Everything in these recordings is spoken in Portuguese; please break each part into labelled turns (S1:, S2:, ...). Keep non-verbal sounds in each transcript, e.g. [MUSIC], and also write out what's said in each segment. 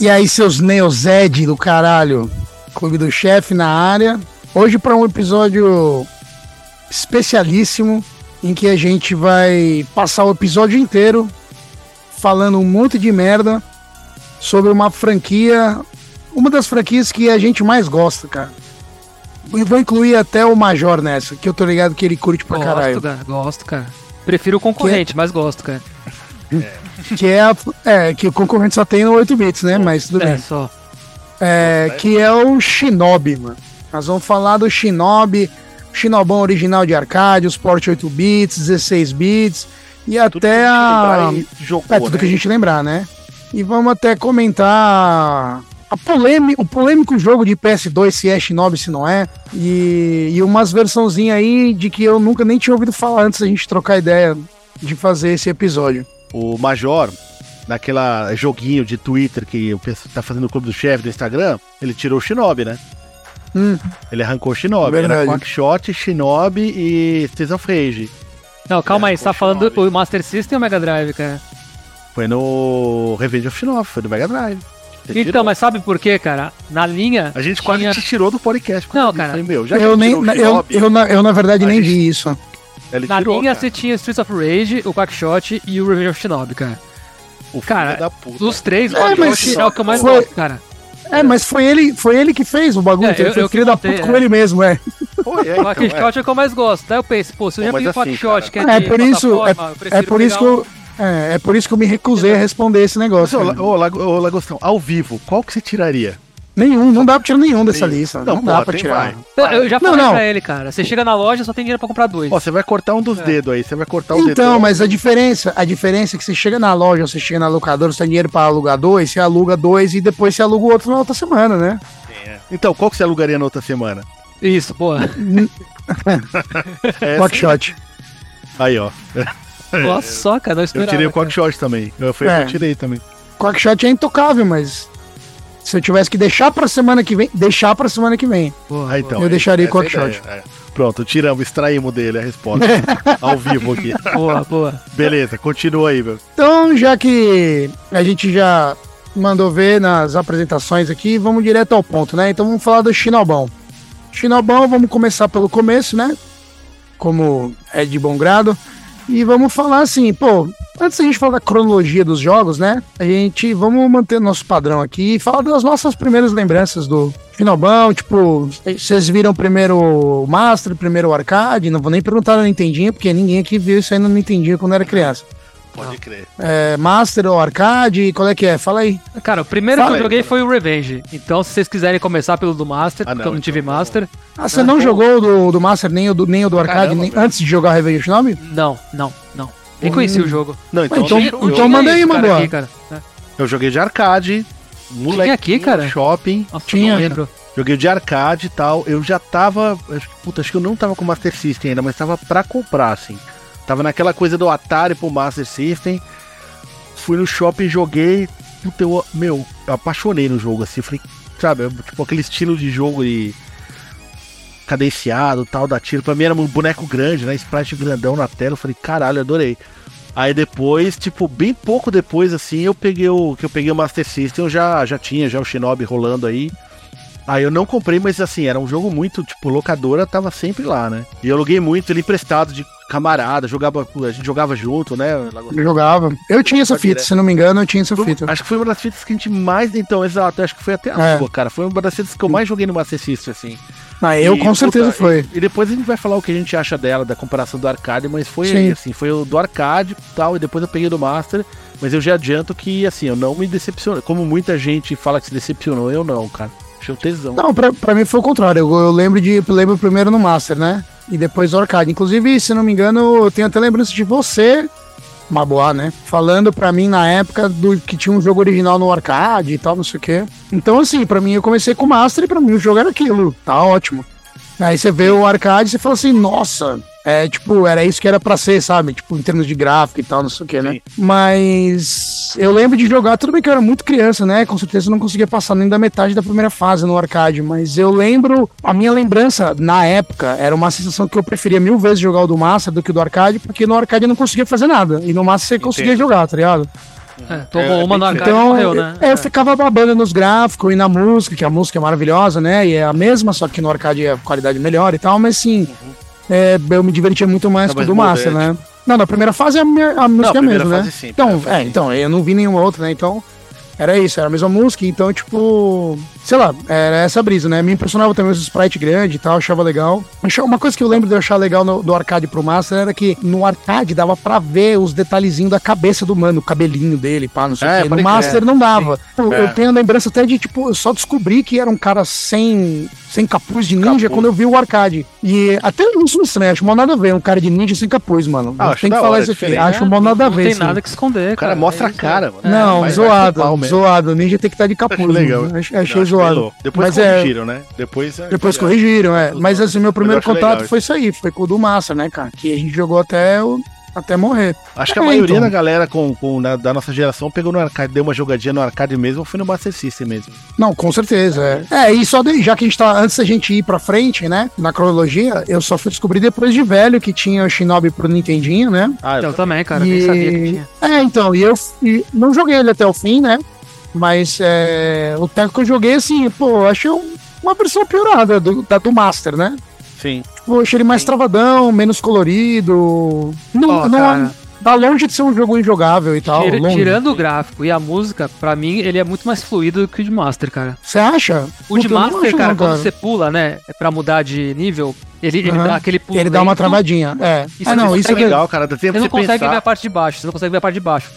S1: E aí, seus Neozed do caralho. Clube do Chefe na área. Hoje para um episódio especialíssimo em que a gente vai passar o episódio inteiro falando um monte de merda sobre uma franquia, uma das franquias que a gente mais gosta, cara. E vou incluir até o Major nessa, que eu tô ligado que ele curte pra
S2: gosto,
S1: caralho.
S2: cara. Gosto, cara. Prefiro o concorrente, mas gosto, cara.
S1: Que é, a- é, que o concorrente só tem no 8 bits, né? Mas tudo
S2: É,
S1: bem.
S2: só.
S1: É, que é o Shinobi, mano. Nós vamos falar do Shinobi, Shinobão original de arcade, os port 8 bits, 16 bits e
S3: Tudo
S1: até a.
S3: que a gente lembrar e jogou,
S1: É, tudo que a
S3: né?
S1: gente lembrar, né? E vamos até comentar a polêmi- o polêmico jogo de PS2, se é Shinobi, se não é. E, e umas versãozinhas aí de que eu nunca nem tinha ouvido falar antes da gente trocar ideia de fazer esse episódio.
S3: O Major, naquela joguinho de Twitter que o pessoal tá fazendo o clube do chefe do Instagram, ele tirou o Shinobi, né?
S1: Hum.
S3: Ele arrancou o Shinobi.
S1: Verdade.
S3: Era Quackshot, Shinobi e Streets of Rage.
S2: Não, calma aí, você tá
S3: continua,
S2: falando o Master System ou o Mega Drive, cara?
S3: Foi no Revenge of Shinobi, foi no Mega Drive. Você tirou.
S2: Então, mas sabe por quê, cara? Na linha.
S3: A gente quase
S2: tinha-
S3: te tirou do podcast. por
S2: Não,
S3: causa disso.
S2: cara.
S3: Falei, meu, já que
S1: Eu,
S3: ele
S1: nem,
S3: tirou o
S1: na- eu,
S3: Shinobi,
S1: eu, na- eu, na verdade,
S3: A
S1: nem
S3: gente-
S1: vi isso.
S3: ele
S2: Na
S3: tirou,
S2: linha
S3: cara.
S2: você tinha Streets of Rage, o Quackshot e o Revenge of Shinobi, cara.
S3: O filho
S2: cara,
S3: da puta.
S2: Dos três, o
S1: É,
S2: Quackshot
S1: mas
S2: é o que eu mais
S1: foi-
S2: gosto, cara.
S1: É, mas foi ele, foi ele que fez o bagulho.
S2: É,
S1: então ele
S2: eu-
S1: foi
S2: eu que
S1: filho da
S2: contei,
S1: puta
S2: é.
S1: com ele mesmo, é.
S3: Foi, é,
S2: O [LAUGHS]
S3: então, é.
S2: Quackshot é o que eu mais gosto. Daí eu penso, pô, se eu já
S3: Pô, mas
S2: peguei o
S3: assim,
S2: Quackshot, que é de
S1: É por isso,
S2: plataforma,
S1: é,
S2: eu
S1: é
S2: prefiro
S1: por isso que
S2: pegar um-
S1: eu, é, é por isso que eu me recusei a responder esse
S3: Mas,
S1: negócio.
S3: ô,
S1: cara.
S3: La- ô,
S2: é.
S3: Lago- ô, Lagostão, ao vivo, qual que você tiraria?
S1: Nenhum, não dá pra tirar nenhum dessa lista. Não, dá
S3: porra,
S1: pra
S3: tem
S1: tirar.
S3: mais.
S2: um- Eu já
S1: Não,
S2: falei
S1: não.
S2: pra ele, cara. Você chega na loja, só tem dinheiro pra comprar dois.
S3: Ó, você vai cortar um
S2: É.
S3: dos dedos aí, você vai cortar o dedo.
S1: Então, mas a diferença, a diferença é que você chega na loja, você chega na locadora, você tem dinheiro pra alugar dois, você aluga dois e depois você aluga o outro na outra semana, né?
S3: Então, qual que você alugaria na outra semana?
S2: Isso, pô.
S3: Essa-
S1: Quackshot.
S3: Aí, ó.
S2: Olha só, cara, não
S3: É. Eu
S2: esperava.
S3: tirei o
S2: cara.
S3: Quackshot também. Eu, foi o que
S1: É.
S3: eu tirei também.
S1: Quackshot é intocável, mas se eu tivesse que deixar pra semana que vem, deixar pra semana que vem.
S2: Boa,
S3: Ah,
S2: boa.
S3: então,
S1: Eu
S3: é-
S1: deixaria
S3: essa é a
S1: Quackshot.
S3: ideia, é. Pronto, tiramos, extraímos dele a
S1: [LAUGHS]
S3: resposta. ao vivo aqui.
S2: Boa, boa.
S3: Beleza, continua aí, meu.
S1: Então, já que a gente já mandou ver nas apresentações aqui, vamos direto ao ponto, né? Então vamos falar do Chinobão. Chinobão, vamos começar pelo começo, né? Como é de bom grado. E vamos falar assim, pô, antes da gente falar da cronologia dos jogos, né? A gente vamos manter nosso padrão aqui e falar das nossas primeiras lembranças do Chinobão, tipo, vocês viram primeiro o Master, primeiro o arcade, não vou nem perguntar no Nintendinho, porque ninguém aqui viu isso aí no Nintendinho quando era criança.
S2: Ah.
S3: Pode crer.
S1: É, Master ou Arcade? Qual é que é? Fala aí.
S2: Cara, o primeiro que
S3: Fala
S2: eu
S3: aí,
S2: joguei
S3: cara.
S2: foi o Revenge. Então, se vocês quiserem começar pelo do Master,
S3: Ah, não,
S2: porque eu não tive
S3: então,
S2: Master.
S1: Ah, você não jogou o do, do Master nem o do, nem o do Arcade
S3: Caramba,
S1: nem-
S3: velho.
S1: antes de jogar Revenge of Shinobi?
S2: Não, não, não. Nem conheci o jogo.
S3: Não, então,
S1: Hum. então-
S3: eu, eu-
S1: então- manda aí,
S2: mano.
S1: manda.
S2: Aqui, cara. É.
S3: eu joguei de arcade, moleque
S2: aqui, cara?
S3: shopping.
S2: Nossa,
S1: Tinha.
S2: não lembro.
S3: Joguei de arcade e tal. Eu já tava. acho que- Puta, acho que eu não tava com Master System ainda, mas tava pra comprar, assim. Tava naquela coisa do Atari pro Master System. Fui no shopping, joguei. Puta, eu, meu, eu apaixonei no jogo, assim. Falei, sabe, eu- tipo aquele estilo de jogo de. Cadenciado tal, da tiro. Pra mim era um boneco grande, né? Sprite grandão na tela. Eu falei, caralho, adorei. Aí depois, tipo, bem pouco depois, assim, eu peguei o. Que eu peguei o Master System, eu já, já tinha já o Shinobi rolando aí. Aí eu não comprei, mas assim, era um jogo muito, tipo, locadora tava sempre lá, né? E eu aluguei muito ele emprestado de camarada, jogava, a gente jogava junto, né?
S1: Eu jogava. Eu tinha essa fita, se não me engano, eu tinha essa fita.
S3: Acho que foi uma das fitas que a gente mais. Então, exato, acho que foi até a
S1: É.
S3: sua, cara. Foi uma das fitas que eu mais joguei no Master System, assim.
S1: Ah, eu
S3: E,
S1: com certeza
S3: puta,
S1: foi.
S3: E, e depois a gente vai falar o que a gente acha dela, da comparação do arcade, mas foi
S1: Sim.
S3: assim, foi o do arcade e tal, e depois eu peguei do Master, mas eu já adianto que, assim, eu não me decepcionei. Como muita gente fala que se decepcionou, eu não, cara. Achei um tesão.
S1: Não, pra, pra mim foi o contrário. Eu, eu lembro de eu lembro primeiro no Master, né? E depois do Arcade. Inclusive, se não me engano, eu tenho até lembrança de você, Maboá, né? Falando pra mim na época do que tinha um jogo original no arcade e tal, não sei o quê. Então, assim, pra mim eu comecei com o Master e pra mim o jogo era aquilo. Tá ótimo. Aí você vê o arcade e você fala assim, nossa, é tipo, era isso que era pra ser, sabe? Tipo, em termos de gráfico e tal, não sei o que, né?
S3: Sim.
S1: Mas eu lembro de jogar, tudo bem que eu era muito criança, né? Com certeza eu não conseguia passar nem da metade da primeira fase no arcade, mas eu lembro, a minha lembrança na época era uma sensação que eu preferia mil vezes jogar o do Master do que o do arcade, porque no arcade eu não conseguia fazer nada, e no Master você conseguia jogar, tá ligado?
S2: É, tomou
S3: É,
S2: uma na
S3: bem
S2: cara e
S1: Então, eu,
S2: morreu, né?
S1: eu ficava babando nos gráficos e na música, que a música é maravilhosa, né? E é a mesma, só que no arcade é a qualidade melhor e tal, mas sim, é, eu me divertia muito mais
S3: Uhum. Tá
S1: com o
S3: mais
S1: do Master, né?
S3: envolvente.
S1: Não, na primeira fase a, minha- a música é a
S3: primeira
S1: mesma, né?
S3: fase sim,
S1: então,
S3: primeira fase
S1: é,
S3: sim.
S1: então, eu não vi nenhuma outra, né? Então, era isso, era a mesma música, então, tipo, sei lá, era essa brisa, né? Me impressionava também os sprites grandes e tal, achava legal. Achava- Uma coisa que eu lembro de eu achar legal no- do arcade pro Master era que no arcade dava pra ver os detalhezinhos da cabeça do mano, o cabelinho dele, pá, não sei
S3: É,
S1: o quê. No
S3: pode crer.
S1: Master não dava. Eu,
S3: É.
S1: eu tenho a lembrança até de, tipo, eu só descobri que era um cara sem, sem capuz de ninja
S3: Capuz.
S1: quando eu vi o arcade. E até isso me estranha, acho mó nada a ver, um cara de ninja sem capuz, mano.
S3: Ah, acho
S1: Tem que
S3: da
S1: falar
S3: hora,
S1: isso
S3: é
S1: aqui,
S3: diferente.
S1: acho mó
S2: Não-
S1: nada a
S2: Não
S1: ver,
S2: tem
S1: assim.
S2: nada que esconder, É,
S3: O cara mostra a cara, mano.
S1: Não,
S3: É, Vai- vai
S1: zoado,
S3: pro pau mesmo.
S1: zoado. O ninja tem que estar de capuz.
S3: [LAUGHS] legal.
S1: mano. Ach-
S3: Não,
S1: Achei
S3: acho bem
S1: zoado.
S3: louco. Depois
S1: Mas é-
S3: corrigiram, né? Depois, é,
S1: Depois
S3: é,
S1: corrigiram, é.
S3: Eu-
S1: Mas assim, meu primeiro
S3: acho legal
S1: contato
S3: isso.
S1: foi isso aí, foi com o do Master, né, cara? Que a gente jogou até, o- até morrer.
S3: Acho que a
S1: É,
S3: maioria
S1: então.
S3: da galera com, com- na- da nossa geração pegou no arcade, deu uma jogadinha no arcade mesmo, ou foi no Master System mesmo.
S1: Não, com certeza. É, é e só de- já que a gente tá. Antes da gente ir pra frente, né? Na cronologia, eu só fui descobrir depois de velho que tinha o Shinobi pro Nintendinho, né?
S3: Ah,
S2: Eu então também, cara,
S1: E-
S2: nem sabia que tinha.
S1: É, então, e eu e não joguei ele até o fim, né? Mas é, o tempo que eu joguei, assim, pô, achei um- uma versão piorada do- da do Master, né?
S3: sim.
S1: Tipo, achei ele mais travadão, menos colorido. Não,
S2: Ó,
S1: não-
S2: cara.
S1: tá longe de ser um jogo injogável e tal.
S2: Tira-
S1: longe.
S2: Tirando o gráfico e a música, pra mim, ele é muito mais fluido do que o de Master, cara.
S1: Você acha?
S2: O
S1: Puta,
S2: de
S1: eu não
S2: Master,
S1: acho
S2: cara,
S1: não,
S2: quando você pula, né, pra mudar de nível, ele, ele
S1: Aham.
S2: dá aquele pulo
S1: Ele dá uma
S2: lento,
S1: travadinha. É.
S2: Isso
S1: ah, não,
S2: é
S1: isso
S3: Isso é
S1: é legal.
S3: legal, cara. Dá
S2: Você
S3: tempo de
S2: não
S3: você
S2: consegue ver a
S3: pensar.
S2: parte de baixo, você não consegue ver a parte de baixo.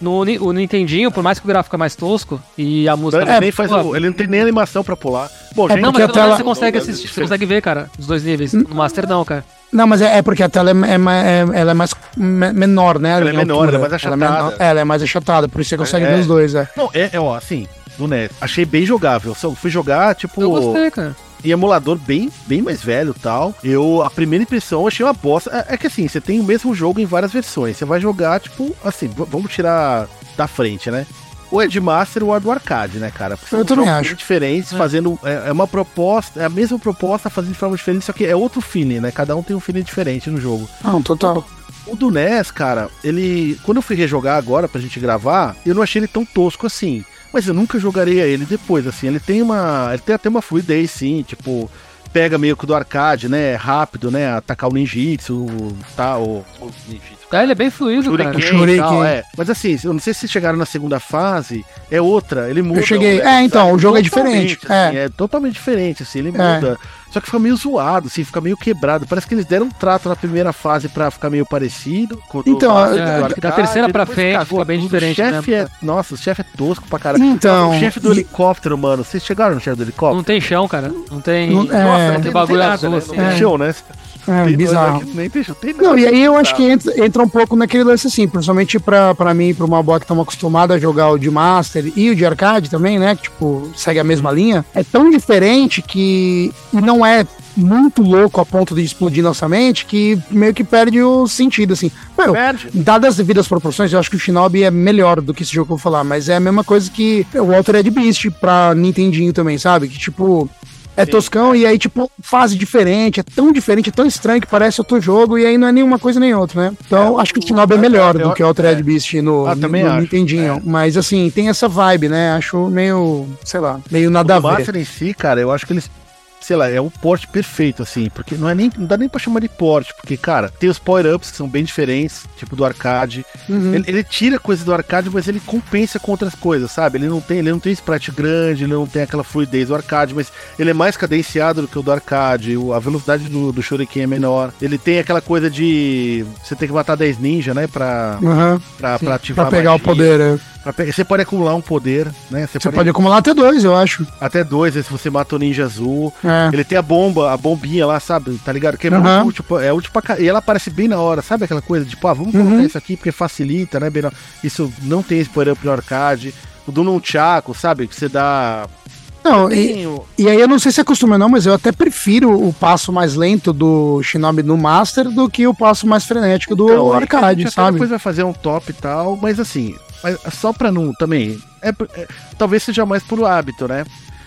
S2: No, Ni- o Nintendinho, por mais que o gráfico é mais tosco e a música...
S3: Ele, nem faz
S2: É, Pô,
S3: o- ele não tem nem animação pra pular. Bom,
S1: É porque
S2: Não, mas
S1: a
S2: pelo
S1: tela-
S2: menos você consegue assistir, você consegue ver, cara, os dois níveis.
S1: Hum.
S2: No Master não, cara.
S1: Não, mas é, é porque a tela é, é ma- é- ela é mais me- menor, né?
S3: Ela é
S1: em
S3: menor,
S1: altura.
S3: ela é mais
S1: Ela é,
S3: achatada.
S1: menor- ela é mais achatada, por isso você consegue
S3: É.
S1: ver os dois, é.
S3: Não, é, é, ó, assim, do NES. Achei bem jogável. Só fui jogar, tipo,
S2: Eu gostei, cara.
S3: em emulador bem, bem mais velho e tal. Eu, a primeira impressão, eu achei uma bosta. É, é que assim, você tem o mesmo jogo em várias versões. Você vai jogar, tipo, assim, v- vamos tirar da frente, né? Ou é de Master ou é do arcade, né, cara? Porque
S1: Eu
S3: são
S1: também
S3: jogos
S1: acho.
S3: Diferentes,
S2: É.
S3: fazendo. É, é uma proposta, é a mesma proposta, fazendo de forma diferente, só que é outro feeling, né? Cada um tem um feeling diferente no jogo.
S1: Não, total.
S3: O do NES, cara, ele. Quando eu fui rejogar agora pra gente gravar, eu não achei ele tão tosco assim. Mas eu nunca jogaria ele depois, assim. Ele tem uma. Ele tem até uma fluidez, sim, tipo. Pega meio que do arcade, né? Rápido, né? Atacar o ninjitsu, tá? O, o ninjitsu.
S2: Ah, ele é bem fluido, cara.
S3: Shuriken,
S1: Shuriken.
S3: e tal, é. Mas assim, eu não sei se chegaram na segunda fase, é outra, ele muda.
S1: cheguei-
S3: o-
S1: é, então, o jogo é
S3: Totalmente,
S1: diferente,
S3: assim, é. totalmente diferente, assim, ele
S1: É.
S3: muda. Só que fica meio zoado, assim, fica meio quebrado. Parece que eles deram um trato na primeira fase pra ficar meio parecido. com o do
S1: Então,
S3: Master,
S1: é,
S3: do
S2: da
S3: arcade,
S2: terceira pra
S3: depois
S2: frente
S3: cagou
S2: fica bem
S3: tudo.
S2: diferente,
S3: O chefe é, nossa, o chefe é tosco pra caralho.
S1: né? Então,
S3: o chefe do
S1: e-
S3: helicóptero, mano. Vocês chegaram no chefe do helicóptero?
S2: Não tem chão, cara. Não tem...
S1: Não- é,
S2: tem bagulho azul,
S3: né?
S2: assim,
S3: Não
S1: é.
S3: tem chão, né?
S1: é,
S3: Tem-
S1: bizarro.
S3: Nem tem chão, tem
S1: Não,
S3: nada.
S1: e aí eu acho que entra, entra um pouco naquele lance assim, principalmente pra, pra mim e pra uma boa que estamos acostumados a jogar o de Master e o de arcade também, né? Que, tipo, segue a mesma linha. É tão diferente que e não é muito louco a ponto de explodir nossa mente que meio que perde o sentido, assim. Meu,
S3: Perde.
S1: Dadas as devidas proporções, eu acho que o Shinobi é melhor do que esse jogo que eu vou falar, mas é a mesma coisa que o Walter Ed Beast pra Nintendinho também, sabe? Que tipo. É
S3: Sim,
S1: toscão e aí, tipo, fase diferente, é tão diferente, é tão estranho que parece outro jogo e aí não é nenhuma coisa nem outra, né? Então,
S3: É,
S1: acho que o
S3: o-
S1: Shinobi é
S3: é,
S1: melhor
S3: é,
S1: do que o Altered
S3: é.
S1: Beast no,
S3: Ah, também
S1: no
S3: acho,
S1: Nintendinho.
S3: é.
S1: Mas, assim, tem essa vibe, né? Acho meio, sei lá, meio nada a
S3: O
S1: ver.
S3: Master em si, cara, eu acho que eles. Sei lá, é o porte perfeito, assim, porque não é nem. Não dá nem pra chamar de porte, porque, cara, tem os power-ups que são bem diferentes, tipo do arcade.
S1: Uhum.
S3: Ele, ele tira coisas do arcade, mas ele compensa com outras coisas, sabe? Ele não tem, ele não tem sprite grande, ele não tem aquela fluidez do arcade, mas ele é mais cadenciado do que o do arcade, o- a velocidade do, do Shuriken é menor. Ele tem aquela coisa de. Você tem que matar 10 ninja, né? Tipo, Pra,
S1: Aham,
S3: pra, pra ativar.
S1: pra pegar
S3: magia,
S1: o poder. é.
S3: pra pe- Você pode acumular um poder, né? Você,
S1: Você
S3: pode,
S1: pode acumular até dois, eu acho.
S3: até dois, né, se você mata o ninja azul.
S1: É.
S3: Ele tem a bomba, a bombinha lá, sabe? Tá ligado? Que é
S1: Aham.
S3: muito útil, pra- é útil pra ca- E ela aparece bem na hora, sabe aquela coisa? Tipo, ah, vamos colocar
S1: Uhum.
S3: isso aqui porque facilita, né? Bem na- Isso não tem esse power up no arcade. O do Nunchaku, sabe? Que você dá.
S1: Não, e,
S3: Tem o-
S1: E aí eu não sei se acostuma ou não, mas eu até prefiro o passo mais lento do Shinobi no Master do que o passo mais frenético do
S3: Então, aí a gente
S1: arcade,
S3: até
S1: sabe?
S3: Depois vai fazer um top e tal, mas assim. Mas só pra não. Também. é por- é, talvez seja mais por hábito, né?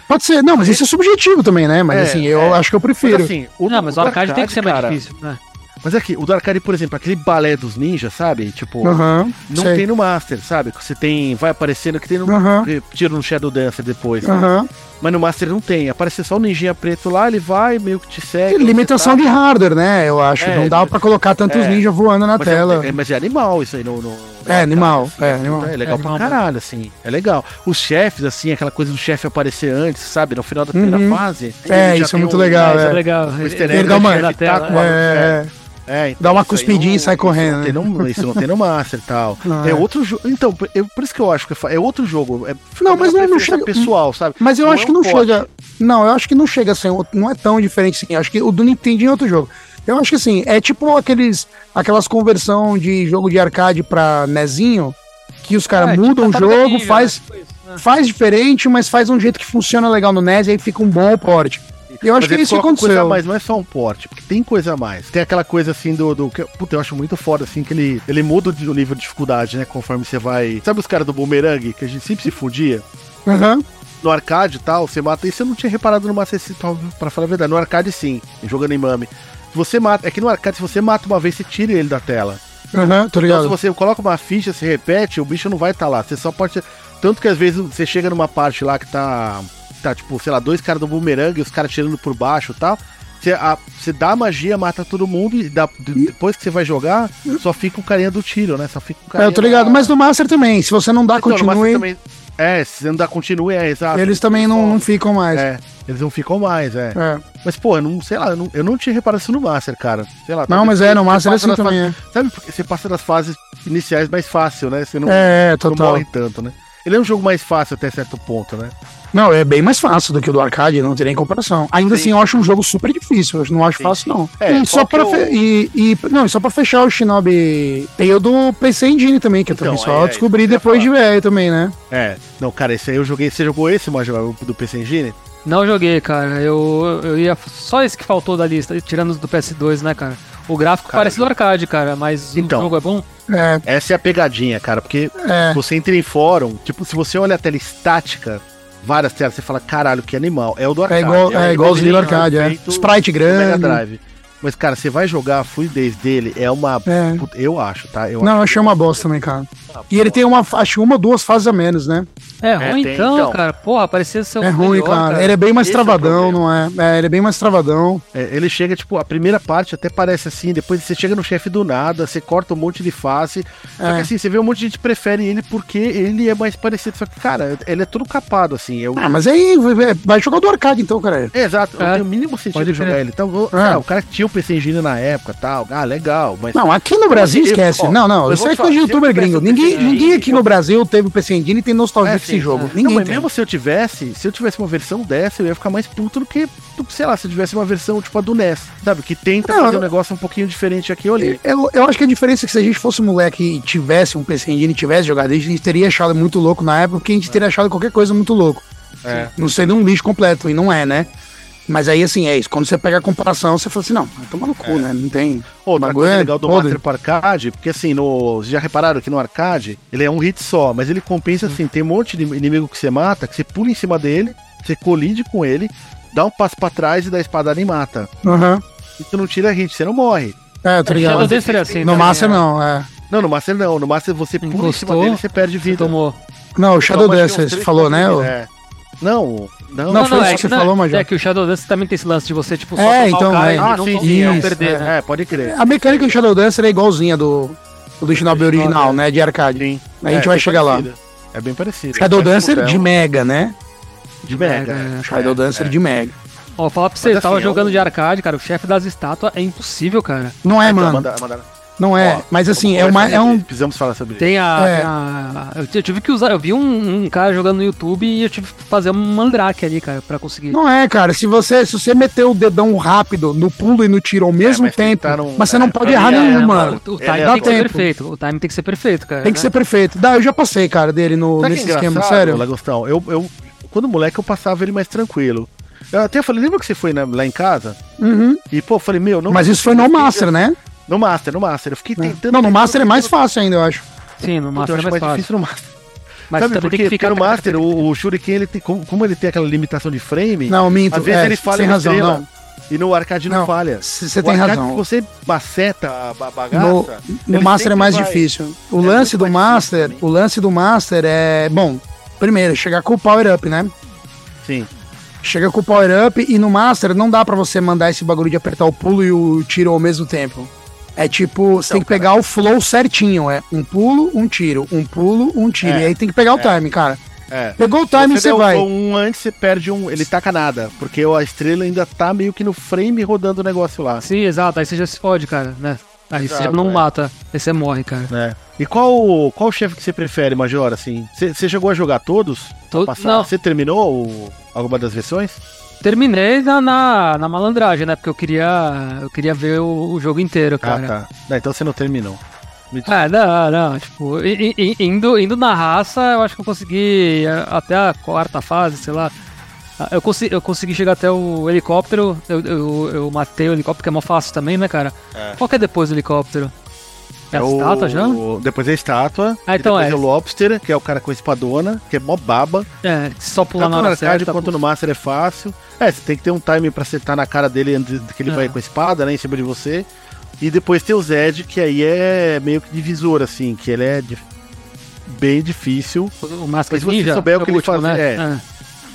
S1: Pode ser, não, mas isso é subjetivo também, né? Mas
S3: Ah, É,
S1: assim, eu
S3: é.
S1: acho que eu
S3: Mas,
S1: prefiro.
S3: assim, o,
S2: Não, mas o arcade tem que ser mais difícil, né?
S3: Mas é que o do arcade, por exemplo, aquele balé dos ninjas, sabe? Tipo,
S1: Aham.
S3: não
S1: sei.
S3: tem no Master, sabe? Que Você tem. Vai aparecendo que tem no.
S1: Aham.
S3: Tiro no Shadow Dancer depois.
S1: Aham.
S3: Mas no Master não tem. Aparece só o ninjinha preto lá, ele vai, meio que te segue. onde você
S1: Limitação
S3: tá.
S1: de hardware, né? Eu acho.
S3: É,
S1: não dá pra colocar tantos
S3: é.
S1: ninjas voando na
S3: Mas é-
S1: tela.
S3: É, mas é animal isso aí no. no- no
S1: É,
S3: arcade,
S1: animal,
S3: assim,
S1: é,
S3: puta,
S1: animal.
S3: É legal
S2: É
S3: pra
S2: animal.
S3: caralho, assim. É legal. Os chefes, assim, aquela coisa do chefe aparecer antes, sabe? No final da primeira
S1: Uhum.
S3: fase.
S1: É,
S3: ele
S1: isso
S3: já
S1: é
S3: tem um
S1: muito legal,
S2: Isso
S1: é.
S2: é legal.
S3: easter
S1: egg da
S2: mano.
S1: tela,
S2: da tela.
S3: tá com
S2: né?
S3: a-
S1: É, é.
S3: É,
S1: Dá uma
S3: isso aí
S1: cuspidinha
S3: não-
S1: e sai
S3: isso não
S1: correndo, né?
S3: tem no- isso não tem no Master e tal.
S1: [LAUGHS] Não, é.
S3: é, outro jogo. Então, eu- por isso que eu acho que é outro jogo. É, fica
S1: Não, mas
S3: uma
S1: não- não
S3: preferência
S1: chega-
S3: pessoal, sabe?
S1: Mas eu
S3: Não é
S1: acho que
S3: um
S1: não
S3: cópia.
S1: chega. Não, eu acho que não chega assim. outro- Não é tão diferente assim. Acho que o do Nintendinho é outro jogo. Eu acho que assim, é tipo aqueles, aquelas conversão de jogo de arcade pra Nezinho, que os caras
S2: É, tipo
S1: mudam o
S3: tá
S2: Tartaruga
S1: jogo,
S2: Ninja,
S1: faz,
S2: né? Tipo isso, né?
S1: faz diferente, mas faz um jeito que funciona legal no NES e aí fica um bom porte. Eu acho
S3: Mas
S1: que é
S3: eles
S1: isso que
S3: colocam Coisa a
S1: aconteceu.
S3: mais, não é só um porte, porque tem coisa a mais. Tem aquela coisa assim do. do que, puta, eu acho muito foda, assim, que ele, ele muda o nível de dificuldade, né? Conforme você vai. Sabe os caras do boomerang, que a gente sempre se fudia?
S1: Aham.
S3: No arcade e tal, você mata. Isso eu não tinha reparado numa acessível, pra falar a verdade. No arcade, sim, jogando em mami. Você mata. É que no arcade, se você mata uma vez, você tira ele da tela.
S1: Aham, tô
S3: Então, se
S1: ligado.
S3: você coloca uma ficha, se repete, o bicho não vai estar lá. Você só pode. Tanto que às vezes você chega numa parte lá que tá. Tá, tipo, sei lá, dois caras do bumerangue, os caras tirando por baixo e tal. Você, a- você dá a magia, mata todo mundo e dá- de- depois que você vai jogar, só fica o carinha do tiro, né? Só fica o
S1: É,
S3: carinha.
S1: eu tô ligado.
S3: da-
S1: Mas no Master também. Se você não dá,
S3: Então, mas
S1: continue.
S3: também- É, se você não dá continue, é, exato.
S1: Eles também não, não ficam mais.
S3: É, eles não ficam mais, é.
S1: É.
S3: Mas, pô, eu não, sei lá, eu não, eu não tinha reparado isso no Master, cara. Sei lá.
S1: Não, mas é, no
S3: você
S1: Master é
S3: passa
S1: assim
S3: nas
S1: também,
S3: fases- Sabe, porque você passa das fases iniciais mais fácil, né? Você não,
S1: É,
S3: não
S1: total.
S3: morre tanto, né? Ele é um jogo mais fácil até certo ponto, né?
S1: Não, é bem mais fácil do que o do arcade, não tem nem comparação. Ainda assim, eu acho um jogo super difícil, eu não acho
S3: Sim,
S1: fácil, não.
S3: É,
S1: e, só
S3: qual que
S1: pra
S3: é o-
S1: fe- e, e- não, e só pra fechar o Shinobi, tem o do PC Engine também, que eu
S3: Então,
S1: também
S3: é, é
S1: só
S3: isso que
S1: descobri
S3: eu ia
S1: depois de velho também, né?
S3: É. Não, cara, esse aí eu joguei. Você jogou esse, Major, do PC Engine?
S2: Não joguei, cara. Eu, eu ia. Só esse que faltou da lista, tirando os do PS2, né, cara? O gráfico
S3: Cara,
S2: parece do arcade, cara, mas
S3: Então.
S2: o jogo é bom.
S1: É,
S3: Essa é a pegadinha, cara, porque
S1: é.
S3: você entra em fórum, tipo, se você olha a tela estática, várias telas, você fala, caralho, que animal. É o do
S1: É
S3: arcade.
S1: igual, é igualzinho do arcade, é.
S3: feito
S1: Sprite
S3: do Mega
S1: grande.
S3: Drive. Mas, cara, você vai jogar a fluidez dele, é uma.
S1: É.
S3: Puta, Eu acho, tá? Eu
S1: Não, eu
S3: acho Ah,
S1: achei uma bosta também, cara. E ele tem uma, acho que uma ou duas fases a menos, né?
S2: É, ruim
S3: tem,
S2: então,
S3: então.
S2: cara. Porra, parecia ser o
S1: É ruim,
S2: melhor,
S1: cara. Ele é bem mais
S3: Esse é o
S1: travadão,
S3: problema.
S1: não é? É, ele é bem mais travadão.
S3: É, ele chega, tipo, a primeira parte até parece assim, depois você chega no chefe do nada, você corta um monte de face. Só que
S1: É.
S3: assim, você vê um monte de gente que prefere ele porque ele é mais parecido. Só que, cara, ele é todo capado, assim. Eu,
S1: Ah, mas aí vai- vai jogar o do arcade então, cara.
S3: é, exato, eu
S2: É.
S3: tenho o mínimo sentido
S2: Pode
S3: de jogar
S2: crer.
S3: ele. Então, eu-
S1: É.
S3: ah, o cara que tinha o PC Engine na época tal. Ah, legal, mas.
S1: Não, aqui no Brasil
S3: Eu-
S1: esquece.
S3: ó,
S1: não, não.
S3: eu
S1: Isso
S3: vou
S1: é coisa de
S3: te falar, se eu
S1: youtuber
S3: tivesse
S1: gringo.
S3: um
S1: Ninguém,
S3: PC Engine,
S1: ninguém aqui
S3: eu-
S1: no Brasil teve PC Engine e tem nostalgia
S3: É,
S1: desse
S3: sim,
S1: jogo.
S2: é.
S3: Não,
S1: Ninguém
S3: mas
S1: tem.
S3: mesmo se eu tivesse, se eu tivesse uma versão dessa, eu ia ficar mais puto do que, do que, sei lá, se eu tivesse uma versão tipo a do NES, sabe? Que tenta
S1: Não,
S3: fazer um
S1: eu-
S3: negócio um pouquinho diferente aqui ou ali.
S1: Eu, eu acho que a diferença é que se a gente fosse moleque e tivesse um PC Engine e tivesse jogado, a gente teria achado muito louco na época, porque a gente teria achado qualquer coisa muito louco.
S3: É.
S1: Não seria um lixo completo, e não é, né? Mas aí, assim, é isso. Quando você pega a comparação, você fala assim, não, vai tomar no cu,
S3: É.
S1: né? Não tem...
S3: Ô, Outra
S1: Bagulho
S3: coisa
S1: é
S3: tá legal do
S1: podre.
S3: Master pro arcade, porque assim, no, vocês já repararam que no arcade, ele é um hit só, mas ele compensa assim, tem um monte de inimigo que você mata, que você pula em cima dele, você colide com ele, dá um passo pra trás e dá a espadada e mata.
S1: Aham.
S3: E tu não tira hit, você não morre.
S1: É, tô
S2: Shadow
S1: ligado.
S2: Dancer seria assim.
S1: No
S2: né?
S1: Master, não, é.
S3: Não, no Master não, no Master você pula em
S2: Encostou,
S3: cima dele e você perde
S2: Você
S3: vida.
S2: tomou.
S1: Não, o
S3: Só
S1: Shadow
S3: mais que Então, uns
S1: Dancer, você
S3: três
S1: falou,
S3: pontos de
S1: né?
S3: vida, é. Não, não,
S1: Não, foi isso que você falou, Major.
S2: É que o Shadow Dance também tem esse lance de você, tipo, só
S1: É,
S2: tomar
S1: então,
S2: o cara
S1: é.
S2: e
S3: Ah,
S2: não,
S3: sim,
S2: não
S1: sim, isso,
S2: perder, né?
S3: É, pode crer.
S1: A mecânica do Shadow Dancer é igualzinha do, do Shinobi original, né? De arcade.
S3: Sim.
S1: A gente
S3: É,
S1: vai
S3: bem
S1: chegar lá.
S3: parecida. É bem parecido.
S1: Shadow
S3: É,
S1: Dancer
S3: tipo,
S1: de Mega, né?
S3: de mega.
S2: Mega,
S3: é.
S1: Shadow Dancer
S3: é.
S1: de Mega.
S2: Ó, falar pra você,
S3: Mas,
S2: tava
S3: assim, é
S2: jogando
S3: um-
S2: de arcade, cara, o chefe das estátuas é impossível, cara.
S1: Não é,
S3: Então,
S1: mano.
S3: manda- manda-
S1: Não é.
S3: Ó,
S1: Mas assim, é,
S3: Vamos
S1: uma,
S3: conversar
S1: é
S3: sobre
S1: um.
S3: isso, Precisamos falar sobre
S2: Tem a.
S1: É.
S2: tem a- eu, t- eu tive que usar, eu vi um, um cara jogando no YouTube e eu tive que fazer um mandrake ali, cara, pra conseguir.
S1: Não é, cara. Se você, se você meter o dedão rápido no pulo e no tiro ao mesmo
S3: mas tem que
S1: tempo,
S3: tá num-
S1: mas você não
S3: é,
S1: pode
S3: pra
S1: errar
S3: mim é,
S1: nenhum,
S3: é,
S1: mano.
S2: O, o
S3: Ele
S2: time
S3: dá
S2: tem que ser
S1: tempo.
S2: perfeito. O time tem que ser perfeito, cara.
S1: Tem que
S2: né?
S1: ser perfeito. Dá, eu já passei, cara, dele no,
S3: Sabe que é
S1: nesse esquema,
S3: engraçado,
S1: sério.
S3: Lagostão, eu, eu, quando moleque, eu passava ele mais tranquilo. Eu até falei, lembra que você foi na- lá em casa?
S1: Uhum.
S3: E, pô, eu falei, meu, não.
S1: Mas isso foi no Master, né?
S3: No Master, no Master. Eu fiquei tentando.
S1: Não, no Master é mais fácil ainda, eu acho.
S2: Sim, no
S3: Puta, eu
S2: Master é
S3: acho
S2: mais
S3: mais
S2: fácil.
S3: difícil no Master.
S2: Mas
S3: Sabe,
S2: também
S3: porque,
S2: tem que ficar
S3: no Master, o, o Shuriken, ele tem, como, como ele tem aquela limitação de frame,
S1: Não, minto.
S3: às vezes
S1: é,
S3: ele fala
S1: sem
S3: uma
S1: razão,
S3: estrela.
S1: não.
S3: E no arcade não,
S1: Não,
S3: falha.
S1: c- você
S3: O
S1: tem
S3: arcade
S1: razão.
S3: que você maceta a ba- bagaça.
S1: No, no
S3: ele
S1: Master é
S3: sempre
S1: mais
S3: vai-
S1: difícil. O
S3: é
S1: lance
S3: muito
S1: do
S3: mais difícil
S1: Master,
S3: também.
S1: o lance do Master é, bom, primeiro, chegar com o Power Up, né?
S3: Sim.
S1: Chega com o Power Up e no Master não dá pra você mandar esse bagulho de apertar o pulo e o tiro ao mesmo tempo. É tipo,
S3: Então,
S1: você tem que pegar o flow certinho, é um pulo, um tiro, um pulo, um tiro.
S3: É.
S1: E aí tem que pegar o
S3: É.
S1: time, cara.
S3: É.
S1: Pegou o
S3: Se
S1: time, você
S3: derrubou
S1: vai.
S3: um antes, você perde um. Ele taca nada. Porque a estrela ainda tá meio que no frame rodando o negócio lá.
S2: Sim, exato. Aí você já se fode, cara, né? Aí você já
S3: Exato,
S2: não
S3: é.
S2: mata. Aí você morre, cara.
S3: né? E qual qual chefe que você prefere, Major? Assim, você você chegou a jogar todos?
S2: Todo-
S3: Passar-
S2: não.
S3: Você terminou o- alguma das versões?
S2: Terminei na, na, na malandragem, né? Porque eu queria. Eu queria ver o, o jogo inteiro, cara.
S3: Ah, tá. Não, então você não terminou. Me desculpa.
S2: É, não, não, tipo, i- i- i- indo, indo na raça, eu acho que eu consegui eh, até a quarta fase, sei lá. Ah, Eu consegui, eu consegui chegar até o helicóptero, eu, eu, eu matei o helicóptero, que é mó fácil também, né, cara?
S3: É.
S2: Qual que é depois do helicóptero? É a
S3: o-
S2: estátua já?
S3: Depois é a estátua.
S2: Ah,
S3: e
S2: então
S3: depois
S2: é.
S3: o Lobster, que é o cara com a espadona, que é mó baba.
S2: É, só pular
S3: Tanto
S2: na
S3: no
S2: hora
S3: Tá arcade
S2: certa.
S3: quanto no Master é fácil. É, você tem que ter um time pra acertar na cara dele antes que ele
S2: É.
S3: vai com a espada, né? Em cima de você. E depois tem o Zed, que aí é meio que divisor, assim, que ele é dif- bem difícil.
S2: O Masked
S3: Mas se você
S2: Ninja
S3: souber o
S2: é
S3: que ele
S2: último,
S3: faz-
S2: né?
S3: é.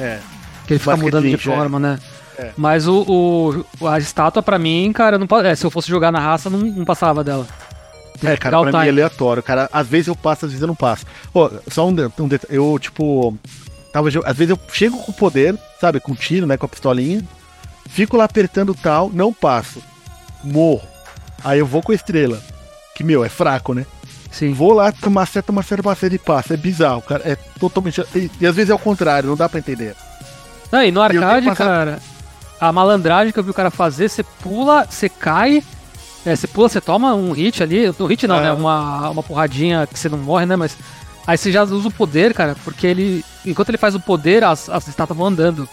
S3: É.
S2: Que ele fica
S3: Masked
S2: mudando de
S3: Ninja, é.
S2: forma, né?
S3: É.
S2: Mas o, o- a estátua, pra mim, cara, não, pa- é, se eu fosse jogar na raça, não, não passava dela. Tem
S3: É,
S2: que pegar
S3: cara,
S2: o
S3: pra mim é
S2: time.
S3: aleatório, cara. Às vezes eu passo, às vezes eu não passo. Pô, só um, de- um detalhe. Eu, tipo. Tava, jo- às vezes eu chego com o poder, sabe? Com tiro, né? Com a pistolinha. Fico lá apertando tal, não passo. Morro. Aí eu vou com a estrela. Que, meu, é fraco, né?
S2: Sim.
S3: Vou lá, maceta, maceta, maceta e passa. É bizarro, cara. É totalmente. E, e às vezes é o contrário, não dá pra entender.
S2: Não, e no
S3: tenho que
S2: arcade,
S3: passar-
S2: cara, a malandragem que eu vi o cara fazer, você pula, você cai, é, você pula, você toma um hit ali, um hit não,
S3: Ah.
S2: né, uma, uma porradinha que você não morre, né, mas aí você já usa o poder, cara, porque ele, enquanto ele faz o poder, as, as estátuas vão andando,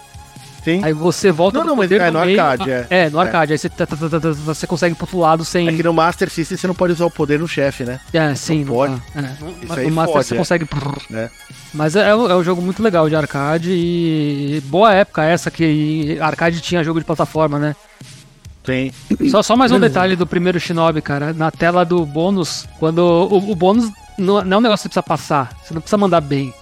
S3: Sim.
S2: aí você volta
S3: Não,
S2: pro
S3: não, mas
S2: poder
S3: é
S2: do
S3: no
S2: meio-
S3: arcade, é.
S2: É, no arcade, aí você, tá, tá, tá, tá, tá, você consegue ir pro outro lado sem...
S3: É que no Master System você não pode usar o poder no chefe, né?
S2: É, sim, não
S3: pode.
S2: dá, é.
S3: Isso
S2: Mas
S3: aí
S2: no Master
S3: fode,
S2: você
S3: é.
S2: consegue.
S3: Né?
S2: Mas é, é um é um jogo muito legal de arcade e boa época essa que arcade tinha jogo de plataforma, né?
S3: Tem.
S2: Só, só mais um detalhe do primeiro Shinobi, cara. Na tela do bônus, quando o, o bônus não, não é um negócio que você precisa passar, você não precisa mandar bem.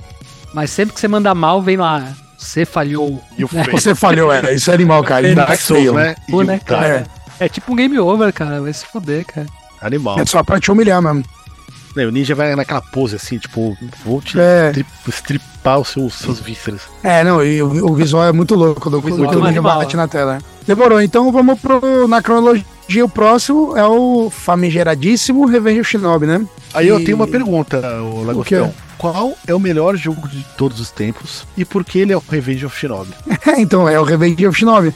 S2: Mas sempre que você mandar mal, vem lá, você falhou.
S3: E o Fail.
S1: [LAUGHS] Você falhou, é. Isso é animal, cara. É, Ainda fail.
S3: né?
S2: Né?
S3: E
S2: Pô,
S3: o
S2: né,
S3: Dark.
S2: cara? É tipo um game over, cara. Vai se fuder, cara.
S3: Animal.
S1: É só pra te humilhar mesmo.
S3: Né, o ninja vai naquela pose assim, tipo, vou te
S1: É.
S3: tri- stripar os seus, seus vísceras.
S1: É, não, e o, o visual é muito louco do
S2: visual
S1: do que
S2: é
S1: o Ninja
S2: animal,
S1: bate
S2: né?
S1: na tela. Demorou, então vamos pro. Na cronologia, o próximo é o famigeradíssimo Revenge of Shinobi, né? [LAUGHS]
S3: Aí eu
S1: E-
S3: tenho uma pergunta, ô Lagostão. Qual é o melhor jogo de todos os tempos e por que ele é o Revenge of Shinobi?
S1: É, então, é o Revenge of Shinobi.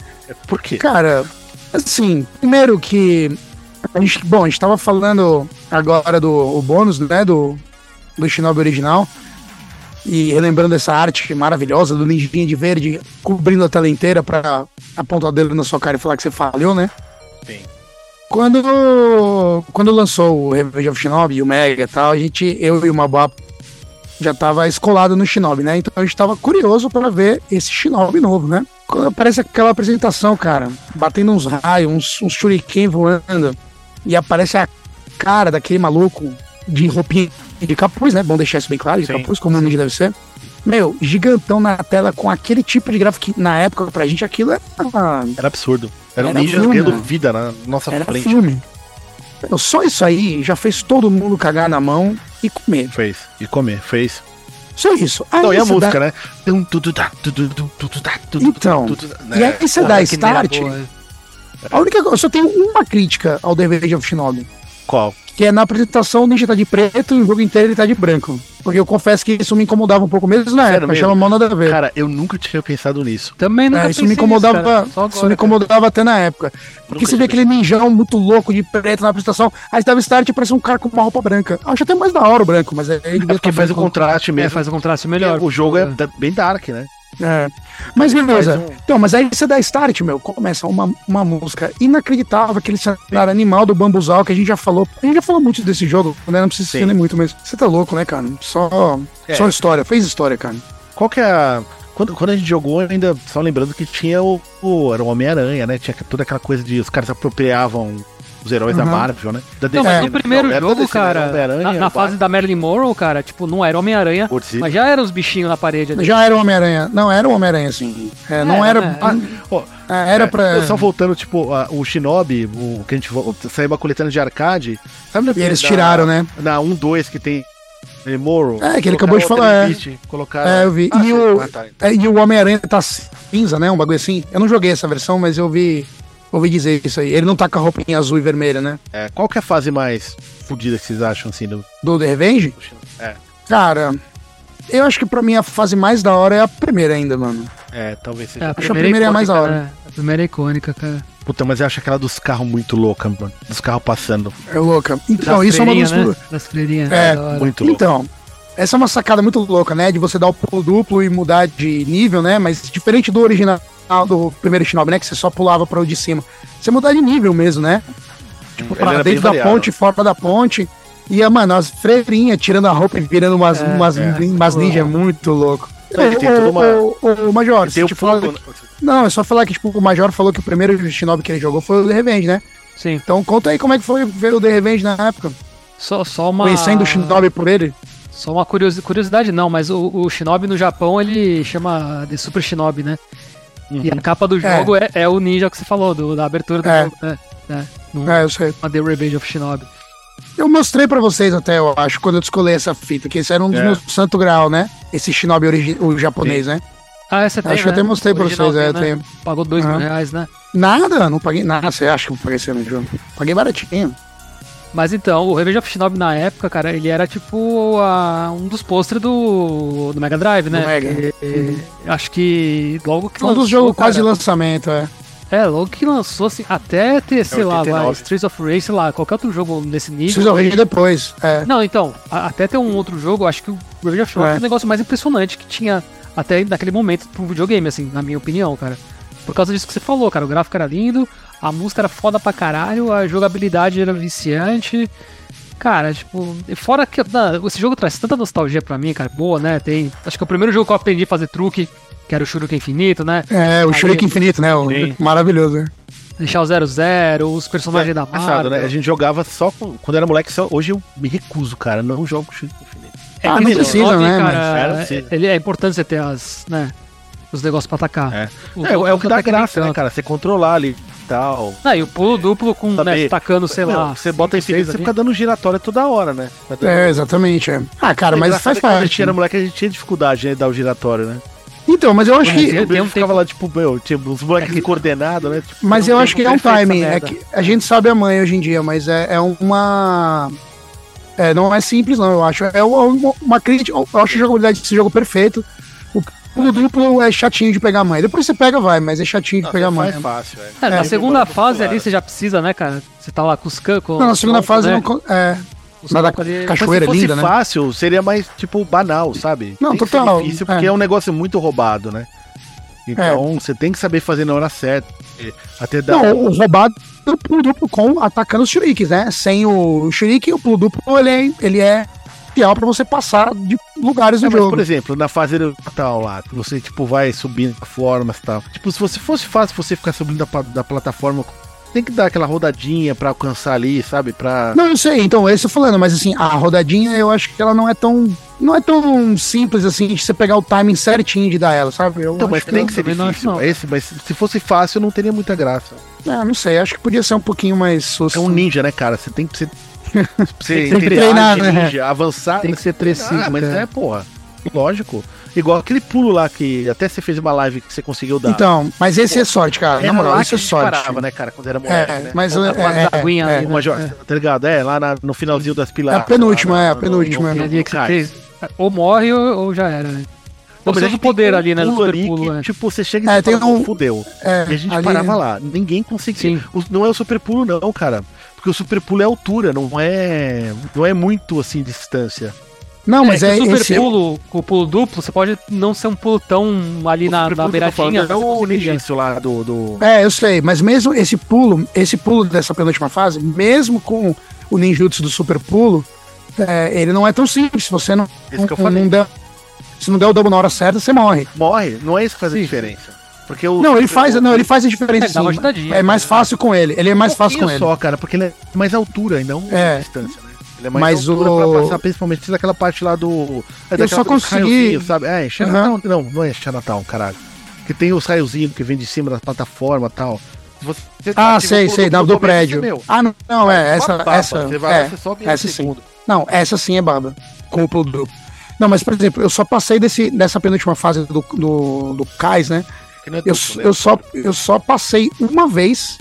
S3: Por quê?
S1: Cara, assim, primeiro que. A gente, bom, a gente tava falando agora do o bônus, né? Do, do Shinobi original. E relembrando essa arte maravilhosa do ninjinha de verde cobrindo a tela inteira pra apontar o dedo na sua cara e falar que você falhou, né?
S3: Sim.
S1: Quando, quando lançou o Revenge of Shinobi e o Mega e tal, a gente, eu e o Mabá já tava escolado no Shinobi, né? Então a gente tava curioso pra ver esse Shinobi novo, né? Quando aparece aquela apresentação, cara, batendo uns raios, uns, uns shuriken voando, e aparece a cara daquele maluco de roupinha de capuz, né? Bom deixar isso bem claro, de
S3: Sim.
S1: capuz, como o ninja deve ser. Meu, gigantão na tela com aquele tipo de gráfico que na época pra gente aquilo era
S3: Era absurdo. Era um
S1: Era
S3: ninja
S1: filme,
S3: ganhando
S1: né?
S3: vida na nossa
S1: era
S3: frente.
S1: filme. Meu, Só isso aí já fez todo mundo cagar na mão e comer.
S3: Fez. E comer, fez.
S1: Só isso. Aí
S3: Não, e a
S1: você
S3: música,
S1: dá-
S3: né? Tum, tu, tu, tá, tu, tu, tu, tu, tu, tá, tu, tu,
S1: Então,
S3: tu, tu, tá,
S1: E
S3: né?
S1: aí você
S2: Cara, é
S1: dá
S2: que ideia
S1: start.
S2: boa.
S1: A única coisa, eu só tenho uma crítica ao The Revenge of Shinobi.
S3: Qual?
S1: Que é na apresentação o ninja tá de preto e o jogo inteiro ele tá de branco. Porque eu confesso que isso me incomodava um pouco mesmo na
S3: Sério
S1: época,
S3: mesmo?
S1: achava mal nada a ver.
S3: Cara, eu nunca tinha pensado nisso.
S2: Também nunca
S1: É, isso me
S2: pensei nisso,
S1: incomodava,
S2: cara. Só
S1: isso
S2: agora,
S1: me
S2: cara.
S1: incomodava até na época. Porque
S3: Nunca
S1: você vê
S3: tinha
S1: aquele ninjão muito louco de preto na apresentação, aí dava start e parecia um cara com uma roupa branca. Eu acho até mais da hora o branco, mas aí ele
S3: É porque faz o
S1: branco.
S3: contraste
S2: É,
S3: mesmo.
S2: faz um contraste melhor.
S3: o jogo é da- bem dark, né?
S1: É. Mas beleza.
S3: Faz um-
S1: Então, mas aí você dá start, meu, começa uma, uma música inacreditável, aquele cenário animal do bambuzal que a gente já falou. A gente já falou muito desse jogo, né? Não precisa
S3: Sim.
S1: entender muito, mas você tá louco, né, cara? Só,
S3: É.
S1: só história, fez história, cara.
S3: Qual que é a, Quando, quando a gente jogou, ainda só lembrando que tinha o. o- era o Homem-Aranha, né? Tinha toda aquela coisa de. Os caras apropriavam os heróis da
S1: Uhum.
S3: Marvel, né? Da
S2: Não,
S1: É,
S2: mas
S3: né?
S2: no primeiro
S3: Era da
S2: jogo,
S3: DC, né? Era
S2: cara,
S3: Homem-Aranha,
S2: na, na fase da Marilyn Monroe, cara, tipo, não era Homem-Aranha,
S3: Godzilla.
S2: mas já eram os bichinhos na parede ali.
S1: Já era o Homem-Aranha. Não, era o Homem-Aranha, sim. É, não
S2: Era,
S1: era.
S2: né?
S1: ah,
S3: Ó,
S1: ah, era
S3: É,
S1: pra.
S3: Só voltando, tipo, a- o Shinobi, o que a gente vo- saiu uma coletânea de arcade. Sabe na-
S1: E eles
S3: na-
S1: tiraram, né?
S3: Na 1-2 que tem eh, Moro.
S1: É, que ele acabou de falar, é.
S3: Colocar...
S1: É, eu vi. E o,
S3: tá.
S1: é, e o Homem-Aranha tá cinza, né? Um bagulho assim. Eu não joguei essa versão, mas eu vi. Ouvi dizer isso aí. Ele não tá com a roupinha azul e vermelha, né?
S3: É, qual que é a fase mais fodida que vocês acham, assim, do,
S1: Do The Revenge?
S3: do Shinobi? É,
S1: Cara, eu acho que pra mim a fase mais da hora é a primeira ainda, mano.
S3: é, talvez
S2: É,
S3: seja...
S1: Acho que a primeira é a mais da hora.
S2: icônica, né? A primeira é icônica, cara.
S3: Puta, mas eu acho aquela dos carros muito louca, mano. Dos carros passando.
S1: É louca. Então, isso é uma
S2: freirinhas,
S1: das.
S2: né? Das freirinhas.
S1: É,
S2: da hora.
S3: Muito louca.
S1: Então, essa é uma sacada muito louca, né? De você dar o pulo duplo e mudar de nível, né? Mas diferente do original, do primeiro Shinobi, né? Que você só pulava pra o de cima. Você mudar de nível mesmo, né? Tipo,
S3: Ele
S1: pra
S3: era bem
S1: dentro da
S3: variado.
S1: ponte, fora da ponte. E, ah, mano, as freirinhas tirando a roupa e virando umas,
S2: É,
S1: umas,
S2: é.
S1: umas ninja é muito louco.
S3: Não, É, ele tem toda uma-
S1: Ô, ô, ô, ô, Major,
S3: Tem
S1: você,
S3: o
S1: tipo,
S3: fogo,
S1: fala-
S3: né?
S1: Não, é só falar que tipo, o Major falou que o primeiro Shinobi que ele jogou foi o The Revenge, né?
S2: Sim,
S1: Então conta aí como é que foi ver o The Revenge na época.
S2: só, só uma...
S1: Conhecendo o Shinobi por ele.
S2: Só uma curiosi- curiosidade, não, mas o, o Shinobi no Japão ele chama de Super Shinobi, né? E a capa do jogo é, é o ninja que você falou, do- da abertura do
S1: Uhum. É.
S2: jogo, né? né? Não
S1: É, eu sei.
S2: chama The Revenge of Shinobi.
S1: Eu mostrei pra vocês até, eu acho, quando eu descolei essa fita, que esse era um dos
S3: É.
S1: meus santo grau, né? Esse shinobi origi- o japonês, né?
S2: Ah, essa tem,
S1: acho que eu
S2: né?
S1: até mostrei pra
S2: Original
S1: vocês, é, eu
S2: tem, né?
S1: tenho.
S2: Pagou dois mil
S1: Aham.
S2: reais, né?
S1: Nada, não paguei nada. Você acha que eu paguei esse no jogo? Paguei baratinho.
S2: Mas então, o Revenge of Shinobi na época, cara, ele era tipo a- um dos pôsteres do, do Mega Drive, né?
S1: Do Mega. Uhum.
S2: E- e- acho que logo que
S1: Um dos jogos
S2: cara,
S1: quase lançamento, é.
S2: É, logo que lançou, assim, até ter, sei lá,
S3: 89.
S2: vai, Streets of Race, sei lá, qualquer outro jogo nesse nível.
S1: Preciso ouvir depois. É.
S2: Não, então, a- até ter um outro jogo, acho que o Revenge of Shinobi
S1: É.
S2: foi o negócio mais impressionante que tinha até naquele momento pra um videogame, assim, na minha opinião, cara. Por causa disso que você falou, cara, o gráfico era lindo, a música era foda pra caralho, a jogabilidade era viciante. Cara, tipo, e fora que na- esse jogo traz tanta nostalgia pra mim, cara, boa, né? Tem, acho que é o primeiro jogo que eu aprendi a fazer truque, que era o Shuriken Infinito, né?
S1: É, o
S2: Aí- É
S1: Shuriken Infinito, né? O,
S3: Sim.
S1: maravilhoso, né?
S2: Deixar o 00, os personagens da
S3: Engraçado,
S2: Marvel.
S3: né? A gente jogava só com- quando era moleque. Só... Hoje eu me recuso, cara. Não jogo com chute infinito.
S2: É
S1: Ah,
S2: que
S1: não
S2: esse
S1: precisa,
S2: nome,
S1: né,
S2: cara,
S3: mas- É, não precisa.
S2: Ele é importante você ter as, né, os negócios pra atacar.
S3: É.
S2: O-
S3: É, é o que dá
S2: até nem
S3: graça, né,
S2: tanto.
S3: cara? Você controlar ali e tal.
S2: Não, e o pulo duplo com,
S3: Saber-
S2: né, tacando, sei
S3: Meu,
S2: lá.
S3: Você bota em
S2: seis
S3: frente, você fica dando giratória toda hora, né? Vai dando-
S1: É, exatamente. é. Ah, cara, mas
S3: Engraçado
S1: faz
S3: que quando A gente
S1: parte.
S3: era moleque, a gente tinha dificuldade né, de dar o giratório, né?
S1: Então, mas eu acho
S2: Mas
S1: que.
S2: Eu
S3: Eu
S2: tenho um É
S3: mesmo ficava lá, tipo, meu, tinha uns moleques descoordenados, né? Tipo,
S1: Mas
S3: não
S1: eu
S3: tem
S1: acho que é
S3: como
S1: um
S3: perfeito essa
S1: timing. É
S3: merda.
S1: que a gente sabe a mãe hoje em dia, mas é, é uma. É, não é simples, não, eu acho. É uma, uma crítica. Eu acho a jogabilidade desse jogo perfeito. O pulo duplo é chatinho de pegar a mãe. Depois você pega, vai, mas é chatinho de
S3: Não,
S1: pegar a
S3: você
S1: mãe.
S3: faz fácil, velho.
S2: Cara, na
S1: É,
S2: segunda
S3: muito
S2: fase
S3: popular.
S2: ali você já precisa, né, cara? Você tá lá com os cancos.
S1: Não, na
S3: né?
S1: segunda fase não. con- É,
S2: Os
S1: na da
S2: campos ali-
S1: cachoeira
S3: Mas se fosse
S1: linda, né?
S3: fácil, seria mais, tipo, banal, sabe?
S1: Não,
S3: Tem que ser
S1: total,
S3: difícil,
S1: é.
S3: porque é. um negócio muito roubado, né? Então, você tem que saber fazer na hora certa. e Até dar...
S1: Não, o roubado é o pulo duplo com atacando os shurikens, né? Sem o shuriken, o pulo duplo ele é, ele é ideal pra você passar de lugares
S3: É,
S1: no
S3: mas, por
S1: jogo.
S3: exemplo, na fase do tal lá, que você, tipo, vai subindo formas e tal. Tipo, se você fosse fácil você ficar subindo da, pa- da plataforma, tem que dar aquela rodadinha pra alcançar ali, sabe? Pra...
S1: Não, eu sei, então, é isso que eu tô falando, mas assim, a rodadinha eu acho que ela não é tão. Não é tão simples assim de você pegar o timing certinho de dar ela, sabe? Eu
S3: Então,
S1: acho
S3: mas
S1: que
S3: tem
S1: eu-
S3: que ser
S2: também não acho,
S3: difícil.
S2: não.
S3: é Esse, mas se fosse fácil, não teria muita graça.
S1: Ah, não sei, acho que podia ser um pouquinho mais
S3: É
S1: susto.
S3: um ninja, né, cara? Você
S1: [LAUGHS]
S3: tem que ser. Você
S1: que
S3: entender
S1: treinar,
S3: arte
S1: né?
S3: ninja, avançar.
S2: Tem que ser preciso.
S3: Ah, mas
S2: cara.
S3: é, porra. Lógico. Igual aquele pulo lá que até você fez uma live que você conseguiu dar.
S1: Então, mas esse é sorte, cara. Na
S3: Era
S1: moral,
S3: lá
S1: isso é
S3: que a gente
S1: sorte.
S3: parava, né, cara, quando era moleque,
S1: É,
S3: né?
S1: mas
S2: A
S1: é,
S2: fase da aguinha
S1: é, é,
S2: ali,
S3: Ô,
S2: né?
S3: Major, tá ligado? É, lá na- no finalzinho das
S1: é a
S3: pilares.
S1: penúltima,
S3: lá,
S1: é a
S3: no-
S1: penúltima.
S3: no-
S2: É
S3: no-
S2: ali que você
S3: cara,
S2: fez. Ou morre ou, ou já era, né?
S3: não,
S2: Ou
S3: mas a
S2: precisa
S3: gente
S2: do poder
S3: tem
S2: ali, né?
S3: um
S2: Do
S3: pulo
S2: super
S3: ali
S2: pulo,
S3: que,
S2: é.
S3: Tipo, você chega e
S1: É,
S3: você
S1: tem
S3: fala, "Não,
S1: um-
S3: fudeu.
S1: É,
S3: E a gente
S1: ali-
S3: parava lá. Ninguém conseguia.
S2: Sim.
S3: O- Não é o super pulo, não, cara. Porque o super pulo é altura, não é. Não é muito assim distância.
S1: Não, mas
S2: que
S1: é,
S2: o super
S1: esse.
S2: pulo, com o pulo duplo, você pode não ser um pulo tão ali na,
S3: super
S2: na
S3: pulo que eu tô falando
S2: beiradinha. né? mas
S3: É
S2: você
S3: o
S2: consegue-
S3: Nigício lá do. do...
S1: É, eu sei, mas mesmo esse pulo, esse pulo dessa penúltima fase, mesmo com o ninjutsu do super pulo, é, ele não é tão simples. Se você não,
S3: Esse que eu
S1: não,
S3: falei.
S1: não der Se não der o double na hora certa, você morre.
S3: Morre, não é isso que faz a diferença. Porque o,
S1: Não, ele faz,
S3: o-
S1: não, ele faz a diferença
S2: É, dá uma
S1: sim.
S2: ajudadinha.
S1: É mais fácil com ele. Ele é mais fácil com
S3: né? Um pouquinho
S1: ele.
S3: só, cara, porque ele é mais altura e não
S1: É.
S3: distância, né? Ele é
S1: Mas o-
S3: pra passar, principalmente daquela parte lá do. É daquela
S1: só
S3: do
S1: consegui-
S3: raiozinho, sabe? É, Chinatown.
S1: Aham.
S3: Não, não é Chinatown, caralho. Que tem os raiozinhos que vem de cima da plataforma e tal. Se Você
S1: Ah,
S3: se
S1: sei,
S3: você-
S1: sei, da- do
S3: começo,
S1: prédio.
S3: você é meu.
S1: Ah, não, não, é,
S3: Só
S1: essa,
S3: baba,
S1: essa,
S3: Você vai,
S1: é,
S3: você sobe em
S1: essa
S3: um
S1: sim.
S3: segundo.
S1: Não, essa sim é baba, com o Plodub. Não, mas, por exemplo, eu só passei desse, dessa penúltima fase do, do, do Cais, né?
S3: que não é
S1: Eu,
S3: tudo, né?
S1: eu, só, eu só passei uma vez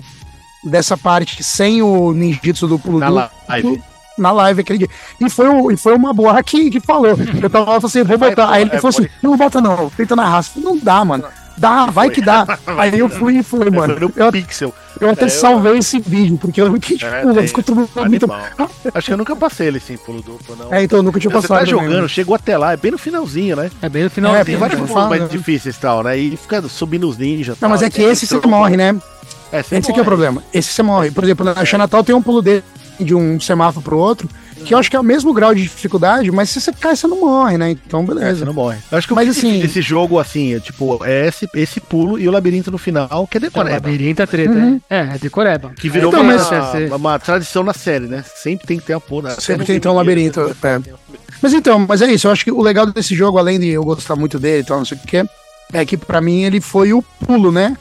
S1: dessa parte sem o ninjitsu do Plodub.
S3: Na live.
S1: na live aquele dia. E foi, o- e foi uma boa que, que
S3: [LAUGHS]
S1: falou. Eu tava falando assim, vou
S3: Vai,
S1: botar. Aí ele
S3: é,
S1: falou assim,
S3: pode-
S1: não bota não, tenta na raça. Eu falei, Não dá, mano. Dá, vai que
S3: [LAUGHS]
S1: dá. Aí eu fui e fui,
S3: É, Mano,
S1: mano.
S3: no
S1: Eu,
S3: pixel.
S1: eu até
S3: É, eu-
S1: salvei esse vídeo, porque eu não entendi,
S3: É,
S1: mano,
S3: tem-
S1: ficou todo mundo muito...
S3: Animal.
S1: [LAUGHS]
S3: Acho que eu nunca passei ele assim, pulo duplo, não.
S1: É, então, eu nunca tinha
S3: você
S1: passado.
S3: tá
S1: também,
S3: jogando,
S1: né?
S3: chegou até lá, é bem no finalzinho, né?
S2: É bem no
S1: É,
S3: Tem
S1: tem
S2: finalzinho.
S3: vários
S1: vários
S3: pontos mais
S1: né?
S3: difíceis e tal, né? E fica subindo os ninjas.
S1: Não, mas
S3: tal,
S1: é que esse você morre, né?
S3: É,
S1: Esse aqui é o problema. Esse você morre. Por exemplo, na Xanatal tem um pulo dele de um semáforo pro outro, que eu acho que é o mesmo grau de dificuldade, mas se você cai, você não morre, né? Então,
S3: É, você
S1: beleza.
S3: não morre. Eu acho que
S1: Mas,
S3: o que
S1: assim-
S3: desse jogo, assim, é, tipo, é esse, esse pulo e o labirinto no final, que é
S2: É, o
S3: decoreba.
S2: labirinto é treta, né? É, é de Coreba.
S3: que virou
S1: Uhum. Então,
S3: uma,
S1: mas-
S3: uma, uma tradição na série, né? Sempre tem que ter a porra.
S1: Sempre tem que ter um labirinto. é. Mas então, mas é isso. Eu acho que o legal desse jogo, além de eu gostar muito dele e tal, não sei o que, é que pra mim ele foi o pulo, né?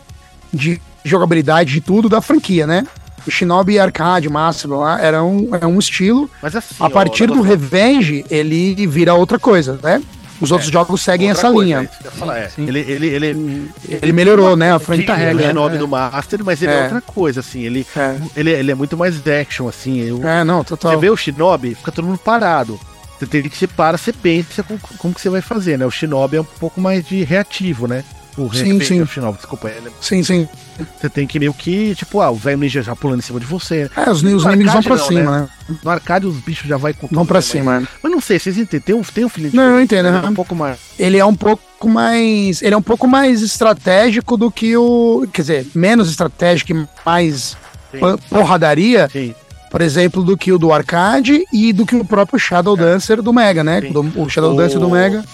S1: De jogabilidade de tudo da franquia, né? O Shinobi Arcade, Master lá, era um, era um estilo.
S3: Mas assim,
S1: A partir do Revenge, ele vira outra coisa, né?
S3: É,
S1: Os outros jogos seguem essa linha.
S3: né?
S2: Sim.
S3: Ele, ele, ele,
S1: Ele melhorou, né? A
S2: Quinta
S1: franquia.
S3: ele é o
S2: regra,
S3: Shinobi
S2: é.
S3: do Master, mas ele é.
S1: É.
S3: outra coisa, assim. Ele
S1: É.
S3: ele, ele é muito mais action, assim. eu-
S1: É, não,
S3: Você
S1: total.
S3: vê o Shinobi, fica todo mundo parado. Você tem que se para, você pensa com- como que você vai fazer, né? O Shinobi é um pouco mais de reativo, né? O
S1: Sim,
S3: Revenge
S1: sim.
S3: é O Shinobi, desculpa, ele é-
S1: Sim, sim.
S3: você tem que meio que, tipo, ah, o velho ninja já pulando em cima de você.
S1: É, os, os
S3: No
S1: inimigos vão
S3: arcade
S1: pra
S3: não,
S1: cima, né?
S3: No arcade os bichos já vai com
S1: Vão
S3: tudo,
S1: pra
S3: né?
S1: cima, né?
S3: Mas, mas não sei, vocês entendem, tem um, tem um feeling
S1: Não, eu
S3: diferente,
S1: entendo,
S3: né?
S1: aham.
S3: um pouco mais.
S1: ele é um pouco mais. Ele é um pouco mais estratégico do que o. Quer dizer, menos estratégico e mais
S3: Sim.
S1: pan- porradaria,
S3: Sim,
S1: por exemplo, do que o do arcade e do que o próprio Shadow Dancer do Mega, né?
S3: É. Sim.
S1: Do- o Shadow
S3: O-
S1: Dancer do Mega.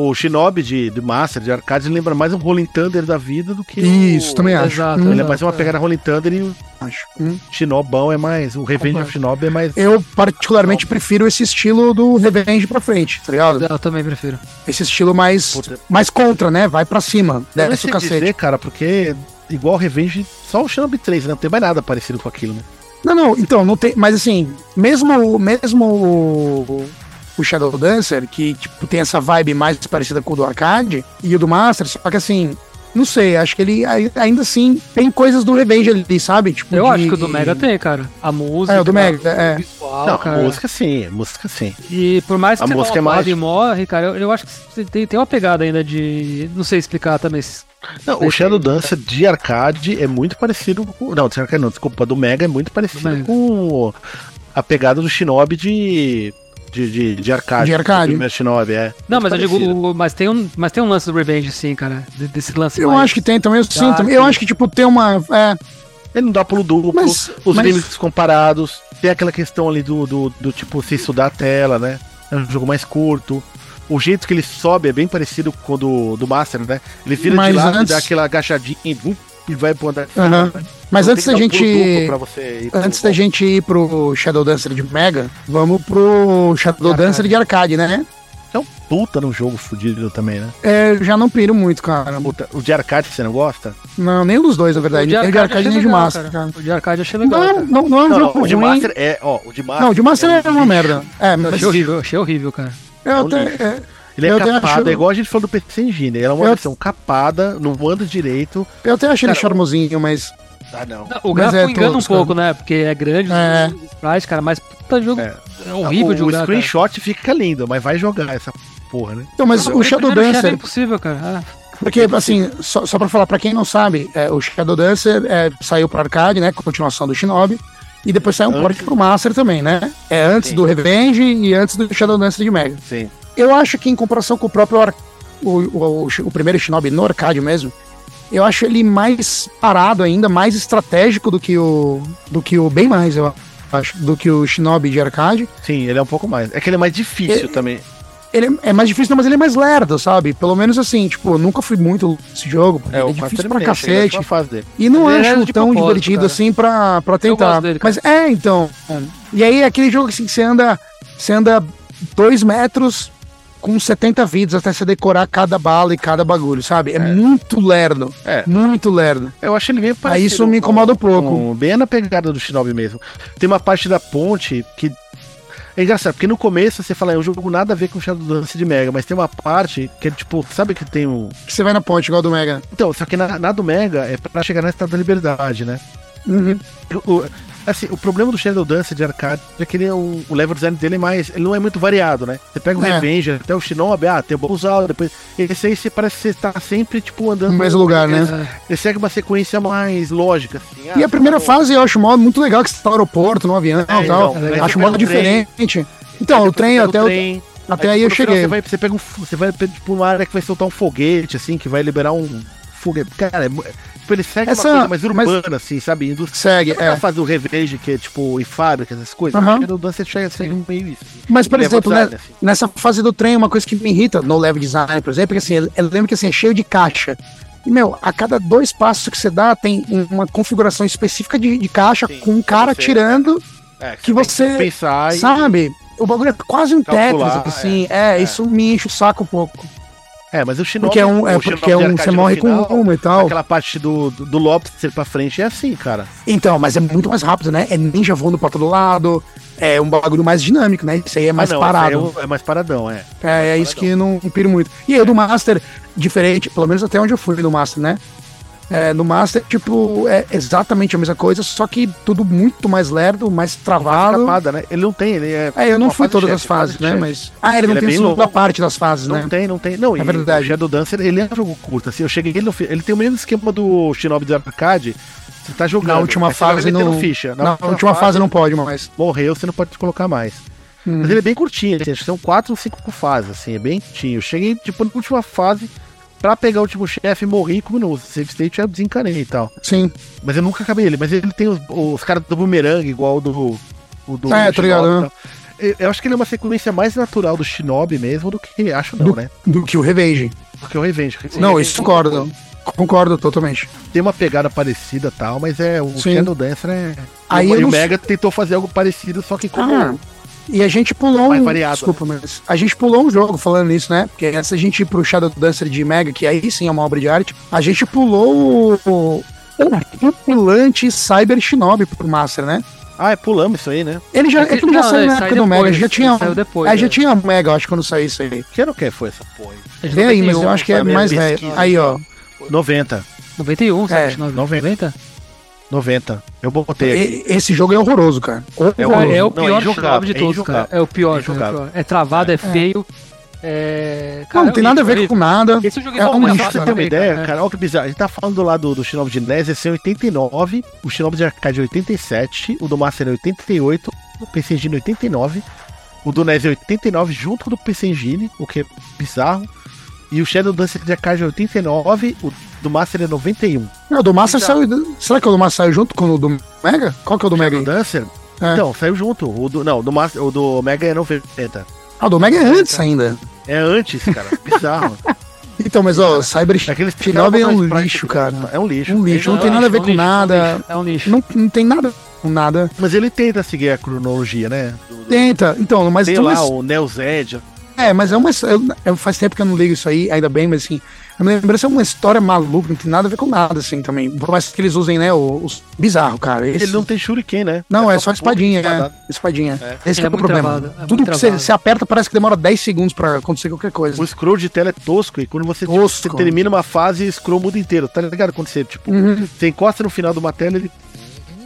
S3: o Shinobi de, de Master, de arcade, lembra mais um Rolling Thunder da vida do que
S1: Isso,
S3: o...
S1: também acho.
S2: Exato.
S1: Hum,
S3: Ele é mais uma pegada Rolling Thunder e o
S1: acho. Hum.
S3: Shinobão é mais... O Revenge of Shinobi é mais...
S1: Eu particularmente prefiro esse estilo do Revenge pra frente, tá ligado?
S2: Eu também prefiro.
S1: Esse estilo mais,
S3: Puta.
S1: mais contra, né? Vai pra cima,
S3: Eu não
S1: desce
S3: sei
S1: o cacete.
S3: dizer, cara, porque igual Revenge, só o Shinobi 3, né? Não tem mais nada parecido com aquilo, né?
S1: Não, não, então, não tem. Mas assim, mesmo, o- mesmo o, o Shadow Dancer, que tipo, tem essa vibe mais parecida com o do arcade e o do Master, só que assim, não sei, acho que ele ai- ainda assim tem coisas do Revenge ali, sabe? Tipo,
S2: Eu
S1: de-
S2: acho que o do Mega tem, cara. A música.
S1: É, o do Mega, é.
S2: O visual,
S3: não,
S2: cara.
S3: a música sim, a música sim.
S2: E por mais que
S3: A
S2: você
S3: música é
S2: uma
S3: mais-
S2: porrada e morre, cara, eu, eu acho que você tem, tem uma pegada ainda de. Não sei explicar também.
S3: Não, o Shadow Dancer de arcade é muito parecido com. Não, de arcade não, desculpa, do Mega é muito parecido
S2: Do Mega.
S3: com a pegada do Shinobi de. De, de, de arcade.
S1: De arcade.
S3: Do primeiro Shinobi, é.
S2: Não,
S3: Muito
S2: mas eu digo.
S3: parecido.
S2: o- Mas tem, um, mas tem um lance do Revenge, sim, cara. de- desse lance.
S1: Eu
S2: mais-
S1: acho que tem também, eu sinto.
S2: Dark.
S1: também. Eu acho que, tipo, tem uma. É,
S3: Ele não dá pulo duplo,
S1: Mas-
S3: os
S1: mas-
S3: limites comparados. Tem aquela questão ali do, do, do tipo se estudar a tela, né? É um jogo mais curto. O jeito que ele sobe é bem parecido com o do, do Master, né? Ele vira
S1: Mas
S3: de lado,
S1: antes-
S3: dá aquela agachadinha e vum, e vai pro andar.
S1: aham. Mas
S3: Não,
S1: antes
S3: tem
S1: da
S3: que dar um pulo duplo
S1: gente.
S3: pra você ir pro-
S1: Antes da gente ir pro Shadow Dancer de Mega, vamos pro Shadow
S2: Arcade.
S1: Dancer de arcade, né?
S3: É um puta no jogo fudido também, né?
S1: É, eu já não piro muito, cara.
S3: Puta, o de arcade você não gosta?
S1: Não, nem dos dois, na
S2: O é
S1: verdade.
S2: de
S1: Nem de
S2: arcade,
S1: arcade
S2: achei
S1: nem de
S2: legal,
S1: Master, cara.
S2: O de arcade eu achei legal.
S1: Não,
S2: cara.
S1: não, não é um
S3: Não,
S1: jogo
S3: não, o de
S1: ruim.
S3: Master é. Ó, o de Master.
S1: Não, o de Master é,
S3: um
S1: uma
S3: lixo.
S1: merda. É,
S2: Eu
S1: mas
S2: achei horrível, achei horrível, cara.
S1: eu
S3: um
S1: até-
S3: lixo.
S1: é,
S3: Ele é
S1: Eu até
S3: capado,
S1: acho-
S3: é igual a gente falou do PC Engine. Ela é uma
S1: Eu-
S3: versão capada, não anda direito.
S1: eu até achei ele
S3: Cara,
S1: charmosinho, mas.
S3: Ah, não.
S2: o
S1: Mas
S2: gráfico
S1: é
S2: engana
S1: todos,
S2: um pouco, né? Porque é grande,
S1: É.
S2: os sprites, cara, mas puta jogo
S3: É.
S2: é, horrível
S3: o,
S2: de jogar.
S3: O screenshot fica lindo, mas vai jogar essa porra, né?
S1: Então, mas
S2: cara.
S1: o Shadow
S2: primeiro chefe É
S1: Dancer.
S2: impossível, cara. Ah,
S1: Porque, assim, só, só pra falar, pra quem não sabe, é, o Shadow Dancer é, saiu pra arcade, né? Com a continuação do Shinobi. E depois saiu um
S3: Antes-
S1: port pro Master também, né? É antes
S3: Sim.
S1: do Revenge e antes do Shadow Dancer de Mega.
S3: Sim.
S1: Eu acho que em comparação com o próprio ar- o, o, o- o primeiro Shinobi no arcade mesmo, eu acho ele mais parado ainda, mais estratégico do que o do que o bem mais, eu acho, do que o Shinobi de arcade.
S3: Sim, ele é um pouco mais. É que ele é mais difícil
S1: É-
S3: também.
S1: Ele é mais difícil, não, mas ele é mais lerdo, sabe? Pelo menos assim, tipo, eu nunca fui muito esse jogo. ele
S3: É, o
S1: é
S3: quatro
S1: difícil
S3: eu
S1: pra
S3: terminei, cheguei na
S1: cacete.
S3: última fase dele.
S1: E não
S2: Ele é
S1: acho
S2: de
S1: tão
S2: propósito,
S1: divertido
S2: cara.
S1: assim pra, pra tentar.
S2: gosto dele, cara.
S1: Mas é, então. E aí é aquele jogo assim que você anda. Você anda dois metros com 70 vidas até você decorar cada bala e cada bagulho, sabe? É, muito lerdo.
S3: É.
S1: Muito lerdo.
S3: Eu acho ele meio
S1: Aí
S3: parecido.
S1: isso me incomoda um pouco.
S3: com- bem na pegada do Shinobi mesmo. Tem uma parte da ponte que. É engraçado, porque no começo você fala, é um jogo nada a ver com o Shadowdance de Mega, mas tem uma parte que é tipo, sabe que tem um.
S1: Que você vai na ponte igual a do Mega.
S3: Então, só que na, na do Mega é pra chegar na Estrada da Liberdade, né?
S1: Uhum.
S3: O, assim, o problema do Shadow Dance de arcade é que ele é o, o level design dele é mais. Ele não é muito variado, né? Você pega o
S1: É.
S3: Revenge, até o Shinobi, ah, tem o Bowser, depois. Esse aí você parece que você tá sempre, tipo, andando.
S1: No mesmo lugar, né?
S3: Ele segue uma sequência mais lógica. assim,
S1: E
S3: ah,
S1: a primeira
S3: tá bom.
S1: fase eu acho o modo muito legal que você tá no aeroporto, no avião e
S3: É,
S1: tal.
S3: então,
S2: é
S1: acho
S3: legal.
S1: um modo
S3: Pega o trem. É,
S1: diferente. Então, o trem,
S3: Pega
S1: até, eu-
S3: trem,
S1: até
S3: Aí,
S1: aí eu
S3: no final,
S1: cheguei.
S3: Você vai, você pega um, fu- você vai tipo, uma área que vai soltar um foguete, assim, que vai liberar um foguete. Cara, é mu- tipo, ele segue
S1: Essa-
S3: uma coisa mais
S1: mas-
S3: urbana, assim, sabe? Indústria.
S1: Segue,
S3: Sabe aquela
S1: é.
S3: fase do Revenge, que é tipo, em fábricas, essas coisas?
S1: Aham.
S3: Uhum. Shadow Dance chega segue meio isso. assim.
S1: Mas, por
S3: Level
S1: exemplo,
S3: design,
S1: né,
S3: assim.
S1: nessa fase do trem, uma coisa que me irrita no level design, por exemplo, é que assim, eu lembro que assim, é cheio de caixa. E, meu, a cada dois passos que você dá, tem uma configuração específica de, de caixa
S3: Sim,
S1: com um cara
S3: você-
S1: tirando,
S3: É,
S1: que você,
S3: pensar e-
S1: sabe? O bagulho é quase um
S3: Calcular,
S1: Tetris, assim. É,
S3: é.
S1: isso me enche o saco um pouco.
S3: É, mas o Shinobi...
S1: Porque é um, é
S3: o Shinobi
S1: porque é
S3: de
S1: um
S3: arcade
S1: você
S3: no
S1: morre
S3: final,
S1: com uma e tal.
S3: Aquela parte do, do, do Lobster pra frente é assim, cara.
S1: Então, mas é muito mais rápido, né? É ninja voando pra todo lado, é um bagulho mais dinâmico, né? Isso aí é mais
S3: Ah, não,
S1: parado.
S3: esse aí É, o- é mais paradão, é.
S1: É, é isso que não piro muito. E aí, do Master, diferente, pelo menos até onde eu fui no Master, né? É, no Master, tipo, é exatamente a mesma coisa, só que tudo muito mais lerdo, mais travado.
S3: Escapada, né? Ele não tem, ele é...
S1: É, eu não
S3: uma
S1: fui
S3: fase
S1: todas
S3: chefe,
S1: as fases,
S3: fase
S1: né?
S3: chefe.
S1: Mas. Ah, ele não
S3: Ele é
S1: tem a
S3: bem
S1: segunda
S3: longo.
S1: parte das fases,
S3: Não
S1: né?
S3: tem, não tem. Não,
S1: É
S3: e
S1: verdade.
S3: o Shadow Dancer, ele é um jogo curto, assim. Eu cheguei ele, ele tem o mesmo esquema do Shinobi de arcade. Você tá jogando.
S1: Na última
S3: aí você vai
S1: fase
S3: metendo
S1: não-
S3: tá ficha.
S1: Na última fase não pode mais.
S3: Morreu, você não pode colocar mais.
S1: Hum.
S3: Mas ele é bem curtinho, assim, acho que são quatro ou cinco fases, assim, é bem curtinho. Eu cheguei, tipo, na última fase pra pegar o último chefe e morri, como no save state, eu desencanei e tal.
S1: Sim.
S3: Mas eu nunca acabei ele, mas ele tem os, os caras do boomerang, igual o do. O do
S1: É,
S3: do
S1: tô ligado,
S3: Shinobi e tal. Eu- Eu acho que ele é uma sequência mais natural do Shinobi mesmo do que. Acho não,
S1: Do-
S3: né?
S1: Do que o Revenge.
S3: Do que o Revenge.
S2: é.
S1: Não, isso concordo. Concordo totalmente.
S3: tem uma pegada parecida e tal, mas é o
S1: Sim.
S3: Shadow Dancer é.
S1: Aí
S3: e o,
S1: eu
S3: e o
S1: não-
S3: Mega tentou fazer algo parecido, só que como.
S1: Ah, e a gente pulou
S3: Mais
S1: um,
S3: variado,
S1: desculpa, mas a gente pulou um jogo falando nisso, né? Porque antes a gente ir pro Shadow Dancer de Mega, que aí sim é uma obra de arte, a gente pulou o, o Tripulante Cyber Shinobi pro Master, né?
S3: Ah, é pulamos isso aí, né?
S1: Ele já,
S2: É que-
S1: aquilo já
S2: não,
S1: saiu
S2: ele
S1: na
S2: saiu
S1: época do Mega,
S2: depois,
S1: já tinha, um-
S2: ele saiu depois,
S1: aí já
S2: é.
S1: tinha o Mega, eu acho, quando saiu isso aí.
S3: Que ano que foi essa porra? aí?
S2: É de
S1: Vem aí, mas
S2: 91,
S1: eu acho que é
S2: sabe?
S1: mais velho.
S2: pesquisa.
S1: Aí, ó.
S3: 90.
S2: 91,
S1: É,
S2: 79.
S3: 90. 90. Eu botei aqui.
S1: E- Esse jogo é horroroso, cara.
S3: É
S2: Cara, é o
S3: Não, é
S2: pior
S3: injogável,
S2: jogo de
S3: é
S2: todos,
S3: injogável.
S2: cara. É o pior
S3: É
S2: jogo.
S3: injogável.
S2: É travado, é feio. É...
S1: Não,
S2: cara,
S1: não tem
S2: é
S1: nada a
S2: horrível,
S1: ver com nada.
S2: Esse jogo
S1: É
S2: bom,
S1: um
S2: mas
S1: lixo,
S2: só
S3: Pra você ter
S2: também,
S3: uma ideia,
S2: é.
S3: cara, olha que bizarro. A gente tá falando lá do, do Shinobi de NES, esse é 89, o Shinobi de Arcade é 87, o do Master é 88, o PC Engine é 89, o do NES é 89 junto com o do PC Engine, o que é bizarro, e o Shadow Dancer de Arcade é 89, o do Master é 91.
S1: Não, o do Master
S2: é
S1: saiu. Será que o do Master saiu junto com o do Mega? Qual que é o do Mega?
S3: O
S1: aí?
S3: Dancer?
S1: É.
S3: Então, saiu junto. O do, não, o do Master, o do Mega é 90.
S1: Ah, o do Mega é antes ainda.
S3: É antes,
S1: [LAUGHS]
S3: cara. Bizarro.
S1: Então, mas ó, Cyber
S3: Aqueles
S1: Shinobi é um
S3: Sprite-
S1: lixo, cara.
S3: É um lixo.
S1: Um lixo, não tem nada a ver
S2: né, é um
S1: com
S2: lixo,
S1: nada.
S2: É um lixo.
S1: Não, não tem nada com nada.
S3: Mas ele tenta seguir a cronologia, né? Do- do-
S1: Tenta, então, mas.
S3: Tem
S1: tudo
S3: lá
S1: isso-
S3: o Neo Zed.
S1: É, mas é uma. eu- eu- faz tempo que eu não ligo isso aí, ainda bem, mas assim. Eu me lembro, essa é uma história maluca, não tem nada a ver com nada, assim, também. Por mais que eles usem, né, os... Bizarro, cara. Esse...
S3: Ele não tem shuriken, né?
S1: Não, é só
S3: pouco
S1: espadinha,
S3: espadado.
S1: é. Espadinha.
S3: É.
S1: Esse que é,
S2: É
S1: o
S2: muito
S1: problema.
S2: travado, é
S1: Tudo
S2: muito
S1: que você
S2: travado.
S1: você aperta parece que demora 10 segundos pra acontecer qualquer coisa.
S3: O scroll de tela é tosco e quando você, tipo,
S1: Tosco.
S3: você termina uma fase, scroll muda inteiro, tá ligado? Quando você, tipo,
S1: Uhum.
S3: você encosta no final de uma tela, ele.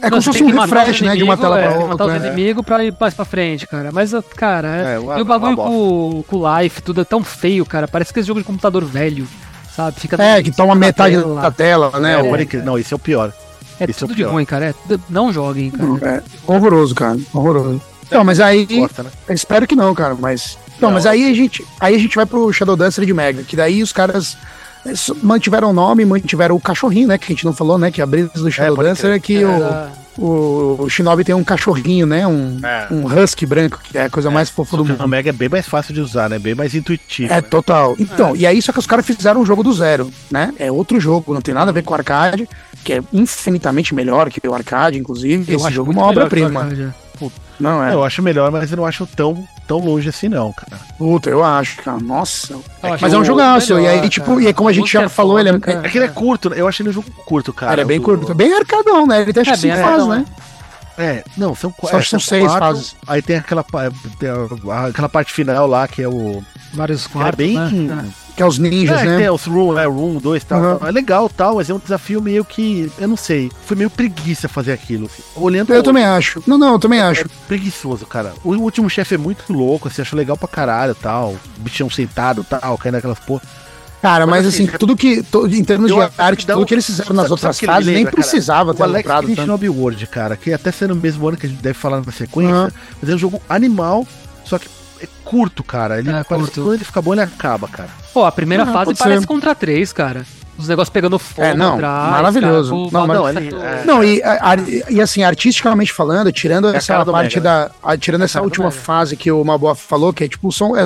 S1: É como se fosse um refresh, né, de uma tela pra
S2: é, Matar
S1: outra.
S2: os
S1: né?
S2: inimigos pra ir mais pra frente, cara. Mas, cara, é-
S3: É, uma-
S2: e o bagulho
S3: uma bosta.
S2: com, com o life, tudo é tão feio, cara. Parece que esse jogo de computador velho, sabe? Fica
S1: É, que toma metade
S2: tela.
S1: da tela, né?
S3: É,
S1: o-
S3: pode crer. Não, esse é o pior.
S2: É
S3: Isso é o
S2: tudo de
S3: pior.
S2: ruim, cara. É tudo- Não joguem, cara.
S1: É, horroroso, cara. Horroroso. Então, mas aí.
S3: Gosta, né?
S1: eu Espero que não, cara. Mas. Então,
S3: Não.
S1: mas aí a gente. Aí a gente vai pro Shadow Dancer de Mega. Que daí os caras eh, so- mantiveram o nome, mantiveram o cachorrinho, né? Que a gente não falou, né? Que a brisa do Shadow
S3: pode
S1: Dancer é que o,
S2: Era-
S1: o, o Shinobi tem um cachorrinho, né? Um,
S3: É.
S1: um husky branco, que é a coisa mais fofa do
S3: O
S1: mundo.
S3: Omega é bem mais fácil de usar, né? Bem mais intuitivo.
S1: É
S3: né?
S1: total. Então, e aí só que os caras fizeram um jogo do zero, né? É outro jogo, não tem nada a ver com o arcade, que é infinitamente melhor que o arcade, inclusive. Esse jogo é uma
S2: muito melhor
S1: obra-prima.
S2: que o
S3: né?
S2: arcade.
S1: Não é?
S3: Eu acho melhor, mas eu não acho tão, tão longe assim, não, cara.
S1: Puta, eu acho, cara. Nossa.
S2: Eu acho
S1: Mas é um
S2: o
S1: jogaço. E aí,
S2: melhor,
S1: tipo,
S2: cara.
S1: e aí, como a gente
S2: Música
S1: já
S2: é
S1: falou, ele é,
S2: foda, cara.
S3: É que ele é curto, né? eu acho ele um jogo curto, cara.
S1: cara, é bem
S3: do-
S1: curto. Bem arcadão, né? Ele tem acho
S2: É,
S1: que cinco
S2: bem
S1: fases,
S2: arcadão,
S1: né?
S3: É, não, são
S1: Só
S3: quatro.
S1: são seis fases.
S3: Aí tem aquela, pa- é, tem a- aquela parte final lá, que é o.
S2: Vários
S3: Que é
S2: quartos,
S3: bem.
S2: né?
S1: Que é os ninjas,
S3: É,
S1: né?
S3: tem os Room, é, Room 2 e tal.
S1: Uhum.
S3: É legal tal, mas é um desafio meio que. Eu não sei. Foi meio preguiça fazer aquilo. assim. Olhando
S1: Eu
S3: hoje,
S1: também acho. Não, não, eu também
S3: É,
S1: acho.
S3: preguiçoso, cara. O último chefe é muito louco, assim, acho legal pra caralho tal. Bichão sentado tal, caindo naquelas porra.
S1: Cara,
S3: Mas
S1: mas assim,
S3: assim,
S1: tudo que. to- em termos de
S3: eu acho
S1: arte,
S3: que dá
S1: tudo
S3: um-
S1: que eles fizeram
S3: sabe-
S1: nas
S3: sabe
S1: outras
S3: o que ele
S1: fases
S3: me
S1: nem
S3: lembra, cara?
S1: precisava ter
S3: O Alex
S1: lembrado
S3: Kidd
S1: tanto.
S3: Shinobi World, cara, que até sendo no mesmo ano que a gente deve falar na sequência,
S1: Aham.
S3: mas é um jogo animal, só que é curto, cara. Ele
S2: É,
S3: parece
S2: curto.
S3: que quando ele fica bom, ele acaba, cara.
S2: Pô, a primeira
S1: Ah,
S2: fase
S1: pode
S2: parece
S1: ser.
S2: contra três, cara. Os negócios pegando fogo
S1: É, não,
S2: atrás,
S1: maravilhoso.
S2: cara, com o
S1: Não,
S2: bagulho
S3: não, ele-
S2: saindo-
S3: é.
S1: Não, e, a- a- e assim, artisticamente falando, tirando
S3: É a
S1: essa
S3: cara do
S1: parte
S3: Mega, É
S1: da. a- tirando essa
S2: cara do
S1: última
S2: Mega.
S1: fase que o Maboa falou, que é tipo, são, é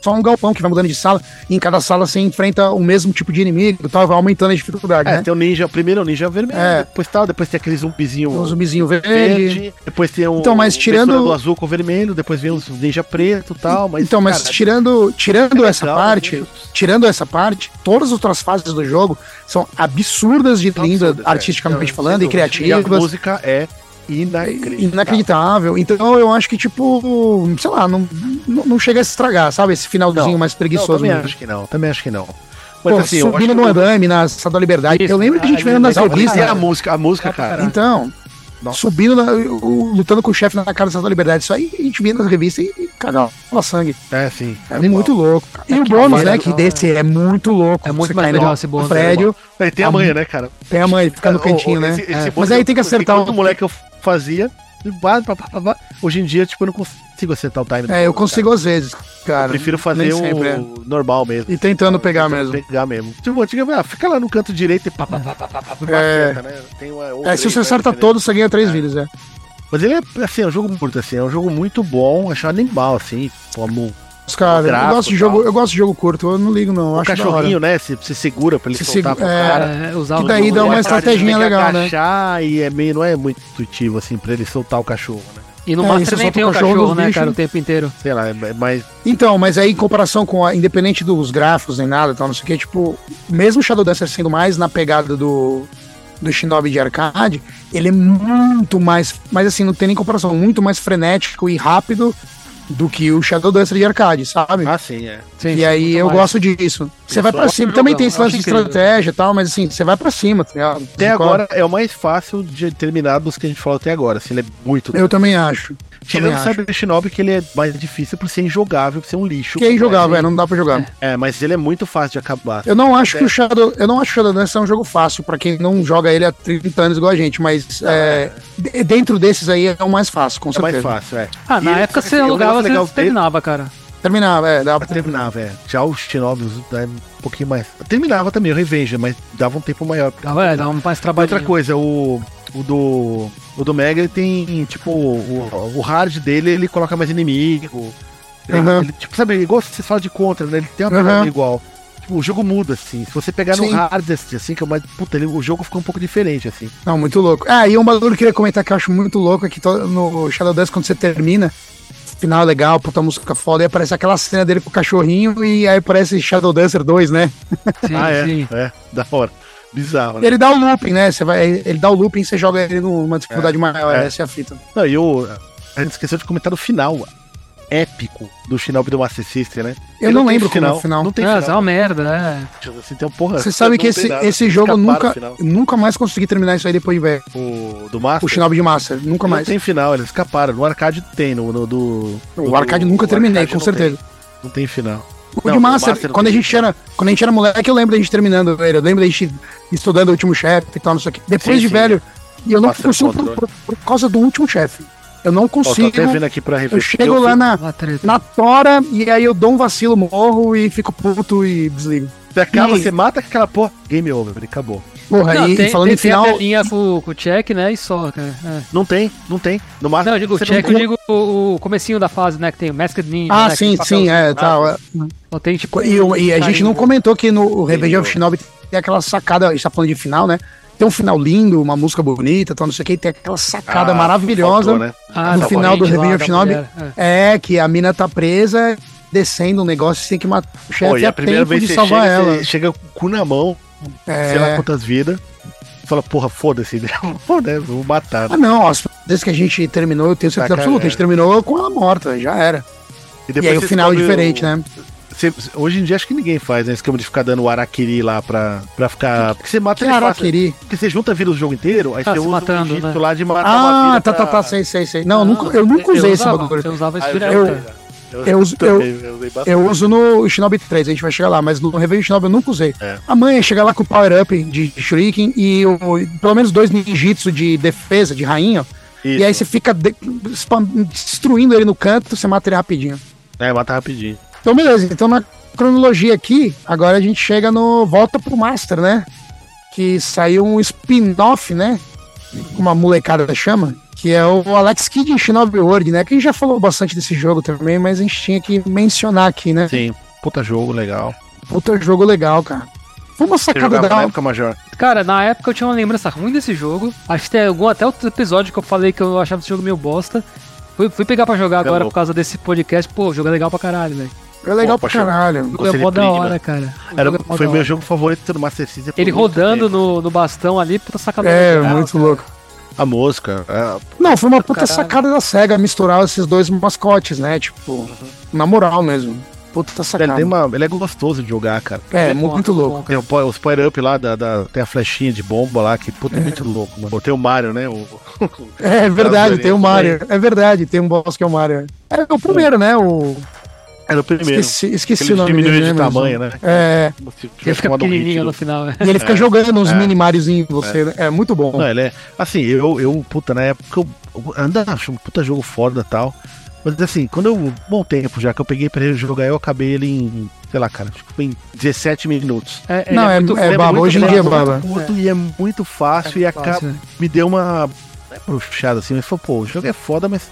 S1: só um galpão que vai mudando de sala, e em cada sala você enfrenta o mesmo tipo de inimigo e tal, vai aumentando a dificuldade,
S3: É,
S1: né?
S3: tem o ninja, o primeiro é o ninja vermelho,
S1: É.
S3: depois tal, depois tem aquele
S1: Tem um
S3: zumbizinho
S1: zumbizinho verde.
S3: verde, depois tem o
S1: Então, mas
S3: o
S1: tirando-
S3: misturando o azul com o vermelho, depois vem os ninja preto tal, mas
S1: então, mas
S3: cara,
S1: tirando, tirando
S3: é
S1: essa
S3: legal,
S1: parte,
S3: mas eu-
S1: tirando essa parte, todas as outras fases do jogo são absurdas de linda,
S3: absurdo,
S1: artisticamente
S3: é.
S1: falando, e
S3: Sem dúvida. E a
S1: criativas.
S3: música é inacreditável.
S1: inacreditável. Então eu acho que, tipo, sei lá, não, não, não chega a estragar, sabe? Esse finalzinho
S3: Não.
S1: mais
S3: Não,
S1: preguiçoso.
S3: também
S1: mesmo.
S3: acho que não, também acho que não. Mas
S1: Pô,
S3: assim, eu acho
S1: subindo no
S3: que-
S1: andame, na Estrada da Liberdade.
S2: Isso.
S1: eu lembro que é a gente veio nas
S3: Mas eu-
S1: alvistas.
S3: E a música, a música, cara.
S1: Então,
S3: Nossa.
S1: subindo, na- o- lutando com o chefe na cara da Estrada da Liberdade. Isso aí a gente via nas revistas e, e, cara, fala sangue.
S3: É, sim.
S1: É muito louco. cara. E o bônus, né, que
S2: legal,
S1: desse é muito louco.
S2: É muito
S1: Você
S2: mais
S1: cai
S2: legal
S1: no-
S2: esse
S1: no
S2: bônus,
S1: prédio,
S3: Aí tem a manha, né, cara?
S1: tem a mãe, fica no
S3: Ô, ô,
S1: cantinho, né?
S3: esse- esse
S1: É.
S3: bônus
S1: Mas aí
S3: eu-
S1: tem que acertar um-
S3: enquanto
S1: o.
S3: moleque eu fazia. e bá, bá, bá, bá. Hoje em dia, tipo, eu não consigo acertar o time.
S1: É, eu
S3: cara.
S1: consigo às vezes, cara.
S3: Eu prefiro
S1: nem
S3: fazer o
S1: sempre, é.
S3: normal mesmo.
S1: E tentando pegar
S3: Tentando
S1: mesmo.
S3: Pegar mesmo. Tipo, antigamente, ah, fica lá no canto direito e pá, pá, pá, pá, pá, pá, pá,
S1: É.
S3: acerta, né? Tem uma-
S1: É,
S3: outra
S1: se você
S3: aí,
S1: acerta
S3: né?
S1: todo, você ganha três vidas, é.
S3: Mas ele é, assim, é um jogo curto, assim. É um jogo muito bom. Acho animal, assim. Pô, amor.
S1: Os Cara,
S3: Gráfico,
S1: eu gosto de
S3: tal.
S1: jogo, eu gosto de jogo curto, eu não ligo não, eu
S3: O
S1: acho da hora.
S3: cachorrinho, né? Você você segura pra ele
S1: Se
S3: soltar
S1: segura-
S3: pro
S1: é.
S3: cara.
S2: Cara, usar
S1: que
S2: o- é
S1: daí dá
S2: o-
S1: uma
S2: o-
S1: estratégia. estratéginha legal, né?
S3: né? E é meio, não é muito intuitivo, assim, pra ele soltar o cachorro, né?
S2: E no
S1: É,
S2: Master
S1: isso,
S2: nem
S1: solta
S2: tem
S1: o
S2: o
S1: cachorro
S2: cachorro,
S1: dos
S2: né,
S1: bichos.
S2: cara, o tempo inteiro.
S3: Sei lá, é mais.
S1: Então, mas aí em comparação com a, independente dos gráficos nem nada, tal, não sei o que, tipo, mesmo o Shadow Dancer sendo mais na pegada do do Shinobi de arcade, ele é muito mais, mas assim, não tem nem comparação, muito mais frenético e rápido do que o Shadow Dancer de arcade, sabe?
S3: Ah, sim, é.
S2: Sim,
S1: e aí
S2: muito
S1: eu
S2: mais.
S1: gosto disso. Você
S3: Eu
S1: vai
S3: só
S1: pra
S3: gosto
S1: cima,
S2: de
S1: também
S2: jogar,
S1: tem esse
S2: eu
S1: lance de
S2: acho incrível.
S1: estratégia e tal, mas assim, você vai pra cima, tá ligado?
S3: Até agora é o mais fácil de terminar dos que a gente falou até agora, assim, ele é muito.
S1: Eu também acho.
S3: Tirando o
S1: também
S3: Cyber Shinobi, que ele é mais difícil por ser injogável, por ser um lixo.
S1: Que é injogável, é, não dá pra jogar.
S3: É, mas ele é muito fácil de acabar.
S1: Eu não acho que
S3: É.
S1: o Shadow, eu não acho que o Shadow Dance é um jogo fácil pra quem não joga ele há 30 anos igual a gente, mas é, de- dentro desses aí é o mais fácil, com
S3: É mais
S1: certeza.
S3: fácil, é.
S2: Ah, na
S3: E-
S2: época
S3: e
S2: você
S3: o
S2: alugava,
S3: negócio legal
S2: você
S3: dele-
S2: terminava, cara.
S1: Terminava, é, dá pra terminar.
S3: Terminava, é. Já o Shinobi é um pouquinho mais. Terminava também o Revenge, mas dava um tempo maior.
S2: Dava, é, dava mais trabalho.
S3: Outra coisa, o, o do. O do Mega ele tem, tipo, o, o hard dele, ele coloca mais inimigo. Ele-
S1: Aham.
S3: ele, tipo, sabe, igual você fala de contra, né? Ele tem uma
S1: Aham.
S3: parada igual. Tipo, o jogo muda, assim. Se você pegar
S1: Sim.
S3: no hardest, assim, que é mais. Puta, ele- o jogo fica um pouco diferente, assim.
S1: Não, muito louco. Ah, e um bagulho que eu queria comentar que eu acho muito louco é que to- no Shadow Dance, quando você termina, final é legal, puta música foda, e aparece aquela cena dele com o cachorrinho e aí aparece Shadow Dancer 2, né?
S2: Sim, sim.
S3: é. É, da hora. Bizarro, né?
S1: Ele dá o looping, né? Você vai, ele dá o looping e você joga ele numa dificuldade maior,
S3: é.
S1: essa é a fita.
S3: Não, e o. A gente esqueceu de comentar o final épico do Shinobi do Master System, né?
S1: Eu
S3: Ele
S1: não
S3: tem
S1: lembro como é o final.
S3: Não tem
S2: Ah, isso é
S3: final.
S2: uma merda, né?
S3: Assim, tem uma porra.
S1: Você sabe
S3: não
S1: que
S3: tem
S1: esse,
S3: nada.
S1: esse jogo eu
S3: Escaparam
S1: nunca,
S3: do final.
S1: eu nunca mais consegui terminar isso aí depois, velho.
S3: O, do
S1: O
S3: Master.
S1: Shinobi de Master, nunca
S3: Não
S1: mais.
S3: tem final, eles escaparam. No arcade tem, no, no- do.
S1: O arcade nunca
S3: o
S1: terminei,
S3: arcade
S1: com
S3: não
S1: certeza.
S3: tem- não tem final.
S1: O
S3: Não,
S1: de
S3: o
S1: Master,
S3: Master não
S1: quando, a
S3: tem.
S1: gente era, quando a gente era moleque, eu lembro da gente terminando, velho. Eu lembro da gente estudando o último chefe e tal, não sei o quê. Depois
S3: Sim,
S1: de
S3: sim.
S1: velho, e eu não
S3: Master
S1: consigo por,
S3: Control.
S1: por, por causa do último chefe. Eu não
S3: Ó, tô
S1: consigo.
S3: até vendo aqui pra
S1: eu
S3: rever.
S1: chego lá na,
S2: Uma treta.
S1: na tora e aí eu dou um vacilo, morro e fico puto e desligo.
S3: Você acaba,
S1: Ih.
S3: você mata aquela porra. Game over, acabou.
S1: Porra,
S2: Não,
S1: aí
S2: tem,
S1: falando
S2: tem,
S1: em final.
S2: Tem a linha com, com o check, né? E só, cara. É.
S3: Não tem, não tem. No
S1: Ah,
S3: máximo,
S2: Não, eu digo o
S3: você
S2: check,
S3: não-
S2: eu digo o, o comecinho da fase, né? Que tem o Masked Ninja.
S1: Ah,
S2: né,
S1: sim,
S2: que
S1: sim, é,
S2: papelzinho,
S1: tal. é.
S2: Não tem, tipo,
S1: E, o- e a gente não
S2: carimbo.
S1: comentou que no o Revenge of Shinobi tem aquela sacada, a gente tá falando de final, né? Tem um final lindo, uma música bonita, tal, não sei o que, tem aquela sacada
S3: Ah,
S1: maravilhosa.
S3: faltou, né?
S2: Ah,
S1: no
S2: da
S1: final do
S2: corrente lá,
S1: Revenge of
S2: da
S1: Shinobi.
S2: mulher, é.
S1: É, que a mina tá presa, descendo um negócio, você tem que matar o chefe
S3: Pô, e
S1: a
S3: a primeira
S1: tempo
S3: vez
S1: de
S3: que você
S1: salvar
S3: chega,
S1: ela.
S3: você chega com o cu na mão, sei lá
S1: É.
S3: quantas vidas. Fala, porra, foda-se, [LAUGHS] né? Pô, né? Vou matar.
S1: Ah, não, ó, as vezes que a gente terminou, eu tenho certeza
S3: Tá,
S1: absoluta,
S3: cara,
S1: a gente terminou com ela morta, já era.
S3: E,
S1: E aí o
S3: você
S1: final é
S3: descobre
S1: diferente,
S3: o-
S1: né?
S3: você- hoje em dia acho que ninguém faz, né? Esse esquema de ficar dando o araquiri lá pra, pra ficar. Porque você mata
S1: Que
S3: ele né? fácil.
S1: araquiri.
S3: Porque você junta vira o jogo inteiro, aí
S2: Ah,
S3: você
S2: se
S3: usa
S2: matando,
S3: um jeito
S2: né?
S3: lá de matar uma
S1: Ah,
S3: vida
S1: tá, tá, tá,
S3: pra-
S1: sei, sei, sei. Não, nunca, eu nunca
S2: eu
S1: usei esse
S2: usava,
S1: bagulho.
S2: Eu usava isso
S3: Ah, eu já
S2: direto.
S1: eu-
S3: usei, já.
S1: eu us-
S3: também, eu usei bastante.
S1: Eu uso no Shinobi 3, a gente vai chegar lá, mas no Revenge Shinobi eu nunca usei.
S3: É.
S1: A mãe chega lá com o Power Up de Shuriken e o, pelo menos dois ninjitsu de defesa, de rainha.
S3: Isso.
S1: E aí você fica de- spam- destruindo ele no canto, você mata ele rapidinho.
S3: É, mata rapidinho.
S1: Então, beleza. Então, na cronologia aqui, agora a gente chega no. Volta pro Master, né? Que saiu um spin-off, né? Uma molecada chama. Que é o Alex Kidd em Shinobi World, né? Que a gente já falou bastante desse jogo também, mas a gente tinha que mencionar aqui, né?
S3: Sim. Puta jogo legal.
S1: Puta jogo legal, cara. Foi uma
S3: Você
S1: sacada
S3: jogava na
S1: da.
S3: época, Major?
S2: Cara, na época eu tinha uma lembrança ruim desse jogo. Acho que tem algum até outro episódio que eu falei que eu achava esse jogo meio bosta. Fui, fui pegar pra jogar
S3: Tá
S2: agora
S3: louco.
S2: por causa desse podcast. Pô, o jogo é legal pra caralho, velho.
S1: É legal
S3: Pô,
S1: pra caralho.
S2: O jogo é
S3: Conselho
S2: mó da
S3: Pligma.
S2: hora, cara. O
S3: né? Era,
S2: jogo é mó
S3: foi
S2: da
S3: meu
S2: hora.
S3: jogo favorito do Master System. por
S2: Ele
S3: muito
S2: rodando
S3: tempo.
S2: no, no bastão ali, puta sacanagem.
S1: É, muito louco.
S3: A mosca. É, a-
S1: Não, foi uma puta
S2: Caralho.
S1: sacada da SEGA misturar esses dois mascotes, né? Tipo, na moral mesmo. Puta
S3: Uhum. Ele, tem
S1: sacada.
S3: uma, ele é gostoso de jogar, cara.
S1: É, muito louco.
S3: Tem o po- os power-up lá, da, da- tem a flechinha de bomba lá, que puta, é muito louco, mano. Tem o Mario, né? O,
S1: É verdade,
S3: Brasil,
S1: tem o Mario. É verdade, tem um boss que é o Mario. É o primeiro, né? O...
S3: era o primeiro.
S1: Esqueci, esqueci
S3: Aquele
S1: o nome
S3: diminuiu
S1: dele, né?
S3: de
S1: mas-
S3: tamanho, né?
S1: É,
S3: Se tivesse
S2: Ele fica
S3: tomado um hit
S2: pequenininho
S3: do-
S2: no final, né?
S1: e ele fica jogando uns
S3: é.
S1: mini Marios em você. né? É muito bom.
S3: Não, ele é. Assim, eu, eu puta, na época, eu, eu ainda acho um puta jogo foda e tal. Mas assim, quando eu. Bom tempo já que eu peguei pra ele jogar, eu acabei ele em. Sei lá, cara, acho que foi em 17 minutos.
S2: É, ele
S1: Não, é,
S2: muito-
S1: é
S3: Ele
S1: baba.
S3: muito
S1: Hoje em
S3: fácil,
S1: dia é
S3: muito
S1: baba.
S3: curto E é muito fácil e
S2: é
S3: acaba.
S2: fácil, né?
S3: Me deu uma. Não é bruxada assim, mas foi, pô, o jogo é foda, mas.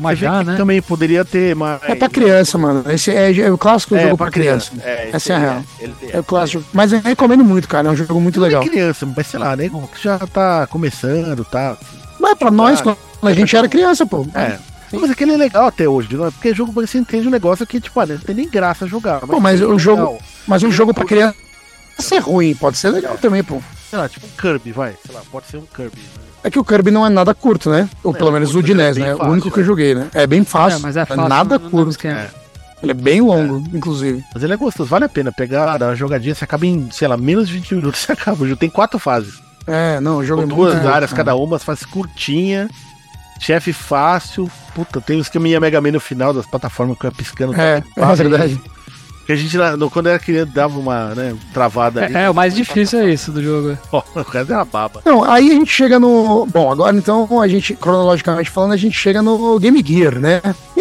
S2: Mas
S3: você vê
S2: já,
S3: que
S2: né?
S3: Também poderia ter mais.
S1: É pra criança, mano. Esse é, é o clássico
S3: É,
S1: jogo pra criança.
S3: É,
S1: Essa é a real.
S3: Ele, ele,
S1: É o clássico. Mas eu recomendo muito, cara. É um jogo muito
S3: Não é
S1: legal.
S3: criança, mas sei lá, né? que já tá começando, tá?
S1: Mas pra nós, quando a gente era criança, pô.
S3: É. Mas aquele é legal até hoje, não é? Porque jogo você entende um negócio que, tipo, ah, não tem nem graça jogar.
S1: Pô, mas
S3: é
S1: o
S3: legal.
S1: jogo- Mas um jogo pra criança é ruim, pode ser legal também, pô.
S3: Sei lá, tipo um Kirby, vai. Sei lá, pode ser um Kirby. Né?
S1: É que o Kirby não é nada curto, né? Ou
S3: É,
S1: pelo menos o
S3: curto,
S1: de
S3: ele é
S1: NES,
S3: bem
S1: né?
S3: fácil,
S1: o único que eu
S3: é.
S1: joguei, né? É bem fácil.
S2: É, mas é fácil.
S1: nada
S2: não- não-
S1: curto.
S2: esquema.
S3: É.
S1: Ele é bem longo, inclusive.
S3: Mas ele é gostoso, vale a pena pegar, dar uma jogadinha, você acaba em, sei lá, menos de 20 minutos, [LAUGHS] você acaba. o jogo. Tem quatro fases.
S1: É, não, o jogo
S3: Com
S1: é
S3: duas
S1: muito-
S3: áreas, cada uma, as fases curtinha, chefe fácil. Puta, tem o esqueminha Mega Man no final das plataformas que eu ia piscando.
S1: É, é verdade.
S3: Porque a gente, lá, no- quando era criança, dava uma né,
S1: [LAUGHS]
S3: travada ali. [LAUGHS]
S2: É, é, o mais difícil é isso do jogo.
S3: Ó, o cara deu uma baba.
S1: Não, aí a gente chega no. Bom, agora então, a gente, cronologicamente falando, a gente chega no Game Gear, né?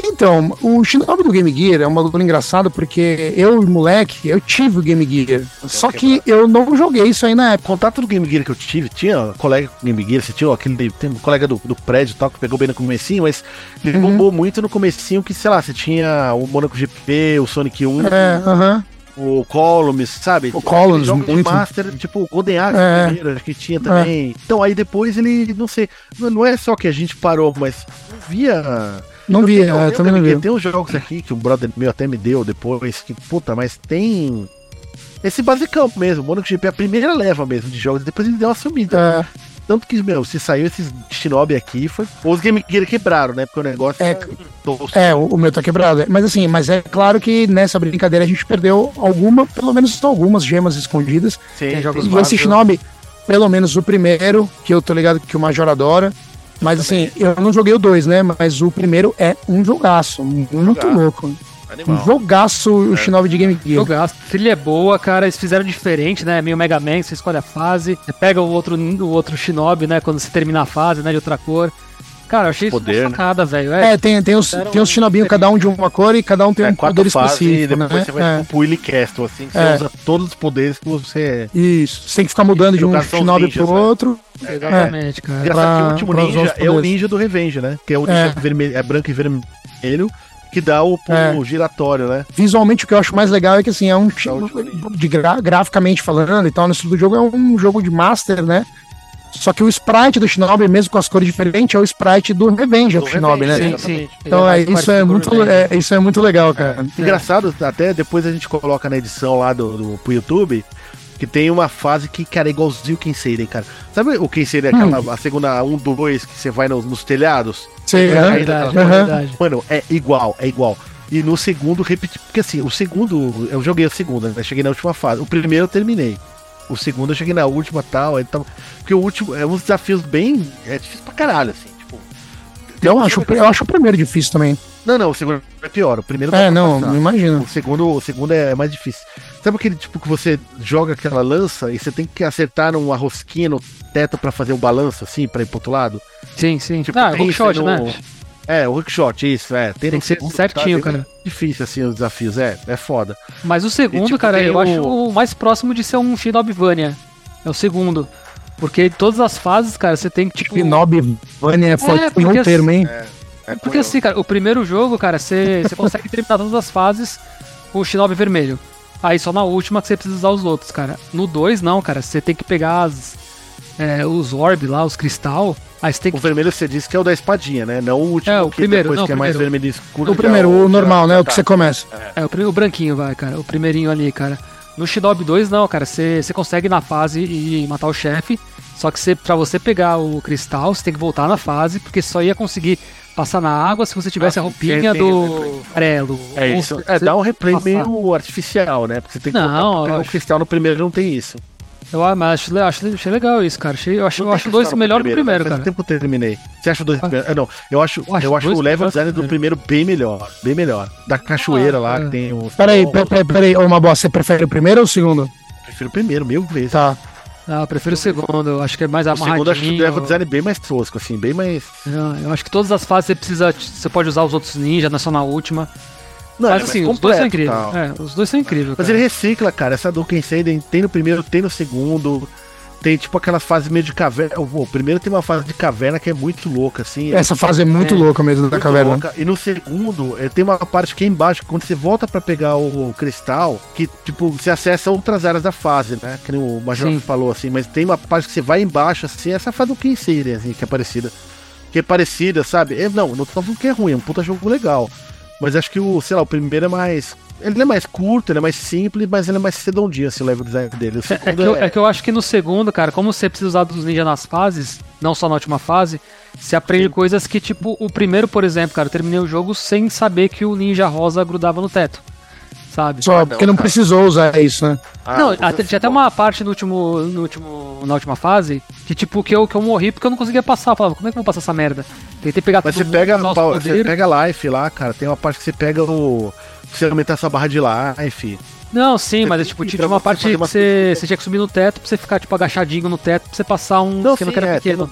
S1: Então, o Shinobi do Game Gear é um bagulho engraçado porque eu, moleque, eu tive o Game Gear. Só que eu não joguei isso aí na época.
S3: Contato do Game Gear que eu tive, tinha um colega com Game Gear, você tinha aquele tem um colega do, do prédio e tal, que pegou bem no comecinho, mas
S1: Uhum.
S3: ele bombou muito no comecinho que, sei lá, você tinha o Monaco GP, o Sonic 1,
S1: É, aham.
S3: o Columns, sabe?
S1: O Columns,
S3: Jogos de
S1: muito.
S3: Master, tipo o Golden Axe
S1: É.
S3: primeiro, acho que tinha também. Então aí depois ele, não sei, não- não é só que a gente parou, mas não via
S1: Não vi, é,
S3: eu
S1: também não vi.
S3: um Tem uns jogos aqui que um brother meu até me deu depois, que puta, mas tem. Esse basicão mesmo, o MonoGP é a primeira leva mesmo de jogos, depois ele deu uma sumida.
S1: É,
S3: Tanto que, meu, se saiu esses Shinobi aqui, foi. Os Game Gear quebraram, né? Porque o negócio
S1: É,
S3: tosco.
S1: É, o, o meu tá quebrado. Mas assim, mas é claro que nessa brincadeira a gente perdeu alguma, pelo menos algumas gemas escondidas.
S3: Sim,
S2: tem jogos
S3: tem
S1: E
S2: Claro,
S1: esse
S2: viu?
S1: Shinobi, pelo menos o primeiro, que eu tô ligado que o Major adora. Mas assim, eu não joguei o dois, né? Mas o primeiro é um jogaço. Muito
S3: Jogaço.
S1: louco. Um
S3: animal. É.
S1: jogaço o Shinobi de Game Gear.
S2: Jogaço. Trilha é boa, cara. Eles fizeram diferente, né? Meio Mega Man, você escolhe a fase. Você pega o outro, o outro Shinobi, né? Quando você termina a fase, né? De outra cor. Cara, eu achei isso
S3: Poder,
S2: uma
S3: né?
S2: sacada, velho. É,
S1: É, tem, tem os,
S2: Deram
S1: tem os shinobinhos, cada um de uma cor e cada um tem
S3: É
S1: um poder
S3: quatro fases
S1: específico.
S3: e depois
S1: né?
S3: você vai
S1: É,
S3: pro pro Willy Castle, assim, que você
S1: É.
S3: usa todos os poderes que você.
S1: Isso. Você tem que ficar mudando de
S3: No
S1: um
S3: caso, são os
S1: shinobi
S3: ninjas,
S1: pro
S3: né?
S1: outro.
S2: exatamente, cara.
S3: Engraçado que o
S1: pra-
S3: último
S1: pra usar
S3: ninja
S1: os
S3: é o
S1: poderes.
S3: ninja do Revenge, né? Que é o ninja vermelho, é branco e vermelho, que dá o pulo
S1: É.
S3: giratório, né?
S1: Visualmente, o que eu acho mais legal é que, assim, é um
S3: última
S1: de gra- graficamente falando e tal, no estilo do jogo, é um jogo de Master, né? Só que o sprite do Shinobi, mesmo com as cores diferentes, é o sprite do Revenge,
S3: Do
S1: do Shinobi,
S3: Revenge,
S1: né?
S3: sim.
S1: Então, é, isso, é muito, é, isso é muito legal, cara.
S3: Engraçado, até depois a gente coloca na edição lá do, do pro YouTube, que tem uma fase que, cara, é igualzinho o Kenseiden, cara. Sabe o Kenseiden, aquela, a segunda 1 do 2, que você vai nos, nos telhados?
S1: Você,
S3: É
S1: hã?
S2: Verdade,
S1: Aham.
S2: verdade.
S3: Mano, é igual, é igual. E no segundo, repetir. Porque assim, o segundo, eu joguei o segundo, né? Cheguei na última fase. O primeiro eu terminei. O segundo eu cheguei na última tal, aí tal. Porque o último é uns desafios bem. É difícil pra caralho, assim. Tipo,
S1: eu, acho, o pri- eu acho o primeiro difícil também.
S3: Não, não, o segundo é pior. O primeiro dá
S1: É,
S3: pra
S1: não,
S3: passar.
S1: não imagino.
S3: O segundo, o segundo é mais difícil. Sabe aquele tipo que você joga aquela lança e você tem que acertar uma rosquinha no teto pra fazer o balanço, assim, pra ir pro outro lado?
S2: Sim, sim.
S3: Tipo,
S2: ah,
S3: tem
S2: hookshot,
S3: isso
S2: né?
S3: no- É, o hookshot, isso, é.
S2: Tem que ser
S3: segundo,
S2: certinho,
S3: tá? É
S2: cara.
S3: Difícil, assim, os desafios, é, é foda.
S2: Mas o segundo,
S3: tipo,
S2: cara,
S3: tem
S2: eu
S3: o-
S2: acho o mais próximo de ser um Shinobivania. É o segundo. Porque todas as fases, cara, você tem que, tipo...
S1: Shinobi, Vânia, é forte
S2: porque
S1: em um
S2: assim-
S1: termo, hein?
S3: É
S2: Porque assim, cara, o primeiro jogo, cara, você [LAUGHS] você consegue terminar todas as fases com o Shinobi vermelho. Aí só na última que você precisa usar os outros, cara. No 2, não, cara. Você tem que pegar as, é, os orb lá, os cristal. Aí você tem
S3: O
S2: que.
S3: vermelho você disse que é o da espadinha, né? Não o último
S2: É, o
S3: que
S2: primeiro,
S3: depois
S2: não,
S3: que
S2: o
S3: é mais
S2: primeiro.
S3: vermelho escuro.
S1: O
S3: que é
S1: primeiro, o normal, né? O que
S3: Tá.
S1: você começa.
S2: É, o, pri- o branquinho, vai, cara. O primeirinho ali, cara. No Shinobi 2, não, cara. Você você consegue ir na fase e matar o chefe. Só que você, pra você pegar o cristal, você tem que voltar na fase, porque só ia conseguir passar na água se você
S3: Ah,
S2: tivesse a roupinha
S3: tem-
S2: do amarelo.
S3: É
S2: Ou
S3: isso.
S2: se-
S3: É, dá um replay
S2: passar.
S3: meio artificial, né? Porque você tem que
S2: Não,
S3: botar-
S2: eu
S3: o
S2: acho.
S3: cristal no primeiro não tem isso.
S2: Eu ah, mas acho, le- acho, achei legal isso, cara. Achei, eu acho, eu
S3: Não
S2: acho
S3: tem
S2: dois
S3: cristal no
S2: melhor que o primeiro,
S3: né? Faz
S2: cara.
S3: tempo que eu terminei. Você acha dois primeiro? Ah, não, eu acho,
S2: Eu
S3: eu
S2: acho
S3: acho,
S2: dois
S3: o level
S2: melhores
S3: design do
S2: que o
S3: primeiro bem melhor. Bem melhor. Da cachoeira lá,
S2: Ah, é.
S3: que tem o.
S1: Peraí,
S3: Eu
S1: peraí, peraí, peraí, ô Maboa, você prefere o primeiro ou o segundo?
S3: Prefiro o primeiro, mil vezes.
S1: Tá.
S2: Ah, eu prefiro o segundo. Eu acho que é mais
S3: O segundo acho que o
S2: amarradinho.
S3: level design bem mais tosco, assim, bem mais.
S2: Ah, Eu acho que todas as fases você precisa. Você pode usar os outros ninjas, não é só na última.
S3: Não,
S2: mas
S3: é mais
S2: assim, os dois são
S3: completo,
S2: incríveis.
S3: tal.
S2: É, os dois são incríveis.
S3: Mas
S2: cara.
S3: ele recicla, cara. Essa do Kenseiden tem no primeiro, tem no segundo. Tem tipo aquela fase meio de caverna. O o primeiro tem uma fase de caverna que é muito louca, assim.
S1: Essa fase é muito
S2: É.
S1: louca mesmo da
S3: muito
S1: caverna.
S3: louca. E no segundo, eh, tem uma parte que é embaixo, que quando você volta pra pegar o cristal, que tipo, você acessa outras áreas da fase, né? Que nem o Major
S2: Sim.
S3: falou assim, mas tem uma parte que você vai embaixo, assim, essa fase do Kenseiden, assim, que é parecida. Que é parecida, sabe? É, não, não tô falando que é ruim, é um puta jogo legal. Mas acho que o, sei lá, o primeiro é mais. Ele é mais curto, ele é mais simples, mas ele é mais sedondinho, assim, o level design dele. O
S2: É
S3: segundo
S2: que, eu, é que eu acho que no segundo, cara, como você precisa usar dos ninjas nas fases, não só na última fase, você aprende coisas que, tipo, o primeiro, por exemplo, cara, eu terminei o jogo sem saber que o ninja rosa grudava no teto. Sabe?
S1: Só porque não
S3: cara.
S1: precisou usar isso, né?
S3: Ah,
S2: não, até- tinha até uma parte no último, no último, na última fase que tipo que eu, que eu morri porque eu não conseguia passar. Eu falava, como é que eu vou passar essa merda? Tentei pegar
S3: Mas você
S2: tudo,
S3: pega,
S2: nosso
S3: Paulo,
S2: poder.
S3: você pega life lá, cara. Tem uma parte que você pega o. Você aumentar sua barra de life.
S2: Não, sim, mas é,
S3: tem
S2: tipo,
S3: que
S2: tinha
S3: pra
S2: uma
S3: você
S2: parte
S3: fazer
S2: que
S3: umas
S2: você, você tinha que subir no teto pra você ficar tipo agachadinho no teto pra você passar um
S3: Não,
S2: esquema
S3: sim,
S2: que era
S3: é,
S2: pequeno.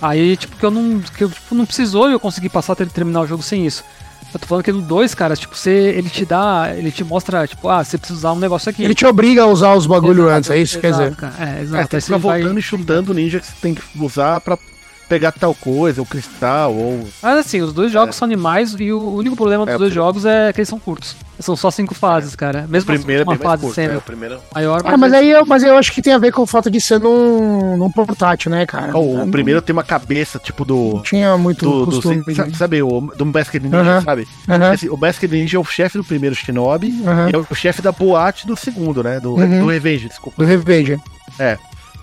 S2: Aí tipo que eu não que eu, tipo, não precisou e eu consegui passar até ele terminar o jogo sem isso. Eu tô falando que no 2, cara, tipo, você ele te dá, ele te mostra, tipo, ah, você precisa usar um negócio aqui.
S1: Ele te obriga a usar os bagulho
S2: Exato,
S1: antes, é isso? Quer
S2: exato,
S1: dizer,
S2: cara, É,
S3: É,
S2: exato.
S3: tem
S2: Aí você
S3: que ficar
S2: vai
S3: voltando e chutando o ninja que você tem que usar pra pegar tal coisa, ou cristal, ou.
S2: Mas assim, os dois jogos são animais e o único problema dos
S3: É,
S2: dois
S3: porque-
S2: jogos é que eles são curtos. São só cinco fases, cara.
S3: O
S2: Mesmo
S3: primeiro é
S2: uma
S3: bem mais
S2: fase
S3: curto.
S2: sendo
S3: é, o primeiro...
S2: maior,
S1: Ah, mas aí eu, mas eu acho que tem a ver com a falta de ser num, num portátil, né, cara?
S3: Ah, o, o primeiro tem uma cabeça, tipo do.
S1: Não tinha muito
S3: Do, do,
S1: costume.
S3: sa- [LAUGHS]
S1: de-
S3: sabe, o, do Basket Ninja,
S1: Aham.
S3: sabe?
S1: Aham.
S3: Assim, o Basket Ninja é o chefe do primeiro Shinobi
S1: Aham.
S3: e é o chefe da boate do segundo, né? Do,
S1: Uhum.
S3: do Revenge, desculpa.
S1: Do Revenge.
S3: É.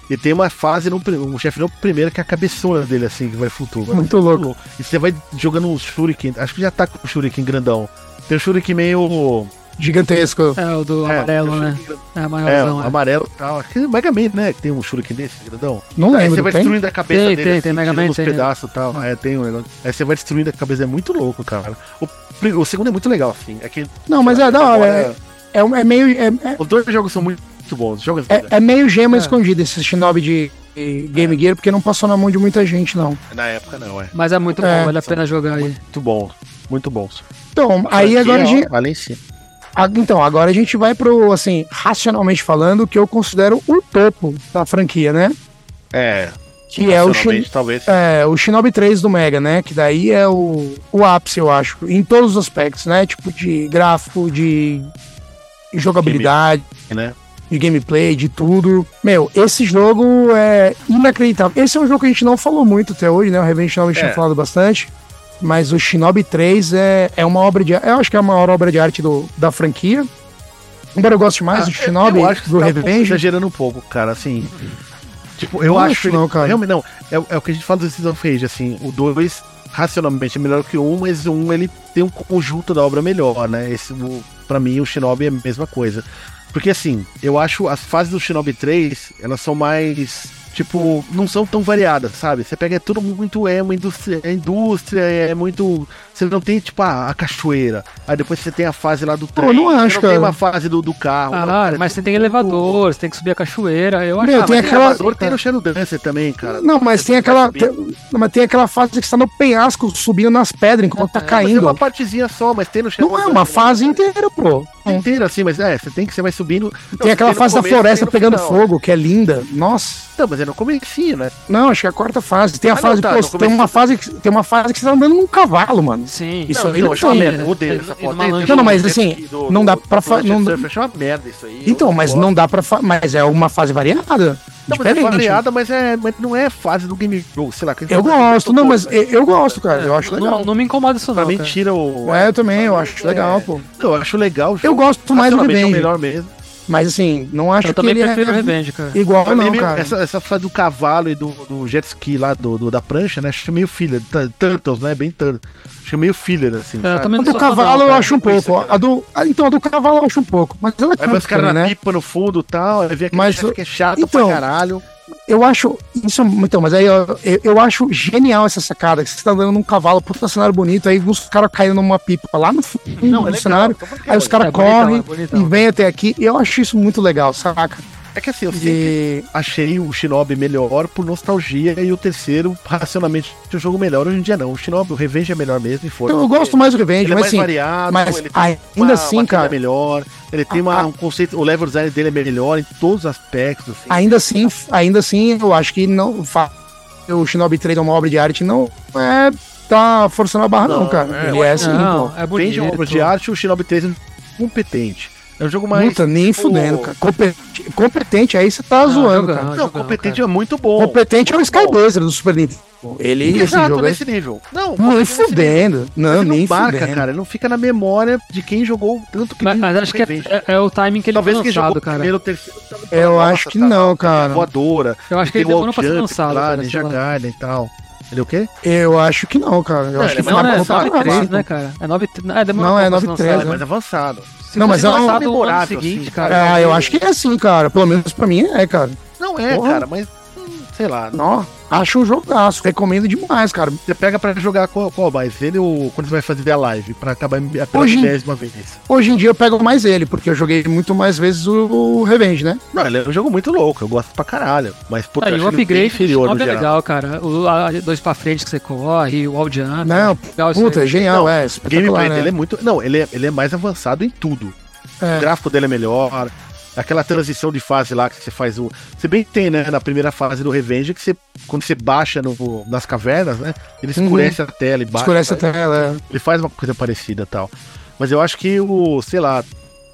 S3: E tem uma fase no prim- um chefe no primeiro que é a cabeçona dele, assim, que vai flutuando.
S1: Muito louco.
S3: E você vai jogando os Shuriken. Acho que já tá com o Shuriken grandão. Tem o Shuriken meio.
S1: Gigantesco.
S2: É o do
S3: É,
S2: amarelo,
S3: tem o
S2: né?
S3: Shuriken grandão.
S2: É a
S3: É,
S2: maiorzão. É,
S3: amarelo e tal. Aquele Mega Man, né? Que tem um Shuriken desse, grandão.
S1: Não
S3: Aí você
S1: lembro,
S3: vai
S1: tem?
S3: destruindo a cabeça
S2: Tem,
S3: dele. assim,
S2: tem, tem Mega
S3: tirando
S2: Man,
S3: os
S2: tem.
S1: né?
S3: pedaços e tal. É, tem um negócio. Aí você vai destruindo a cabeça. É muito louco, cara. O, pri- o segundo é muito legal, assim. É que,
S1: Não, mas é da hora. É,
S3: né?
S1: é, um- é meio. É, é-
S3: Os dois jogos são muito bons. Os jogos É.
S1: é- é meio gema escondida esse shinobi de Game Gear, porque não passou na mão de muita gente, não.
S3: Na época não, é.
S2: Mas é muito
S1: É.
S2: bom, vale a pena jogar aí.
S3: Muito bom. Muito bom.
S1: Então, aí
S3: é
S1: agora a gente,
S3: Valencia.
S1: a- então, agora a gente vai pro, assim, racionalmente falando, o que eu considero o topo da franquia, né?
S3: É.
S1: Que é o, Shin,
S3: nacionalmente, Talvez.
S1: é, o Shinobi 3 do Mega, né? Que daí é o, o ápice, eu acho, em todos os aspectos, né? Tipo, de gráfico, de jogabilidade,
S3: Né?
S1: de gameplay, de tudo. Meu, esse jogo é inacreditável. Esse é um jogo que a gente não falou muito até hoje, né? O Revenge Shinobi
S3: É.
S1: tinha falado bastante. Mas o Shinobi 3 é, é uma obra de Eu acho que é a maior obra de arte do, da franquia. Embora eu goste mais do
S3: Ah, eu-
S1: Shinobi,
S3: eu acho que
S1: do
S3: você tá um pouco
S1: Revenge.
S3: exagerando um pouco, cara, assim. Tipo, eu
S1: Não
S3: acho.
S1: acho
S3: ele-
S1: não, cara.
S3: Realmente, não. É, é o que a gente fala do Season of Age, assim. O 2, racionalmente, é melhor que o 1, um, mas o 1 um, ele tem um conjunto da obra melhor, né? Esse, o, pra mim, o Shinobi é a mesma coisa. Porque, assim, eu acho as fases do Shinobi 3, elas são mais. Tipo, não são tão variadas, sabe? Você pega é tudo muito. É uma indústria, é indústria, é muito. Você não tem, tipo, a, a cachoeira. Aí depois você tem a fase lá do trem.
S1: eu não
S3: você
S1: acho,
S3: tem
S1: cara.
S3: uma fase do, do carro.
S1: Ah,
S3: Ah,
S2: Caralho, mas você tem elevador, você tem que subir a cachoeira. Eu acho
S1: Meu, tem
S2: mas
S1: aquela-
S2: elevador,
S3: Elevador tem no Shadow Dancer também, cara.
S1: Não, mas tem
S3: Você vai
S1: aquela.
S3: subir.
S1: tem- não, mas tem aquela fase que você tá no penhasco subindo nas pedras enquanto tá
S3: Mas É uma
S1: caindo.
S3: partezinha só, mas tem no Shadow
S1: Não é uma fase inteira, pô.
S3: inteira, assim, mas é, você tem que, você vai subindo.
S1: Tem aquela fase da floresta pegando fogo, que é linda. Nossa.
S3: Não, mas é no comecinho, né?
S1: Não, acho que é a quarta fase. Tem a
S3: Ah,
S1: fase,
S3: não, tá,
S1: pô,
S3: no
S1: tem
S3: começo.
S1: uma fase que tem uma fase que você tá andando num cavalo, mano.
S2: Sim.
S1: Isso
S3: não,
S1: aí
S3: não,
S1: não
S3: isso é uma
S1: tem.
S3: merda, eu odeio
S2: Tem
S3: essa foto.
S2: uma
S3: Tem-
S2: lancha.
S3: tem
S2: Não,
S1: mas,
S3: um
S1: assim,
S3: aqui do-
S1: não dá
S3: do-
S1: pra
S3: do
S1: fa-
S3: Planet
S1: não-
S3: Surfer, é uma merda isso aí.
S1: Então,
S3: eu
S1: mas
S3: gosto.
S1: não dá pra fa... mas é uma fase variada.
S3: Não, mas é
S1: diferente.
S3: variada, é mas, é, mas não é fase do game show, sei lá. que-
S1: Eu gosto, não, mas é- eu, eu gosto, cara. Eu
S3: É,
S1: acho
S2: Não,
S1: legal.
S2: não me incomoda isso
S3: né? Pra
S2: não,
S3: mim
S2: cara.
S3: tira o.
S1: É, eu também, eu acho legal, pô.
S3: Eu acho legal.
S1: Eu gosto mais do
S3: É. Racionalmente é o
S1: Revenge,
S3: melhor mesmo.
S1: mas assim, não acho
S2: Eu
S1: que
S2: também
S1: ele
S2: prefiro o
S1: é
S2: Revenge, cara.
S1: igual
S3: Pra mim,
S1: não,
S3: meio-
S1: cara.
S3: Essa, essa frase do cavalo e do, do jet ski lá, do, do- da prancha, né? Acho meio filler. Tur- Turtles, né? Bem Turtles. Acho meio filler, assim.
S2: É, eu
S3: sabe?
S2: também
S1: A
S2: não
S1: do
S2: sou fã não,
S1: cavalo eu
S2: cara.
S1: acho um pouco. ó. A do... ah, Então, a do cavalo eu acho um pouco. Mas ela é
S3: Aí vai os
S1: cara,
S3: caras na
S1: né?
S3: pipa no fundo e tal. Aí vem aquele
S1: Mas
S3: chefe
S1: eu-
S3: que é chato
S1: então,
S3: pra caralho.
S1: Eu acho. Isso, então, mas aí eu, eu, eu acho genial essa sacada. Que você tá andando num cavalo, puta cenário bonito, aí os caras caindo numa pipa lá no fundo
S3: Não, é
S1: do
S3: legal,
S1: cenário.
S3: só porque,
S1: Aí os
S3: olha,
S1: caras
S2: é bonitão,
S1: correm
S2: é bonitão.
S1: e vêm até aqui. Eu acho isso muito legal, saca?
S3: É que assim, eu sempre
S1: E.
S3: achei o Shinobi melhor por nostalgia e o terceiro, racionalmente, o jogo melhor. Hoje em dia não. O Shinobi, o Revenge é melhor mesmo e foi.
S1: Então, Eu gosto mais do Revenge,
S3: Ele é
S1: mas
S3: mais
S1: assim.
S3: variado,
S1: mas
S3: ele tem
S1: ainda
S3: uma- uma
S1: assim,
S3: trilha
S1: cara.
S3: melhor, ele tem uma-
S1: Ah,
S3: um conceito, o level design dele é melhor em todos os aspectos. assim.
S1: Ainda assim, ainda assim, eu acho que não. fa- O Shinobi 3 é uma obra de arte, não é. Tá forçando a barra, não,
S3: Não,
S1: cara.
S3: é,
S1: Ele é assim,
S2: Não,
S1: pô.
S2: é
S3: Depende de
S2: bonito.
S3: uma obra
S1: tá
S3: de arte, o Shinobi 3 é competente. É um jogo mais.
S1: Puta, nem
S3: tipo,
S1: fudendo, cara. Competente, competente aí você tá
S2: Ah,
S1: zoando,
S2: jogão,
S1: cara.
S3: Não,
S2: jogão,
S3: competente
S2: cara.
S3: é muito bom.
S1: competente é o Skyblazer do Super Nintendo. Ele, esse
S3: Exato,
S1: jogo aí.
S3: nesse nível. Não,
S1: Nem
S3: competente nesse nível.
S1: fudendo.
S3: Mas
S1: Não,
S3: é ele
S1: nem
S3: não marca,
S1: fudendo.
S3: cara. Ele não fica na memória de quem jogou tanto que
S2: Mas,
S3: nem
S2: mas acho que é,
S3: Revenge.
S2: é- é o timing que ele
S3: Talvez
S2: foi
S3: quem jogou
S2: lançado,
S3: o
S2: cara.
S3: primeiro, o terceiro.
S1: Tá Eu
S3: Nossa, tá
S1: acho que
S3: cara,
S1: não, cara.
S3: Voadora.
S2: Eu acho que ele
S3: tem o
S2: demorou pra ser
S3: Jump,
S2: lançado,
S3: Lá,
S2: cara, sei
S3: Ninja
S2: lá. Uhum.
S3: Gaiden e tal. Ele é o quê?
S1: Eu acho que não, cara. Eu
S3: Não,
S1: acho que
S3: ele
S1: foi
S3: é
S2: Não,
S1: uma
S2: né?
S3: mais
S2: É
S1: bomba pra
S2: 9.3,
S1: caralho.
S2: né, cara? É 9.3. É, demorou
S1: Não,
S2: pra
S1: é
S2: ser
S1: 9.3
S2: lançado.
S1: né?
S3: mais avançado.
S2: Se
S1: Não, mas
S2: fosse
S1: é um-
S2: lançado o ano
S3: memorável,
S2: seguinte,
S3: assim.
S2: cara.
S1: Ah, eu acho que é assim, cara. Pelo menos pra mim é, cara.
S3: Não é,
S1: Porra.
S3: cara, mas. hum, Sei lá.
S1: Não, acho um jogaço. Recomendo demais, cara.
S3: Você pega pra jogar qual, qual mais? Ele ou quando você vai fazer a live? Pra acabar pela
S1: Hoje em-
S3: décima vez.
S1: Hoje em dia eu pego mais ele, porque eu joguei muito mais vezes o o Revenge, né?
S3: Não, ele é um jogo muito louco. Eu gosto pra caralho. Mas, puta,
S2: Ah,
S3: eu
S2: e o
S3: acho ele bem
S2: upgrade
S3: inferior no
S2: é
S3: geral.
S2: legal, cara. O a- dois pra frente que você corre, o all jump.
S1: Não,
S2: legal isso
S1: Puta,
S2: aí.
S1: é genial, é.
S3: O gameplay
S1: Espetacular,
S3: dele
S1: né?
S3: é muito. Não, ele é, ele é mais avançado em tudo. O
S1: É.
S3: gráfico dele é melhor. Aquela transição de fase lá que você faz o. Se bem que tem, né? Na primeira fase do Revenge, que você. Quando você baixa no, nas cavernas, né? Ele
S1: Uhum.
S3: escurece a tela e baixa.
S1: Escurece a tela. é.
S3: Ele faz uma coisa parecida e tal. Mas eu acho que o, sei lá,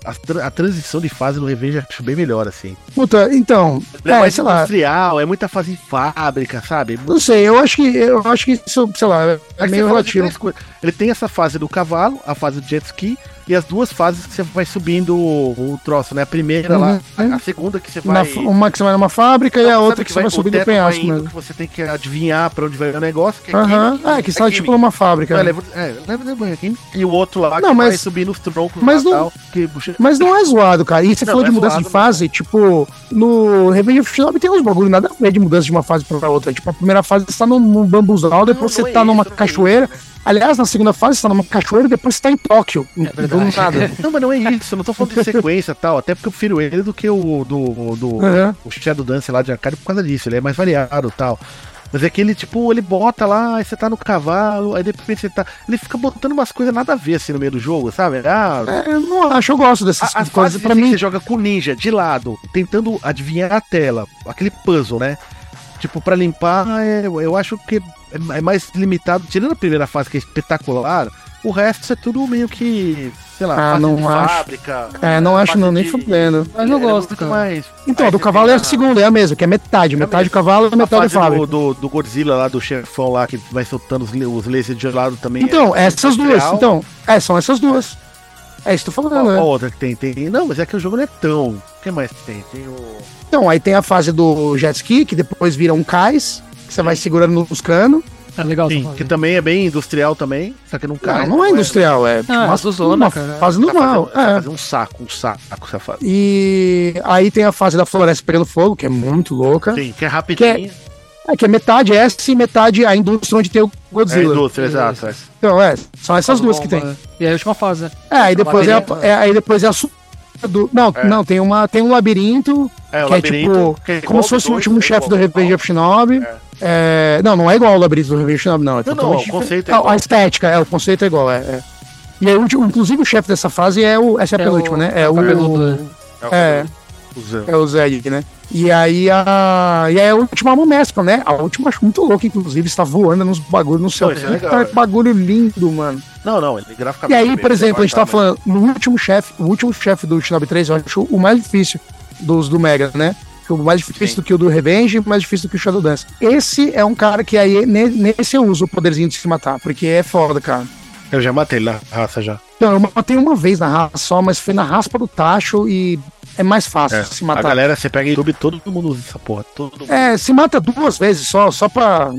S3: a, tra- a transição de fase no Revenge eu acho bem melhor, assim.
S1: Puta, então.
S3: Ele é
S1: É,
S3: mais
S1: sei lá.
S3: industrial, é muita fase em fábrica, sabe?
S1: Não sei, eu acho que eu acho que isso, sei lá, é
S3: Aí
S1: meio
S3: você fala de
S1: relativo.
S3: três coisas. Ele tem essa fase do cavalo, a fase do jet ski e as duas fases que você vai subindo o, o troço, né? A primeira lá,
S1: Uhum.
S3: a segunda que você
S1: Na
S3: vai.
S1: f- uma que você vai numa fábrica e a outra que você vai
S3: o
S1: subir do
S3: teto
S1: penhasco
S3: indo,
S1: mesmo.
S3: que você tem que adivinhar pra onde vai o negócio. que é
S1: Aham.
S3: química,
S1: Ah, que você tá tipo
S3: química.
S1: numa
S3: Não,
S1: fábrica. né?
S3: leva- é, leva- leva aqui. E o outro lá
S1: Não,
S3: que vai
S1: mas-
S3: subir nos troncos
S1: mas
S3: lá,
S1: não-
S3: tal, que puxa-
S1: Mas não é zoado, cara. E você
S3: Não,
S1: falou
S3: é
S1: de mudança
S3: zoado,
S1: de fase, tipo, no Revenge of Shinobi tem uns bagulho nada a ver de mudança de uma fase pra outra. Tipo, a primeira fase você tá num, num bambuzal, depois
S3: não
S1: você
S3: é
S1: tá
S3: isso,
S1: numa
S3: não é
S1: cachoeira, Aliás, na segunda fase você tá numa cachoeira e depois você tá em Tóquio.
S2: É verdade.
S1: Do
S3: [LAUGHS]
S1: nada.
S3: Não, mas não é isso, eu não tô falando de sequência e tal, até porque eu prefiro ele do que o do, do
S1: Uhum.
S3: o Shadow Dance lá de arcade por causa disso, ele é mais variado e tal. Mas é que ele, tipo, ele bota lá, aí você tá no cavalo, aí de repente você tá. Ele fica botando umas coisas nada a ver assim no meio do jogo, sabe? Ah,
S1: É, eu não acho, eu gosto dessas
S3: a- as
S1: coisas.
S3: fases
S1: Pra
S3: assim que
S1: mim,
S3: você joga com ninja de lado, tentando adivinhar a tela, aquele puzzle, né? Tipo, pra limpar, é- eu acho que é é mais limitado. Tirando a primeira fase, que é espetacular, o resto é tudo meio que, sei lá,
S1: Ah,
S3: fase
S1: não
S3: de
S1: acho.
S3: fábrica.
S1: é, não acho
S3: fase
S1: não, nem
S3: de-
S1: fudendo.
S2: Mas eu
S3: É,
S2: gosto,
S3: muito
S2: cara.
S3: mais-
S1: Então,
S3: Aí
S1: do
S3: você
S1: cavalo
S3: tem
S1: é a segunda, é a mesma, que é metade. Metade do cavalo e
S3: A
S1: metade
S3: fase
S1: do fábrica.
S3: do, do, do Godzilla lá, do chefão lá, que vai soltando os, le- os lasers de lado também.
S1: Então, essas duas.
S3: industrial.
S1: Então, é, são essas duas. É isso que eu tô
S3: Qual-
S1: falando, né?
S3: qual outra que tem, tem. Não, mas é que o jogo não é tão. O que mais tem? Tem o.
S1: Então, aí tem a fase do jet ski, que depois vira um cais, que você vai segurando nos canos.
S2: É legal essa
S3: Sim,
S2: fase.
S3: que também é bem industrial também, só que não cai.
S1: Não, não é industrial, é
S2: Ah,
S1: uma,
S2: é zona,
S1: uma
S2: cara.
S1: fase
S3: Tá
S1: normal.
S3: fazendo, tá
S1: é.
S3: fazendo um saco, um saco essa fase.
S1: E aí tem a fase da floresta pegando fogo, que é muito louca.
S3: Sim, que é rapidinho.
S1: É, que é metade essa e metade a indústria onde tem o
S3: É a
S1: Godzilla.
S3: indústria, exato. é.
S1: então, é, são
S2: Tá
S1: essas duas que tem.
S2: Bomba. E aí a última fase, né?
S1: É, aí depois é, a,
S2: Labirinto.
S1: é, aí depois é a su- do, não,
S3: É.
S1: não, tem uma tem um labirinto,
S3: É, o
S1: que é
S3: labirinto,
S1: tipo
S3: que é igual
S1: como se
S3: do
S1: fosse o
S3: dois,
S1: último
S3: é
S1: chefe do
S3: igual
S1: Revenge
S3: ao-
S1: of Shinobi.
S3: É.
S1: É, não, não é igual ao labirinto do Revenge of Shinobi, não. É
S3: Não, não,
S1: totalmente
S3: o conceito é
S1: diferente.
S3: igual.
S1: a, a estética, é, o conceito é igual, é. é. E aí, o último- inclusive o chefe dessa fase é o essa é a
S2: É
S1: penúltima,
S2: o-
S1: né? É
S2: a
S1: o
S2: pergunta.
S1: é,
S3: Usando.
S1: é o Zed, né? E aí a. E aí a última é mestre, né? A última eu acho muito louca, inclusive, está voando nos bagulho no céu.
S3: Pô, isso é legal,
S1: Puta,
S3: velho.
S1: que bagulho lindo, mano.
S3: Não, não, ele
S1: E
S3: graficamente.
S1: aí, por
S3: bem,
S1: exemplo, a gente tá
S3: bacana.
S1: falando, no último chefe, o último chefe do Shinobi 3, eu acho o mais difícil dos do Mega, né? O mais difícil
S3: Sim.
S1: do que o do Revenge, mais difícil do que o Shadow Dance. Esse é um cara que aí, ne- nesse eu uso o poderzinho de se matar, porque é foda, cara.
S3: Eu já matei lá, a raça já.
S1: Então, eu matei uma vez na raça só, mas foi na raspa do tacho e é mais fácil
S3: É,
S1: se
S3: A
S1: matar.
S3: galera, você pega no YouTube, todo mundo usa essa porra. Todo mundo.
S1: É, se mata duas vezes só, só pra.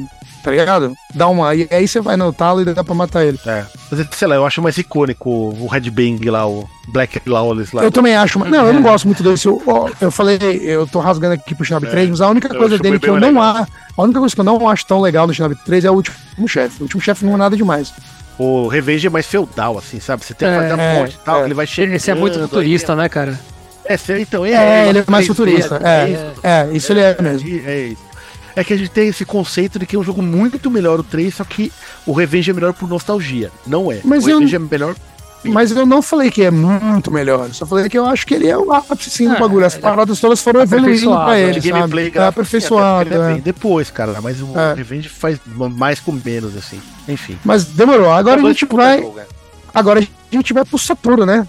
S1: Tá ligado? Dá uma. E aí você vai no talo e dá pra matar ele.
S3: É. Mas sei lá, eu acho mais icônico o Red Bang lá, o Black Lawless lá.
S1: Eu também acho. mas- Não, eu não gosto muito desse. Eu, ó, eu falei, eu tô rasgando aqui pro Shinobi 3, mas a única
S3: eu
S1: coisa
S3: acho
S1: dele
S3: bem
S1: que eu
S3: mais
S1: não
S3: legal.
S1: acho. A única coisa que eu não acho tão legal no Shinobi 3 é o último chefe. O último chefe não é nada demais.
S3: O Revenge é mais feudal, assim, sabe? Você tem que
S2: É,
S3: fazer
S1: é,
S3: um monte e tal,
S1: é.
S3: ele vai chegando.
S2: Esse é muito futurista, né, cara?
S3: É, cê- então,
S1: É, ele é mais
S3: três D,
S1: futurista. É, é, isso ele é mesmo.
S3: É, é isso. É que a gente tem esse conceito de que é um jogo muito melhor o 3, só que o Revenge é melhor por nostalgia. Não é.
S1: Mas
S3: o
S1: eu-
S3: Revenge é melhor.
S1: Mas eu não falei que é muito melhor. eu Só falei que eu acho que ele é o ápice sim, do
S2: É,
S1: bagulho. As
S2: ele é
S1: paradas todas foram evoluindo
S2: aperfeiçoado,
S1: pra
S2: né?
S1: ele.
S3: de gameplay
S1: Sabe? É
S3: gráfico, até
S1: aperfeiçoado.
S3: porque ele é
S1: é.
S3: bem depois, cara. Mas o
S1: É.
S3: Revenge faz mais com menos, assim. Enfim.
S1: Mas demorou. Agora a gente vai. Agora a gente vai pro Saturno, né?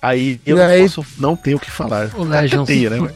S3: Aí eu
S1: E aí-
S3: não, posso, não tenho o que falar.
S2: O Legends.
S3: Tem, né?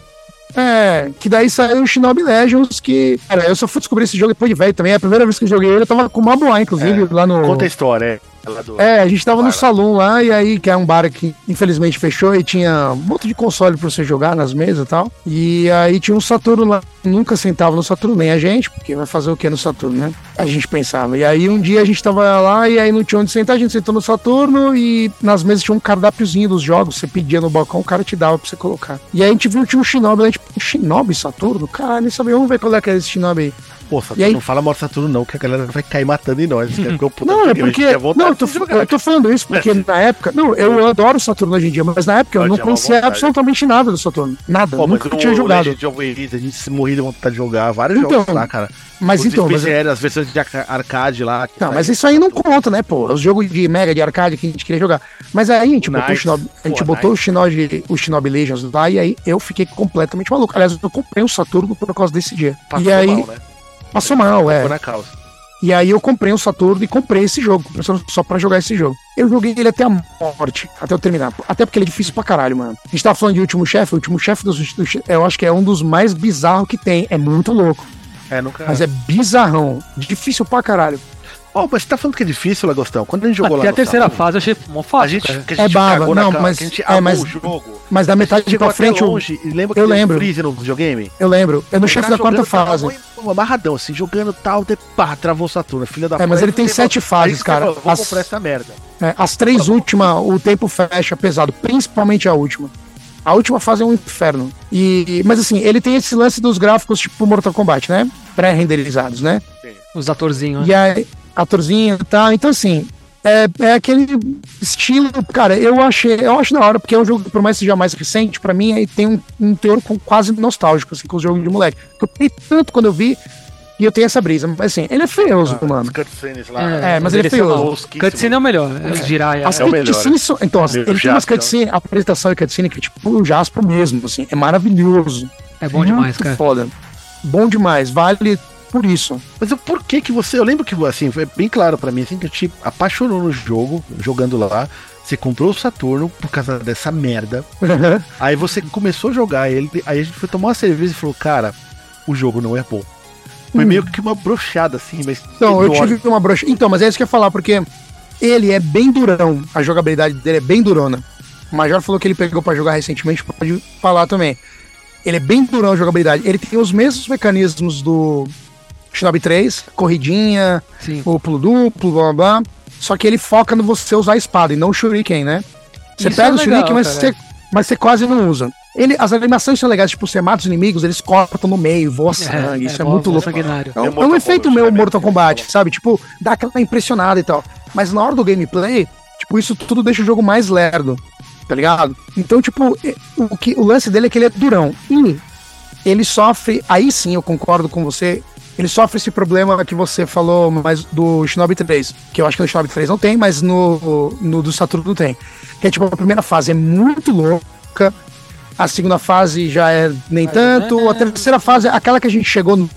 S1: É, que daí saiu o Shinobi Legends, que. Cara, eu só fui descobrir esse jogo depois de velho também. é A primeira vez que eu joguei ele, eu tava com o Mabuá, inclusive,
S3: É,
S1: lá no.
S3: Conta a história, é. Ela do-
S1: É, a gente tava no
S3: Bar.
S1: salão lá, e aí, que é um bar que infelizmente fechou e tinha um monte de console pra você jogar nas mesas e tal. E aí tinha um Saturno lá. Nunca sentava no Saturno, nem a gente, porque vai fazer o que no Saturno, né? A gente pensava. E aí um dia a gente tava lá e aí não tinha onde sentar, a gente sentou no Saturno e nas mesas tinha um cardápiozinho dos jogos. Você pedia no balcão, o cara te dava pra você colocar. E aí a gente viu tinha um Shinobi, lá, a gente, Shinobi Saturno? Caralho, nem sabia. Vamos ver qual é que é esse Shinobi aí.
S3: Pô,
S1: E
S3: Saturno,
S1: aí-
S3: não fala mal de Saturno, não, que a galera vai cair matando em nós. que é porque eu- puta
S1: Não,
S3: que
S1: é
S3: pariu, a gente
S1: porque.
S3: quer vontade
S1: Não, eu tô,
S3: de jogar.
S1: eu tô falando isso porque na época. Não, eu adoro o Saturno hoje em dia, mas na época eu
S3: Pode
S1: não
S3: é uma
S1: conhecia
S3: vontade.
S1: absolutamente nada do Saturno. Nada.
S3: Pô, mas
S1: nunca
S3: o
S1: tinha jogado.
S3: Legend of Elite, a gente se morria de vontade de jogar vários
S1: Então,
S3: jogos lá, cara.
S1: Mas
S3: Os
S1: então. Mas,
S3: SPCL, as versões de arca- arcade lá. que
S1: não,
S3: tá
S1: mas isso aí não conta, né, pô? Os jogos de Mega, de arcade que a gente queria jogar. Mas aí a gente
S3: O
S1: botou o
S3: Knights.
S1: Shinobi. A gente
S3: Pô,
S1: botou o Shinobi, o Shinobi Legends lá e aí eu fiquei completamente maluco. Aliás, eu comprei o Saturno por causa desse dia.
S3: passou
S1: e aí.
S3: mal, né?
S1: Passou mal, é.
S3: Ficou na causa.
S1: E aí eu comprei um Saturno e comprei esse jogo, só- só pra jogar esse jogo. Eu joguei ele até a morte, até eu terminar. Até porque ele é difícil pra caralho, mano. A gente tava falando de último chefe, o último chefe dos, do, eu acho que é um dos mais bizarros que tem. É muito louco,
S3: É, nunca.
S1: mas é bizarrão. Difícil pra caralho.
S3: Ó, mas você tá falando que é difícil, Lagostão? Quando a gente jogou lá.
S2: Até a
S3: no
S2: terceira
S3: Saturno,
S2: fase eu achei mó
S3: A
S2: fácil,
S3: gente,
S2: cara.
S3: que a gente
S1: É baba,
S3: cagou na
S1: não,
S3: cara,
S1: mas-
S3: que a gente
S1: é,
S3: amou
S1: mas-
S3: o jogo.
S1: Mas da metade
S3: Chegou
S1: pra
S3: até
S1: frente, eu,
S3: longe. E lembra que
S1: eu
S3: teve
S1: lembro.
S3: Freeze no videogame?
S1: eu lembro. É no
S3: O
S1: chefe
S3: cara
S1: da quarta
S3: jogando, tava
S1: fase.
S3: muito Amarradão, assim, jogando tal, de pá, travou o Saturno, filha da
S1: É, mas
S3: puta.
S1: ele tem
S3: Aí você
S1: sete
S3: falou,
S1: fases,
S3: aí você
S1: cara.
S3: falou, Vou
S1: As-
S3: comprar essa merda.
S1: É, as três últimas, o tempo fecha pesado, principalmente a última. A última fase é um inferno. E, mas assim, ele tem esse lance dos gráficos tipo Mortal Kombat, né? Pré-renderizados, né?
S2: Os atorzinhos, né?
S1: E aí, atorzinho e tal. Então, assim, é, é aquele estilo, cara, eu achei, eu acho da hora, porque é um jogo que, por mais que seja mais recente, pra mim, aí tem um, um teor com- quase nostálgico, assim, com os jogos de moleque. Eu peguei tanto quando eu vi, e eu tenho essa brisa. Mas, assim, ele é
S3: Ah,
S1: feioso, mano.
S4: As cutscenes lá.
S1: É, mas ele é
S2: Envelheceu
S1: feioso.
S2: mal.
S4: tosquíssimo.
S2: Cutscene é o melhor. É o Jiraiya.
S1: As
S4: é o melhor.
S1: cutscenes são. Então, assim, ele tem
S4: Jasper. é um-
S1: umas cutscenes, a apresentação de cutscene que é tipo o Jasper mesmo, assim, é maravilhoso.
S2: É bom demais, cara.
S1: Foda. Bom demais, vale por isso. [LAUGHS]
S3: Mas o porquê que você. Eu lembro que, assim, foi bem claro pra mim, assim, que eu te apaixonou no jogo, jogando lá. Você comprou o Saturno por causa dessa merda. Aí você começou a jogar ele, aí a gente foi tomar uma cerveja e falou, cara, o jogo não é bom.
S2: Hum.
S3: Foi meio que uma brochada, assim, mas.
S1: Então, eu
S3: enorme.
S1: tive uma broxa. Então, mas é isso que eu ia falar, porque ele é bem durão. A jogabilidade dele é bem durona. O Major falou que ele pegou pra jogar recentemente, pode falar também. Ele é bem durão a jogabilidade. Ele tem os mesmos mecanismos do Shinobi 3, corridinha,
S2: Sim.
S1: o pulo duplo, blá blá blá. Só que ele foca no você usar a espada e não o shuriken, né? Você
S2: Isso
S1: pega
S2: é
S1: o
S2: legal,
S1: shuriken, mas
S2: cara.
S1: você, mas você quase não usa. Ele, as animações são legais, tipo, você mata os inimigos, eles cortam no meio, voa sangue, isso é,
S2: bom,
S1: muito
S2: bom,
S1: louco.
S2: sanguinário.
S1: É um,
S4: É
S1: é
S4: Mortal
S1: um efeito
S4: Kombat,
S1: meu
S4: né, mesmo?
S1: Mortal Kombat, sabe? Tipo, dá aquela impressionada e tal. Mas na hora do gameplay, tipo, isso tudo deixa o jogo mais lerdo, tá ligado? Então, tipo, e- o, que, o lance dele é que ele é durão. E ele sofre, aí sim eu concordo com você, ele sofre esse problema que você falou mas do Shinobi 3, que eu acho que no Shinobi 3 não tem, mas no, no do Saturno tem. Que é tipo, a primeira fase é muito louca, a segunda fase já é nem
S4: né?
S1: tanto, a terceira fase, é aquela que a gente chegou no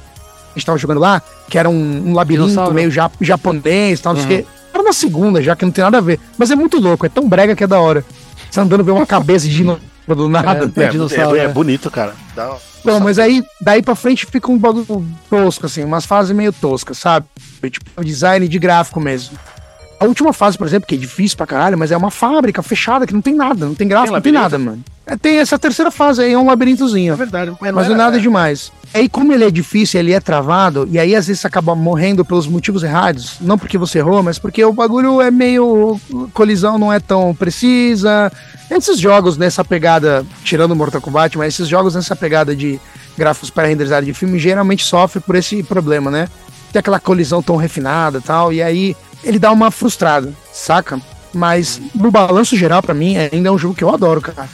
S1: a gente tava jogando lá, que era um, um labirinto
S2: Dinossauro.
S1: meio ja- japonês, tal, não sei o
S4: Uhum.
S1: quê. Era na segunda, já que não tem nada a ver. Mas é muito louco, é tão brega que é da hora. Você andando ver uma cabeça de dinossauro do nada.
S4: É,
S2: É, dinossauro,
S4: é- é
S2: né?
S4: bonito, cara. Dá-
S1: Não, mas aí, daí pra frente fica um bagulho tosco, assim, umas fases meio toscas, sabe? Tipo, design de gráfico mesmo. A última fase, por exemplo, que é difícil pra caralho, mas é uma fábrica fechada que não tem nada, não tem gráfico, não tem
S4: labirinto?
S1: nada, mano. É, tem essa terceira fase aí, é um labirintozinho.
S3: É verdade, mas não
S1: Mas não é
S3: era-
S1: nada demais. Aí, como ele é difícil, ele é travado, e aí às vezes você acaba morrendo pelos motivos errados. Não porque você errou, mas porque o bagulho é meio. colisão não é tão precisa. Esses jogos nessa pegada, tirando Mortal Kombat, mas esses jogos nessa pegada de gráficos pré-renderizados de filme geralmente sofrem por esse problema, né? Tem aquela colisão tão refinada e tal, e aí ele dá uma frustrada, saca? Mas no balanço geral, pra mim, ainda é um jogo que eu adoro, cara.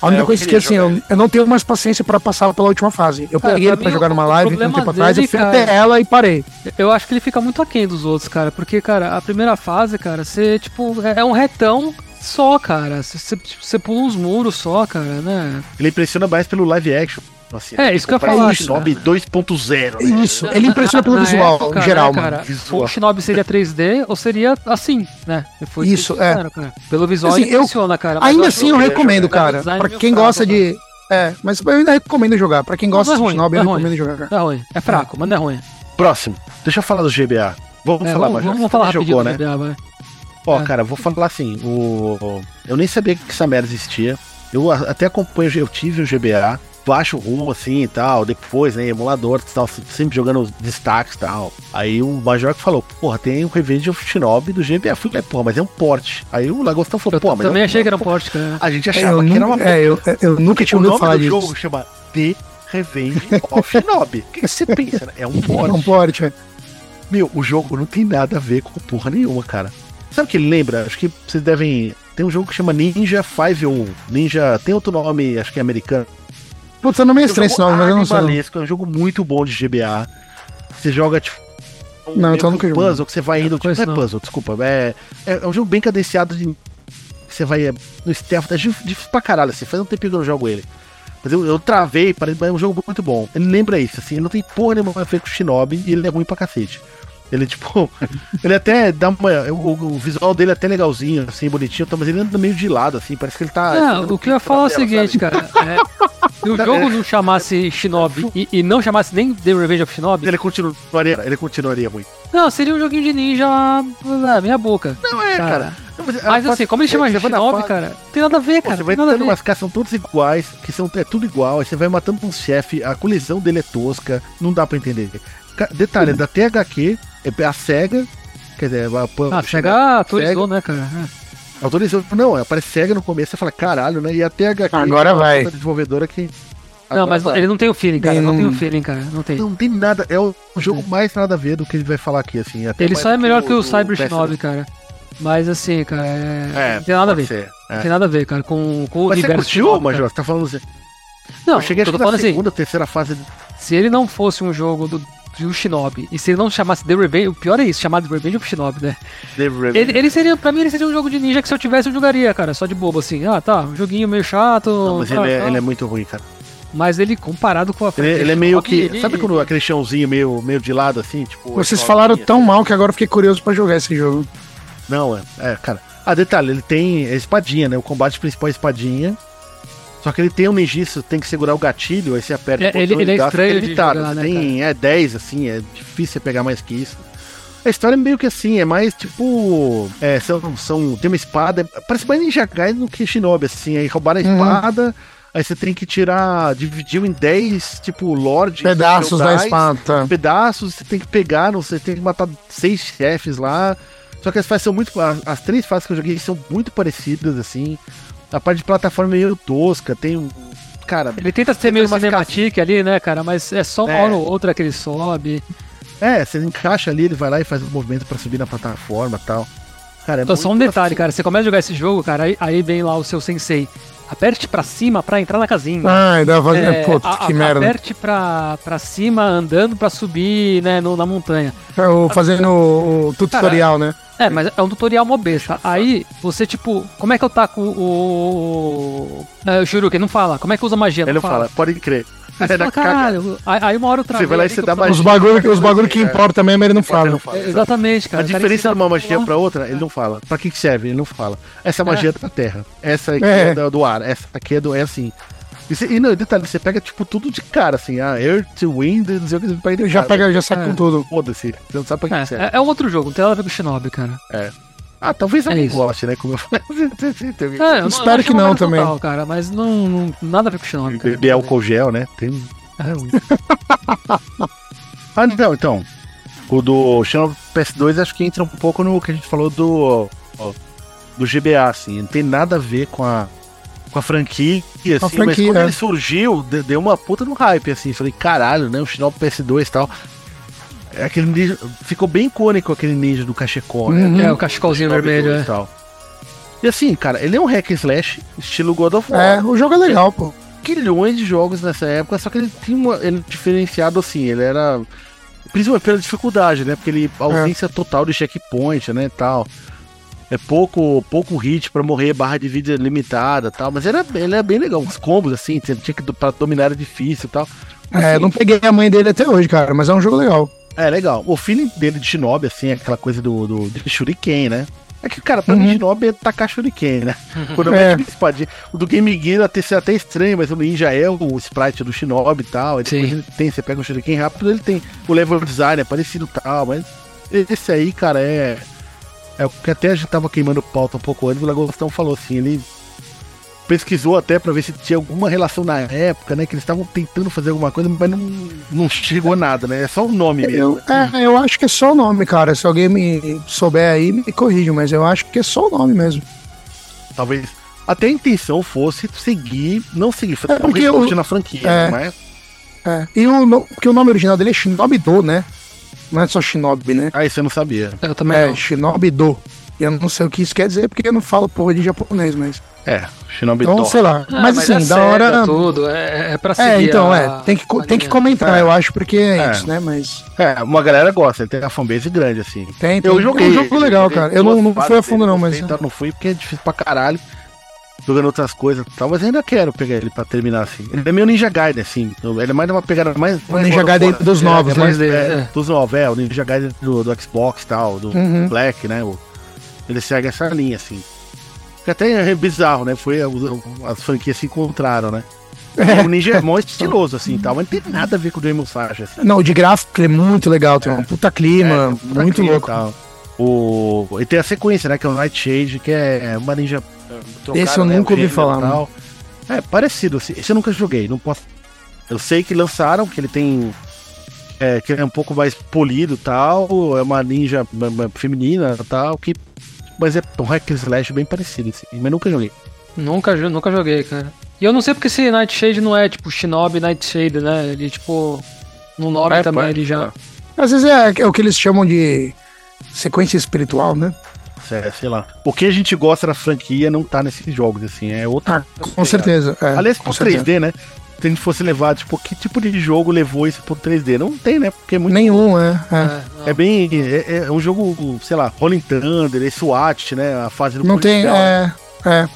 S1: A única
S4: eu
S1: coisa que
S4: queria
S1: assim, eu eu não tenho mais paciência pra passar pela última fase. Eu
S2: Cara,
S1: peguei
S2: pra
S1: ele pra
S2: mim,
S1: jogar
S2: o-
S1: numa
S2: o
S1: live um
S2: problema
S1: tempo atrás, eu
S2: dele,
S1: fui
S2: cara-
S1: até ela e parei.
S2: Eu acho que ele fica muito aquém dos outros, cara. Porque, cara, a primeira fase, cara, você, tipo, é é um retão só, cara. Você- Você tipo, você pula uns muros só, cara, né?
S3: Ele impressiona mais pelo live action. Assim,
S2: É, isso que eu ia
S3: parece
S2: falar,
S3: um Shinobi 2.0. né?
S1: Isso, ele impressiona pelo
S2: Na
S1: visual,
S2: época,
S1: em geral,
S2: né,
S1: mano.
S2: cara,
S3: Visual.
S2: Ou o Shinobi seria 3D ou seria assim, né? Foi
S1: Isso,
S2: que eles
S1: é.
S2: fizeram, cara. Pelo visual
S1: Assim,
S2: ele
S1: eu-
S2: funciona, cara. mas
S1: Ainda
S2: acho
S1: assim, eu
S4: que eu
S1: recomendo,
S4: joguei,
S1: cara.
S2: design
S1: Pra
S2: meio
S1: quem
S2: fraco,
S1: gosta de. É, mas eu ainda recomendo jogar. Pra quem gosta
S2: Não é
S1: de
S2: ruim,
S1: Shinobi,
S2: não
S1: eu
S2: é ruim.
S1: recomendo jogar, cara.
S2: Não é ruim. É fraco, mas não é ruim.
S3: Próximo. Deixa eu falar do GBA. Vamos
S2: É,
S3: falar
S2: vamos,
S3: mais.
S2: vamos falar rapidinho
S3: jogou,
S2: do
S3: né?
S2: GBA, vai.
S3: Ó,
S2: É.
S3: cara, vou falar assim, o... eu nem sabia que essa merda existia. Eu a- até acompanho, eu tive o GBA, baixo rumo assim e tal, depois, né, emulador e tal, se- sempre jogando os destaques e tal. Aí o Major que falou, porra, tem o Revenge of Shinobi do GBA. Eu falei, porra, mas é um porte. Aí o Lagostão falou,
S2: Eu
S3: pô, mas
S2: também
S3: é um-
S2: achei que era um porte, cara.
S3: a gente
S1: É, eu,
S3: achava que era uma
S1: nunca, é, eu, eu nunca tinha ouvido
S3: o um nome
S1: falar
S3: do
S1: disso.
S3: jogo chama The Revenge of Shinobi. O que que você pensa? né? É um
S1: É
S3: porte.
S1: um porte, é.
S3: Meu, o jogo não tem nada a ver com porra nenhuma, cara. Sabe o que ele lembra? Acho que vocês devem. Tem um jogo que chama Ninja 501. Ninja. Tem outro nome, acho que é americano.
S1: Puta, não me
S3: É um
S1: estranho esse
S3: jogo
S1: nome, mas eu não sei.
S3: animalesco, É um jogo muito bom de GBA. Você joga, tipo. um
S1: Não, então
S3: meio que
S1: nunca joguei.
S3: puzzle que você vai indo. Tipo,
S2: conheço
S3: não é
S2: não.
S3: puzzle, desculpa. É, é, é um jogo bem cadenciado de. Você vai é, no stealth. É dif- difícil pra caralho. Assim, faz um tempinho que eu não jogo ele. Mas eu, eu travei, parece, mas é um jogo muito bom. Ele lembra isso, assim, ele não tem porra nenhuma a ver com o Shinobi e ele é ruim pra cacete. Ele, tipo, [LAUGHS] ele até dá uma. O, o visual dele é até legalzinho, assim, bonitinho, tá, mas ele anda meio de lado, assim, parece que ele tá.
S2: Não, o que eu ia falar é o seguinte, cara. é, se o jogo não chamasse Shinobi e, e não chamasse nem The Revenge of Shinobi,
S3: Ele continuaria, ele continuaria ruim.
S2: não, seria um joguinho de ninja na minha boca.
S3: Não é,
S2: Cara,
S3: cara. Não, mas,
S2: Mas assim, como ele chama
S3: você vai na
S2: Shinobi,
S3: fase-
S2: cara, não tem nada a ver, cara.
S3: você
S2: não
S3: vai
S2: Tem nada a
S3: tentando
S2: ver.
S3: umas caras, são todos iguais, que são é tudo igual, aí você vai matando um chefe, a colisão dele é tosca, não dá pra entender. Ca- Detalhe, é da THQ, é a SEGA, quer dizer, a Pan-
S2: Ah, Sega atualizou, né, cara? É.
S3: Autorizou. Não, aparece SEGA no começo, você fala, caralho, né? E a THQ
S1: Agora
S3: é uma
S1: vai.
S3: outra desenvolvedora que
S2: Não, mas
S5: Agora
S2: ele não tem o feeling, cara.
S1: Tem
S2: Não tem
S1: um-
S2: o feeling, cara. Não tem.
S3: Não tem nada. É o jogo mais nada a ver do que ele vai falar aqui, assim. até
S2: Ele
S3: mais
S2: só é
S3: do
S2: melhor que o
S3: do
S2: Cyber
S3: PS2.
S2: Shinobi, cara. Mas assim, cara, é...
S3: É,
S2: não tem nada a ver.
S3: Pode ser. é.
S2: Não tem nada a ver, cara, com, com o
S3: Mas você
S2: universo
S3: curtiu,
S2: Shinobi, cara.
S3: Major? Você tá falando assim.
S2: Não,
S3: eu cheguei
S2: eu
S3: acho
S2: tô
S3: que na
S2: falando assim,
S3: segunda, terceira fase.
S2: se ele não fosse um jogo do, do Shinobi, e se ele não chamasse The Revenge, o pior é isso, chamar The Revenge of Shinobi, né? Ele, ele seria, pra mim, ele seria um jogo de ninja que se eu tivesse eu jogaria, cara, só de bobo, assim. Ah, tá, um joguinho meio chato.
S3: Não, mas
S2: ah,
S3: ele é,
S2: tá.
S3: ele é muito ruim, cara.
S2: Mas ele, comparado com a
S3: Ele,
S2: franquia
S3: ele é meio
S2: Shinobi,
S3: que.
S2: ele-
S3: Sabe quando aquele chãozinho meio, meio de lado, assim? Tipo,
S1: Vocês
S3: oito
S1: falaram
S3: horinhas?
S1: tão mal que agora eu fiquei curioso pra jogar esse jogo.
S3: Não, é, é, cara. Ah, detalhe, ele tem a espadinha, né? O combate principal é espadinha. Só que ele tem um ninjitsu, tem que segurar o gatilho, aí você aperta
S2: É,
S3: o botão,
S2: ele- ele é
S3: dá,
S2: estranho
S3: fica
S2: de
S3: limitado.
S2: jogar,
S3: Você
S2: né,
S3: tem é 10, assim, é difícil você pegar mais que isso. A história é meio que assim, é mais tipo. É, são, são, tem uma espada, é- parece mais Ninja Gaiden do que Shinobi, assim. Aí roubaram a
S1: Uhum.
S3: espada, aí você tem que tirar, dividiu em 10, tipo, lords.
S1: Pedaços da
S3: feudais
S1: espada. tá.
S3: pedaços, você tem que pegar, não sei, tem que matar seis chefes lá. Só que as fases são muito. As, as três fases que eu joguei são muito parecidas, assim. A parte de plataforma é meio tosca, tem um. Cara,
S2: Ele tenta ser meio
S3: umas
S2: cinematic ali, né, cara? Mas é só uma
S3: É.
S2: hora ou outra que ele sobe.
S3: é, você encaixa ali, ele vai lá e faz o movimento pra subir na plataforma e tal. Cara, é
S2: Então, só um
S3: muito
S2: detalhe,
S3: assim.
S2: cara. Você começa a jogar esse jogo, cara, aí, aí vem lá o seu sensei. Aperte pra cima pra entrar na casinha.
S1: Ai, dá pra...
S2: É,
S1: Puta,
S2: a-
S1: Ah, que
S2: a-
S1: merda.
S2: Aperte pra, pra cima andando pra subir, né, no- na montanha.
S1: Eu É, fazendo o, o tutorial, né?
S2: É, mas é um tutorial mó besta. Aí você, tipo, como é que eu taco o. o- É, o Shuriken não fala. Como é que usa magia?
S3: Ele não fala, pode crer. [LAUGHS]
S2: Aí você
S3: Era
S2: fala, caralho. Aí, aí uma hora eu travei.
S3: Você vai lá e
S2: aí
S3: você
S2: que eu
S3: dá um
S2: precisava-
S1: Os
S3: magia.
S1: bagulho, os bagulho que importa mesmo, ele não fala.
S3: não fala.
S2: É, Exatamente, cara.
S3: a diferença de uma magia
S2: pra
S3: pra outra, ele não fala. Pra que que serve? Ele não fala. Essa magia é da terra. Essa aqui é,
S1: É.
S3: da- do ar. Essa aqui é do. É assim. E, você- e não, detalhe, você pega tipo tudo de cara, assim. Ah, Earth, Wind, não sei o que. Você pega de
S1: Ele já
S3: cara.
S1: pega, já sai
S2: É.
S1: com tudo.
S3: Foda-se. Você não sabe pra que, que serve.
S2: É, é, é um outro jogo, não tem nada a ver com Shinobi, cara.
S3: Ah, talvez
S2: é
S3: alguém
S2: isso.
S3: goste, né? Como eu falei. [LAUGHS] Tem alguém-
S2: É, eu eu
S1: Espero
S2: acho
S1: que
S2: uma
S1: não
S2: merda
S1: também.
S2: total, cara, mas não, não- nada a ver com Shinobi, cara.
S3: Beber álcool gel, né? Tem.
S2: É, ruim.
S3: Ah, então, então. O do Shadow PS2 acho que entra um pouco no que a gente falou do. ó, do GBA, assim. Não tem nada a ver com a. Com a franquia, assim, mas
S1: franquia,
S3: quando
S1: é.
S3: ele surgiu, de- deu uma puta no hype, assim. Falei, caralho, né? O Shinob PS2 e tal. É Aquele ninja. Ficou bem icônico aquele ninja do cachecol, né?
S1: Uhum.
S2: é o cachecolzinho
S3: Shinobi
S2: vermelho,
S3: 2
S2: é.
S3: E, tal. e assim, cara, ele é um hack and slash, estilo God of War
S1: É, o jogo é legal, pô.
S3: quilhões de jogos nessa época, só que ele tinha uma, ele diferenciado assim, ele era principalmente pela dificuldade, né? Porque ele ausência total de checkpoint, né, tal. É pouco pouco hit pra morrer, barra de vida limitada, tal, mas era ele é bem legal, uns combos assim, você tinha que do- pra dominar era difícil, tal.
S2: Assim.
S1: É, não peguei a mãe dele até hoje, cara, mas é um jogo legal.
S3: É legal. O feeling dele de Shinobi assim, é aquela coisa do, do de Shuriken, né? É que, cara, pra mim,
S1: Uhum.
S3: Shinobi é tacar Shuriken, né? Quando eu
S1: É.
S3: vejo uma espadinha. O do Game Gear até ser até estranho, mas o Ninja é o sprite do Shinobi e tal. Aí depois
S2: Sim.
S3: ele tem, você pega um Shuriken rápido, ele tem o level design é parecido e tal, mas esse aí, cara, é. É o que até a gente tava queimando pauta um pouco antes, o Lagostão falou assim, ele pesquisou até pra ver se tinha alguma relação na época, né? Que eles estavam tentando fazer alguma coisa, mas não, não chegou a nada, né? É só o nome mesmo.
S1: Eu, é, eu acho que é só o nome, cara. Se alguém me souber aí, me corrige, mas eu acho que é só o nome mesmo.
S3: Talvez até a intenção fosse seguir, não seguir,
S1: É, porque
S3: talvez
S1: o-
S3: curtir na franquia,
S1: é.
S3: mas
S1: É. E o, no- porque o nome original dele é Shinobi Do, né? Não é só Shinobi, né?
S3: aí você não sabia.
S2: Eu também
S1: É,
S2: não.
S1: Shinobi Do. E eu não sei o que isso quer dizer, porque eu não falo porra de japonês, mas.
S3: É, Shinobi
S1: Então,
S3: Dog.
S1: sei lá.
S2: Ah,
S1: mas,
S2: é
S1: assim, da
S2: SEGA
S1: hora.
S2: Tudo, é, é pra
S1: É,
S2: seguir
S1: então,
S2: a-
S1: é. Tem que, co-
S2: a
S1: tem que
S2: linha.
S1: comentar,
S3: É.
S1: eu acho, porque é,
S3: É.
S1: isso, né? Mas.
S3: É, uma galera gosta, ele tem a fanbase grande, assim.
S1: Tem, tem.
S3: Eu joguei.
S1: É um jogo legal, cara. Eu não, não fui a fundo, não, mas.
S3: Então, não fui porque é difícil pra caralho. Jogando outras coisas e tal, mas ainda quero pegar ele pra terminar, assim. Ele é meio Ninja Gaiden, assim. Ele é mais uma pegada mais.
S1: O Ninja Gaiden dos novos,
S3: é, mais,
S2: né?
S3: é,
S2: É.
S3: Dos novos, é. O Ninja Gaiden do, do Xbox e tal, do
S1: Uhum.
S3: Black, né? o- ele segue essa linha, assim. Que até é bizarro, né? Foi a- as franquias se encontraram, né? O Ninja é mó estiloso, assim, tal, mas não tem nada a ver com o Dream Musashi, assim.
S1: Não, de gráfico ele é muito legal, tem um puta clima,
S3: É, tá
S1: muito
S3: aqui e
S1: louco.
S3: tal. O... E tem a sequência, né? Que é o Nightshade, que é uma ninja. trocada,
S1: Esse eu nunca ouvi
S3: gênero e
S1: falar,
S3: tal. É, parecido. assim. Esse eu nunca joguei, não posso. Eu sei que lançaram, que ele tem. É, que ele é um pouco mais polido e tal. É uma ninja ma- ma- feminina e tal. Que... Mas é um hack and slash bem parecido, assim, mas nunca joguei.
S2: Nunca, jo- nunca joguei, cara. E eu não sei porque esse Nightshade não é tipo Shinobi Nightshade, né? Ele, tipo, no nome
S3: É,
S2: também
S3: pô, é.
S2: ele já.
S1: Às vezes é, é o que eles chamam de sequência espiritual, né?
S3: Sei, É, sei lá. O que a gente gosta da franquia não tá nesses jogos, assim. É outra.
S1: Ah, com certeza. é,
S3: Aliás,
S1: com
S3: pro
S1: certeza.
S3: 3D, né? Se a gente fosse levar, tipo, que tipo de jogo levou isso pro 3D? Não tem, né? Porque é muito.
S1: Nenhum, é. é.
S3: É bem. É, é um jogo, sei lá, Rolling Thunder, esse SWAT, né? A fase do
S1: Não tem.
S3: policial, né?
S1: É, é.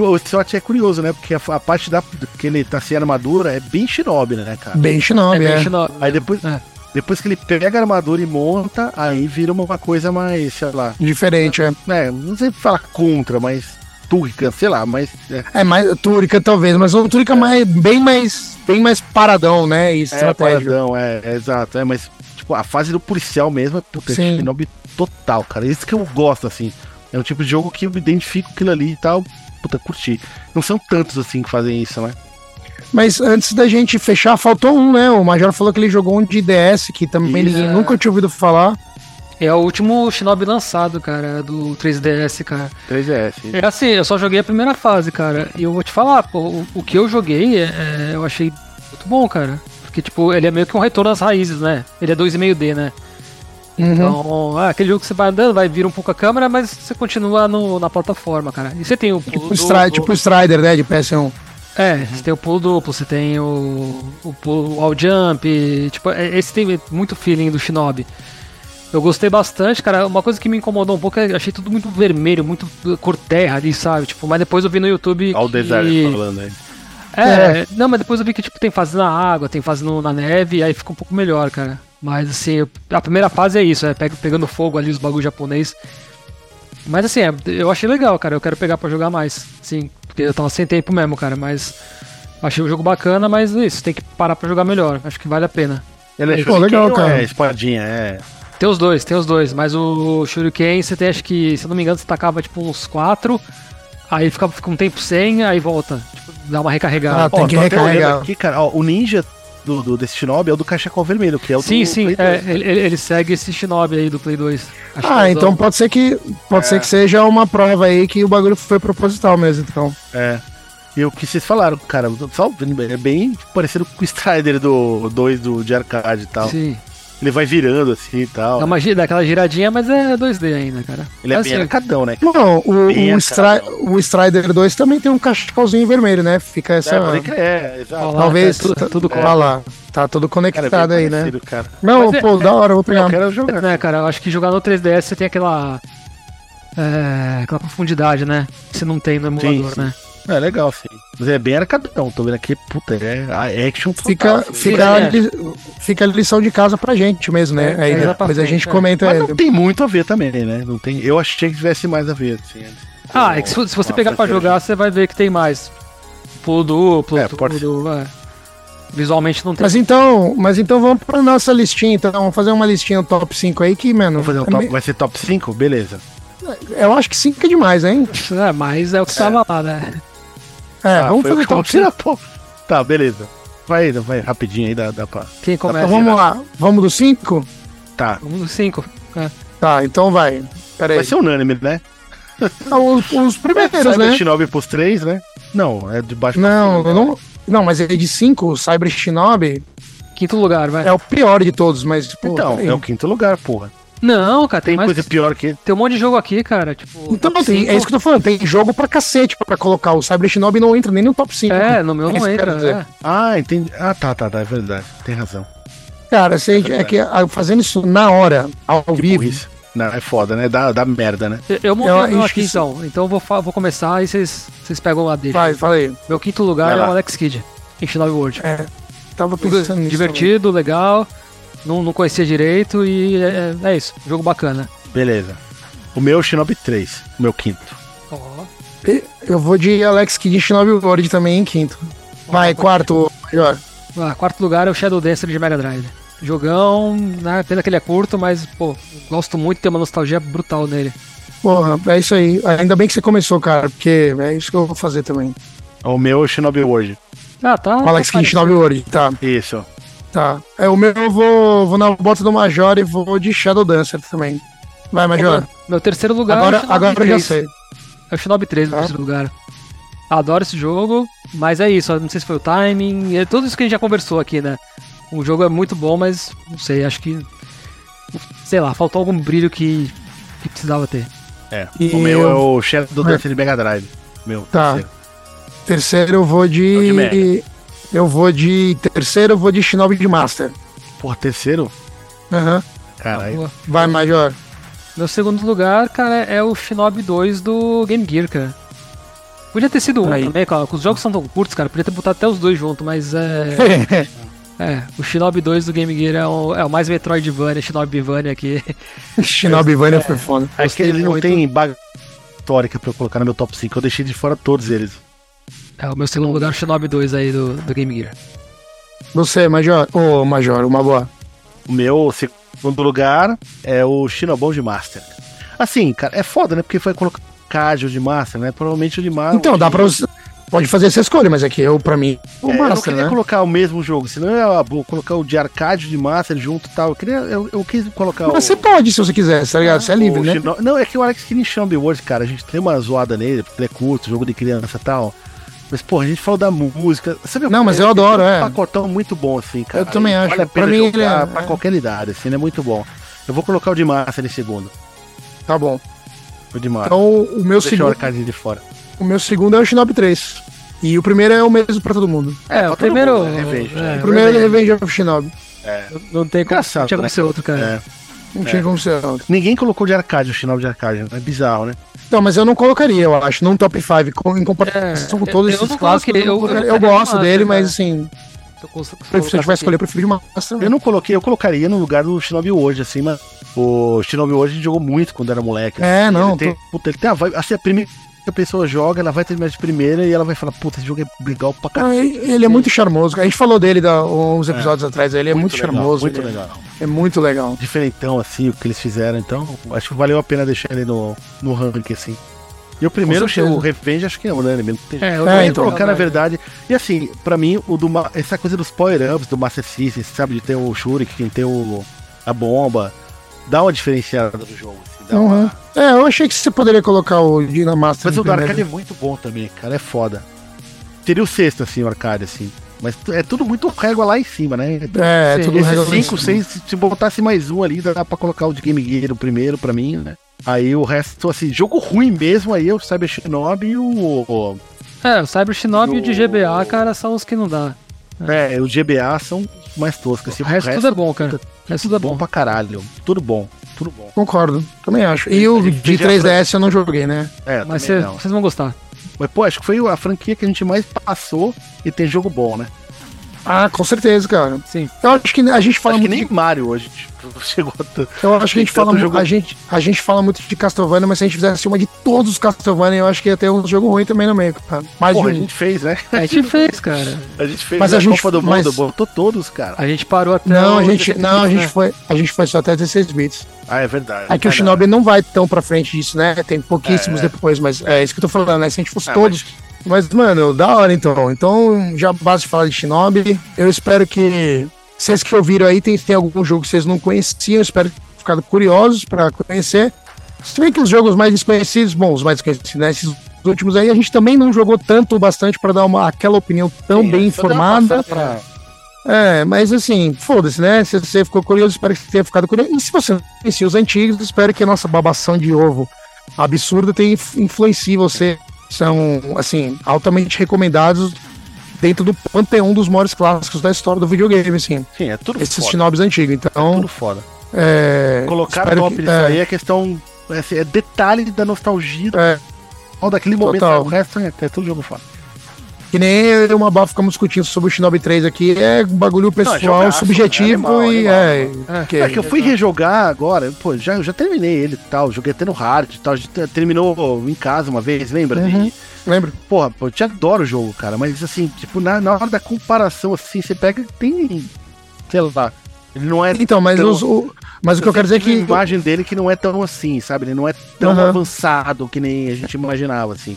S3: O SWAT é curioso, né? Porque a, a parte da, que ele tá sem armadura é bem shinobi, né, cara?
S1: Bem
S2: É
S1: Shinobi,
S2: bem
S1: é.
S2: Shinobi.
S3: Aí depois,
S2: É.
S3: depois que ele pega a armadura e monta, aí vira uma coisa mais, sei lá,
S1: Diferente, é.
S3: né? Não sei falar contra, mas turca, sei lá, mas é,
S1: É mais Túrica, talvez, mas um Túrica mais, bem mais bem mais paradão, né? E
S3: é
S1: estratégico.
S3: paradão, é, é exato, é, mas tipo, a fase do policial mesmo é puta,
S1: Sim.
S3: shinobi total, cara. Isso que eu gosto, assim. É um tipo de jogo que eu me identifico com aquilo ali e tal. Puta, curti. Não são tantos assim que fazem isso, né?
S1: mas antes da gente fechar, faltou um, né? O Major falou que ele jogou um de DS, que também
S3: Isso.
S1: ninguém nunca tinha ouvido falar.
S2: É o último Shinobi lançado, cara, é do 3DS, cara.
S3: 3DS.
S2: É assim, eu só joguei a primeira fase, cara. E eu vou te falar, pô, o, o que eu joguei, é, é, eu achei muito bom, cara. Porque, tipo, ele é meio que um retorno às raízes, né? Ele é 2,5D, né?
S1: Uhum.
S2: Então, ah, aquele jogo que você vai andando, vai vir um pouco a câmera, mas você continua no- na plataforma, cara. E você tem o pulo
S1: Tipo,
S2: do,
S1: Stri-
S2: do-
S1: tipo Strider, né? De PS1.
S2: É, você tem o pulo duplo, você tem o, o pulo o all jump, tipo, é- esse tem muito feeling do Shinobi. Eu gostei bastante, cara. Uma coisa que me incomodou um pouco é que eu achei tudo muito vermelho, muito uh, cor terra ali, sabe? Tipo, mas depois eu vi no YouTube.
S3: Olha o
S2: que-
S3: design falando aí.
S2: é, não, mas depois eu vi que tipo, tem fase na água, tem fase no- na neve, aí fica um pouco melhor, cara. Mas assim, eu- a primeira fase é isso, é pega- pegando fogo ali os bagulho japonês. Mas assim, é, eu achei legal, cara. Eu quero pegar pra jogar mais. Sim, porque eu tava sem tempo mesmo, cara. Mas achei o jogo bacana, mas é isso, tem que parar pra jogar melhor. Acho que vale a pena.
S3: Ele
S1: Pô, legal,
S3: shuriken ou
S1: cara.
S3: É, espadinha, é.
S2: Tem os dois, tem os dois, mas o Shuriken, você tem, acho que, se eu não me engano, você tacava tipo uns quatro, aí fica, fica um tempo sem, aí volta. Tipo, dá uma recarregada.
S1: Ah, tem
S3: Ó,
S1: que
S3: tô até
S1: recarregar.
S3: olhando Aqui, cara, ó, o ninja do, do, desse Shinobi é o do cachecol vermelho, que é o
S2: Sim,
S3: do
S2: sim,
S3: Play
S2: é,
S3: 2.
S2: ele, ele- ele segue esse Shinobi aí do Play 2. Acho que
S1: Ah,
S2: é o
S1: então
S2: Zão.
S1: pode ser que pode ser que seja uma prova aí que o bagulho foi proposital mesmo, então.
S3: É. E o que vocês falaram, cara, só vendo, é bem parecido com o Strider do 2 do, de arcade e tal.
S2: Sim.
S3: Ele vai virando assim e tal.
S2: Dá, uma, gi- dá aquela giradinha, mas é 2D ainda, cara.
S3: Ele é
S2: Assim,
S3: bem arcadão, né?
S1: Não, o,
S3: Bem
S1: o, Stri-
S3: arcadão.
S1: o Strider 2 também tem um cachecolzinho vermelho, né? Fica essa.
S3: É, pode crer, é,
S2: Ó
S3: exato.
S2: lá,
S1: talvez.
S2: tá- tá tudo
S1: tudo
S2: com-
S1: tá, lá. Tá tudo
S3: Cara, é
S1: conectado
S3: bem
S1: aí, né?
S3: parecido, cara.
S1: Não,
S2: Mas é-
S1: pô, da hora, eu vou pegar.
S3: Eu quero jogar.
S2: né, cara, eu acho que jogar no 3DS você tem aquela. é, aquela profundidade, né? Que você não tem no emulador,
S3: Sim, sim.
S2: né?
S3: É legal, sim. Mas é bem arcadão, tô vendo aqui, puta, é a action
S1: Fica,
S3: total, assim.
S1: fica, a
S2: É.
S1: li- fica a lição de casa pra gente mesmo, né?
S2: É,
S1: aí
S2: é,
S1: depois a
S2: exatamente,
S1: gente
S2: é.
S1: comenta.
S3: Mas
S1: ele.
S3: não tem muito a ver também, né? Não tem... Eu achei que tivesse mais a ver, assim.
S2: Ah, é que se, se você pegar pra jogar, você vai ver que tem mais. Pulo duplo,
S3: É, pode
S2: tudo. é. Visualmente não tem.
S1: Mas então, mas então vamos pra nossa listinha, então. Vamos fazer uma listinha top 5 aí que, mano.
S3: Vamos fazer um
S1: é
S3: top...
S1: me-
S3: Vai ser top 5? Beleza.
S1: Eu acho que 5 é demais, hein?
S2: É, mas é o que tava lá, né?
S1: É,
S3: Ah,
S1: vamos
S3: foi o
S1: fazer
S3: que eu
S1: top 5.
S3: tira, pô. Tá, beleza. Vai, então, vai rapidinho aí, dá, dá pra.
S2: Quem começa?
S3: né,
S2: Um
S1: Então vamos lá. Vamos do 5?
S3: Tá.
S2: Vamos no 5.
S1: Tá, então vai. Pera aí.
S3: Vai ser unânime, né?
S1: Ah, Os, os primeiros,
S3: Sai do
S1: né?
S3: Shinobi pros 3, né? É, Não, é de baixo pra
S1: Não,
S3: cima.
S1: eu não. Não, mas é de 5, o Cyber Shinobi
S2: Quinto lugar, vai.
S1: é o pior de todos, mas, pô,
S3: Então,
S1: peraí.
S3: é o quinto lugar, porra.
S2: Não, cara, tem,
S3: Tem
S2: mais.
S3: coisa pior que.
S2: Tem um monte de jogo aqui, cara. Tipo,
S1: Então,
S2: top
S1: assim,
S2: cinco.
S1: é isso que eu tô falando. Tem jogo pra cacete pra colocar. O Cyber Shinobi não entra nem no top 5.
S2: É, no meu
S1: É isso
S2: não
S1: que eu quero
S2: entra.
S1: dizer.
S2: É.
S3: Ah, entendi. Ah, tá, tá, tá. É verdade. Tem razão.
S1: Cara, assim, é que ah, fazendo isso na hora, ao vivo.
S3: Burrice. Não, é foda, né? Dá, dá merda, né?
S2: Eu- Eu montei
S1: É, Eu
S2: o meu
S1: acho
S2: aqui,
S1: que isso-
S2: então. Então eu vou, fa- vou começar e vocês vocês pegam lá dele.
S1: Vai, fala aí.
S2: Meu quinto lugar
S3: Vai
S2: é o
S3: lá.
S2: Alex Kidd, em Shinobi World.
S1: É, tava
S2: Jogo
S1: pensando nisso.
S2: Divertido, legal. Não, não conhecia direito e é, é isso. Jogo bacana.
S3: Beleza. O meu é o Shinobi 3, o meu quinto.
S1: também. Eu vou de Alex Kidd e Shinobi World também em quinto. Vai, quarto, melhor.
S2: Ah, quarto lugar é o Shadow Dancer de Mega Drive. Jogão, né? Pena que ele é curto, mas, pô, gosto muito, tem uma nostalgia brutal nele.
S1: Porra, é isso aí. Ainda bem que você começou, cara, porque é isso que eu vou fazer também.
S3: O meu é o Shinobi World.
S2: Ah, tá.
S1: O Alex
S2: tá
S1: Kidd e Shinobi World, tá.
S3: Isso.
S1: Tá. É, o meu eu vou, vou na bota do Major e vou de Shadow Dancer também. Vai, Major.
S2: Meu terceiro lugar é o
S1: Agora,
S2: Shinobi
S1: agora eu já
S2: 3.
S1: sei.
S2: É o Shinobi 3 no
S1: Tá.
S2: terceiro lugar. Adoro esse jogo, mas é isso. Não sei se foi o timing, é tudo isso que a gente já conversou aqui, né? O jogo é muito bom, mas não sei, acho que. Sei lá, faltou algum brilho que, que precisava ter.
S3: É.
S1: E
S3: o meu é
S1: eu-
S3: o chefe do
S1: É.
S3: Destiny Mega Drive. Meu.
S1: Tá.
S3: terceiro.
S1: Terceiro eu vou
S3: É o de
S1: de.
S3: Mega.
S1: Eu vou de. Terceiro eu vou de Shinobi de Master.
S3: Porra, terceiro?
S1: Aham.
S3: Caralho.
S2: Boa.
S1: Vai, Major.
S2: Meu segundo lugar, cara, é o Shinobi 2 do Game Gear, cara. Podia ter sido um
S1: Aí.
S2: também, cara. Os jogos são tão curtos, cara. Podia ter botado até os dois juntos, mas é.
S1: [LAUGHS]
S2: É, o Shinobi 2 do Game Gear é o, é o mais Metroidvania, Shinobi aqui.
S1: Shinobi Vania foi foda.
S3: É que ele não
S2: muito.
S3: tem baga histórica pra eu colocar no meu top 5. Eu deixei de fora todos eles.
S2: [LAUGHS] É o meu segundo lugar, o Shinobi 2 aí do, do Game Gear.
S1: Você, Major. Ô, Major, uma boa.
S3: O meu segundo lugar é o Shinobon de Master. Assim, cara, é foda, né? Porque foi colocar o de Master, né? Provavelmente o de Master.
S1: Então, dá pra você. Pode fazer essa escolha, mas é que eu, pra mim, o
S3: É, eu não
S1: Master,
S3: queria
S1: né?
S3: colocar o mesmo jogo, senão eu ia vou colocar o de arcade de Master junto e tal. Eu, queria, eu, eu quis colocar o.
S1: Mas você pode, se você quiser, tá ligado? Você é livre,
S3: o
S1: né?
S3: Shino- Não, é que o Alex queria encher o World, cara. A gente tem uma zoada nele, porque ele é curto, jogo de criança e tal. Mas, pô, a gente falou da música. Sabe,
S1: Não, mas
S3: é-
S1: eu adoro,
S3: Um
S1: é.
S3: pacotão muito bom, assim, cara.
S1: Eu também acho.
S3: Vale a
S1: Pra
S3: pena
S1: mim, ele
S3: jogar
S1: é-
S3: pra qualquer idade, assim, ele é muito bom. Eu vou colocar o de Master em segundo.
S1: Tá bom.
S3: O de Master.
S1: Então, o meu,
S3: Ah, Deixa o
S1: segundo,
S3: arcade de fora.
S1: o meu segundo é o Shinobi 3. E o primeiro é o mesmo pra todo mundo.
S2: É, o
S3: todo
S2: primeiro.
S3: mundo, né? Revenge, né?
S2: é,
S1: O primeiro é Revenge of Shinobi.
S2: Não tem como,
S3: Engraçado,
S2: não tinha como
S3: né?
S2: ser outro, cara.
S3: É.
S1: Não tinha como ser outro.
S3: Ninguém colocou de arcade, o sinal de arcade. né? É bizarro, né?
S1: Não, mas eu não colocaria, eu acho, num top 5. com- Em comparação
S2: É,
S1: com todos
S2: eu- eu
S1: esses
S2: não
S1: clássicos,
S2: coloquei,
S1: eu, não
S2: eu-
S1: colocaria.
S2: eu
S1: Eu gosto
S2: colocaria
S1: dele,
S2: no
S1: mas
S2: Master, né?
S1: assim,
S2: Se eu cons-
S1: se
S2: se eu
S1: eu
S2: colocasse
S1: tivesse
S2: aqui.
S1: escolher, eu prefiro de Master.
S3: Eu não coloquei, eu colocaria no lugar do Shinobi hoje, assim, mas o Shinobi hoje a gente jogou muito quando era moleque.
S1: É,
S3: assim.
S1: não,
S3: Ele tem, puta, ele tem a vibe. Assim, a primeira que a pessoa joga, ela vai terminar de primeira e ela vai falar, puta, esse jogo é legal pra
S1: Ah,
S3: caralho.
S1: ele ele é muito charmoso. A gente falou dele da, uns episódios atrás. Ele é muito,
S4: legal,
S1: charmoso.
S3: muito
S1: ele é-
S3: legal.
S1: É muito legal.
S3: Diferentão, assim, o que eles fizeram. Então, acho que valeu a pena deixar ele no, no ranking, assim. E o primeiro,
S1: certeza.
S3: o Revenge, acho que é unânime. Não tem
S2: É, eu
S1: É,
S2: também
S1: então.
S2: vou
S3: colocar, na verdade. E assim, pra mim, o do Ma- essa coisa dos power-ups, do Master System, sabe? De ter o Shuriken, ter o... a bomba, dá uma diferenciada do jogo. Assim, dá uma-
S1: Uhum. É, eu achei que você poderia colocar o Dinamaster.
S3: Mas o do arcade é muito bom também, cara, é foda. Seria o sexto, assim, o arcade, assim. Mas tu- é tudo muito régua lá em cima, né?
S1: É,
S2: Sim,
S1: tudo
S2: esse
S1: regra-
S3: Esses cinco, seis, se se botasse mais um ali, dá pra colocar o de Game Gear o primeiro pra mim, né? Aí o resto, assim, jogo ruim mesmo, aí é o Cyber Shinobi e o, o-
S2: É, o Cyber Shinobi e o de
S4: No-
S2: GBA, cara, são os que não dá.
S3: é, o GBA são os mais toscos. Assim,
S2: O resto, tudo é bom, cara. O resto tudo é
S3: Tá bom
S2: bom.
S3: pra caralho. Tudo bom, tudo bom.
S1: Concordo, também acho. E o
S3: Ele
S1: de
S3: fez a
S1: 3DS eu não joguei, né?
S3: É,
S2: Mas
S3: também
S2: cê-
S3: não.
S2: vocês vão gostar.
S3: Mas, pô, acho que foi a franquia que a gente mais passou e tem jogo bom, né?
S1: Ah, com certeza, cara.
S2: Sim.
S1: Eu acho que a gente fala
S3: acho que
S1: muito.
S3: nem Mario hoje tipo, [LAUGHS] chegou a tanto.
S1: Eu acho que a gente
S3: tem tanto
S1: fala mu-
S3: jogo-
S1: a gente a gente fala muito de Castlevania, mas se a gente fizesse uma de todos os Castlevania, eu acho que ia ter um jogo ruim também no meio, cara. Mais
S3: Porra, a
S1: de um.
S3: gente fez, né?
S2: É, A gente fez, cara.
S3: [LAUGHS] A gente fez
S1: Mas
S3: a,
S1: a gente-
S3: Copa do
S1: mas-
S3: Mundo, botou todos, cara.
S2: A gente parou até.
S1: Não, a
S2: o
S1: gente,
S2: 16
S1: não, a
S2: bits, né?
S1: gente foi, a gente foi só até 16 bits.
S3: Ah, é verdade.
S1: É que o Shinobi não vai tão pra frente disso, né? Tem pouquíssimos depois, mas é isso que eu tô falando, né? Se a gente fosse
S3: Ah,
S1: todos. Mas... mano, da hora então. Então, já basta de falar de Shinobi. Eu espero que vocês que ouviram aí, tem, tem algum jogo que vocês não conheciam. Eu espero que tenham ficado curiosos pra conhecer. Se bem que os jogos mais desconhecidos, bom, os mais desconhecidos, né? Esses últimos aí, a gente também não jogou tanto o bastante pra dar uma, aquela opinião tão bem informada. É, mas assim, foda-se, né? Se você ficou curioso, espero que você tenha ficado curioso. E se você não conhecia os antigos, espero que a nossa babação de ovo absurda tenha inf- influenciado você. São, assim, altamente recomendados dentro do panteão dos maiores clássicos da história do videogame, assim.
S3: Sim, é tudo
S1: Esses
S3: foda.
S1: shinobis antigos. Então,
S3: Tudo foda.
S1: é,
S3: Colocar
S1: espero
S3: top
S1: que-
S3: nisso
S1: é,
S3: aí é questão. É, assim, é detalhe da nostalgia
S1: É.
S3: ou daquele momento.
S1: Total.
S3: O resto é, é tudo jogo foda.
S1: Que nem eu e o Mabá ficamos discutindo sobre o Shinobi 3 aqui. É um bagulho pessoal,
S3: jogaço,
S1: subjetivo
S3: né? Animal,
S1: e
S2: animal.
S1: é.
S2: É.
S1: que-
S3: É que eu fui rejogar agora, pô, já, eu já terminei ele e tal. Joguei até no hard e tal. a gente te- terminou em casa uma vez, lembra?
S1: Uhum.
S3: E,
S1: Lembra?
S3: porra, pô, eu te adoro o jogo, cara. Mas assim, tipo, na, na hora da comparação, assim, você pega que tem. Sei lá. Ele não é
S1: Então, mas,
S3: Então,
S1: os- o, mas o que eu quero dizer é
S3: Tem
S1: que.
S3: uma imagem dele que não é tão assim, sabe? Ele não é tão
S1: Aham.
S3: avançado que nem a gente imaginava, assim.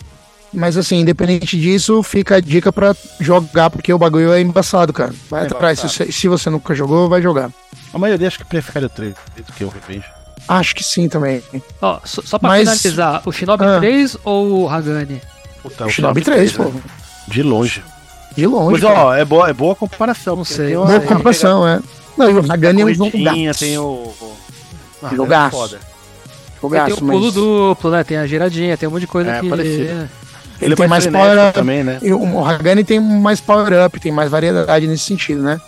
S1: Mas assim, independente disso, fica a dica pra jogar, porque o bagulho é embaçado, cara. Vai
S3: É
S1: atrás. Se
S3: embaçado.
S1: você, se você nunca jogou, vai jogar.
S3: A maioria acho que prefere o 3 do que o Revenge. É
S1: Acho que sim também.
S2: né? Ó, só, só pra
S1: Mas-
S2: finalizar, o Shinobi
S1: Ah.
S2: 3 ou o Hagane?
S3: Puta, o
S1: Shinobi
S3: top
S1: 3, pô.
S3: né? De longe.
S1: De longe.
S3: Mas, ó, é, boa, é boa comparação.
S2: Não
S3: porque
S2: sei.
S3: Tem
S1: Boa
S3: uma,
S1: comparação, é. Não, e o Hagani é um
S3: corridinha,
S1: jogaço.
S3: tem o... o- Ah, é
S1: Jogaço.
S3: foda.
S1: jogaço,
S2: tem o pulo
S1: mas
S2: duplo, né? Tem a giradinha, tem um monte de coisa
S3: É,
S2: que.
S3: parecido.
S2: é.
S1: Ele tem
S3: é
S1: mais
S3: frenético
S1: power up.
S3: também, né?
S1: e O Hagani tem mais power-up, tem mais variedade nesse sentido, né?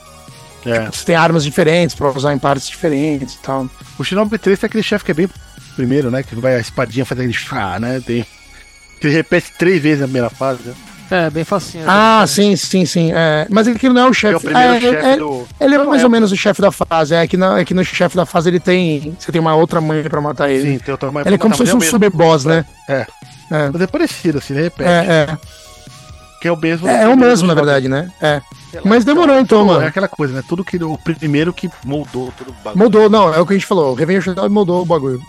S3: É.
S1: Você tem armas diferentes pra usar em partes diferentes e tal.
S3: O Shinobi 3 tem aquele chefe que é bem primeiro, né? Que vai a espadinha faz aquele chá, né? Tem... Que ele repete três vezes na primeira fase, né?
S2: É, bem facinho.
S1: Ah, sim, sim, sim. é. Mas aquilo não é o
S4: É
S1: chefe.
S4: o primeiro
S1: Ah, é-
S4: chefe
S1: é-
S4: do.
S1: Ele é mais
S3: é,
S1: ou menos o chefe da fase. É que, na, é que no chefe da fase ele tem. Você tem uma outra mãe pra matar ele.
S3: tem o tamanho
S1: Ele é como se fosse um sub-boss, né?
S3: É.
S1: É.
S3: Mas é parecido, assim, né? Repete.
S1: É, é.
S3: Que é o mesmo.
S1: É, é o mesmo, na verdade, né? É. Mas demorou então,
S3: É
S1: mano.
S3: aquela coisa, né? Tudo que. O primeiro que moldou todo o bagulho.
S1: Mudou, não, é o que a gente falou. O Revenge of the Dog mudou o bagulho.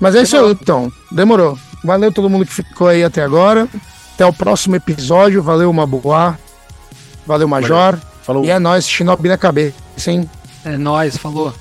S1: Mas é isso aí, então. Demorou. Valeu todo mundo que ficou aí até agora. Até o próximo episódio. Valeu, Mabuá. Valeu, Major. é
S3: Falou.
S1: E é nóis, Shinobi na cabeça, hein?
S2: É nóis, falou.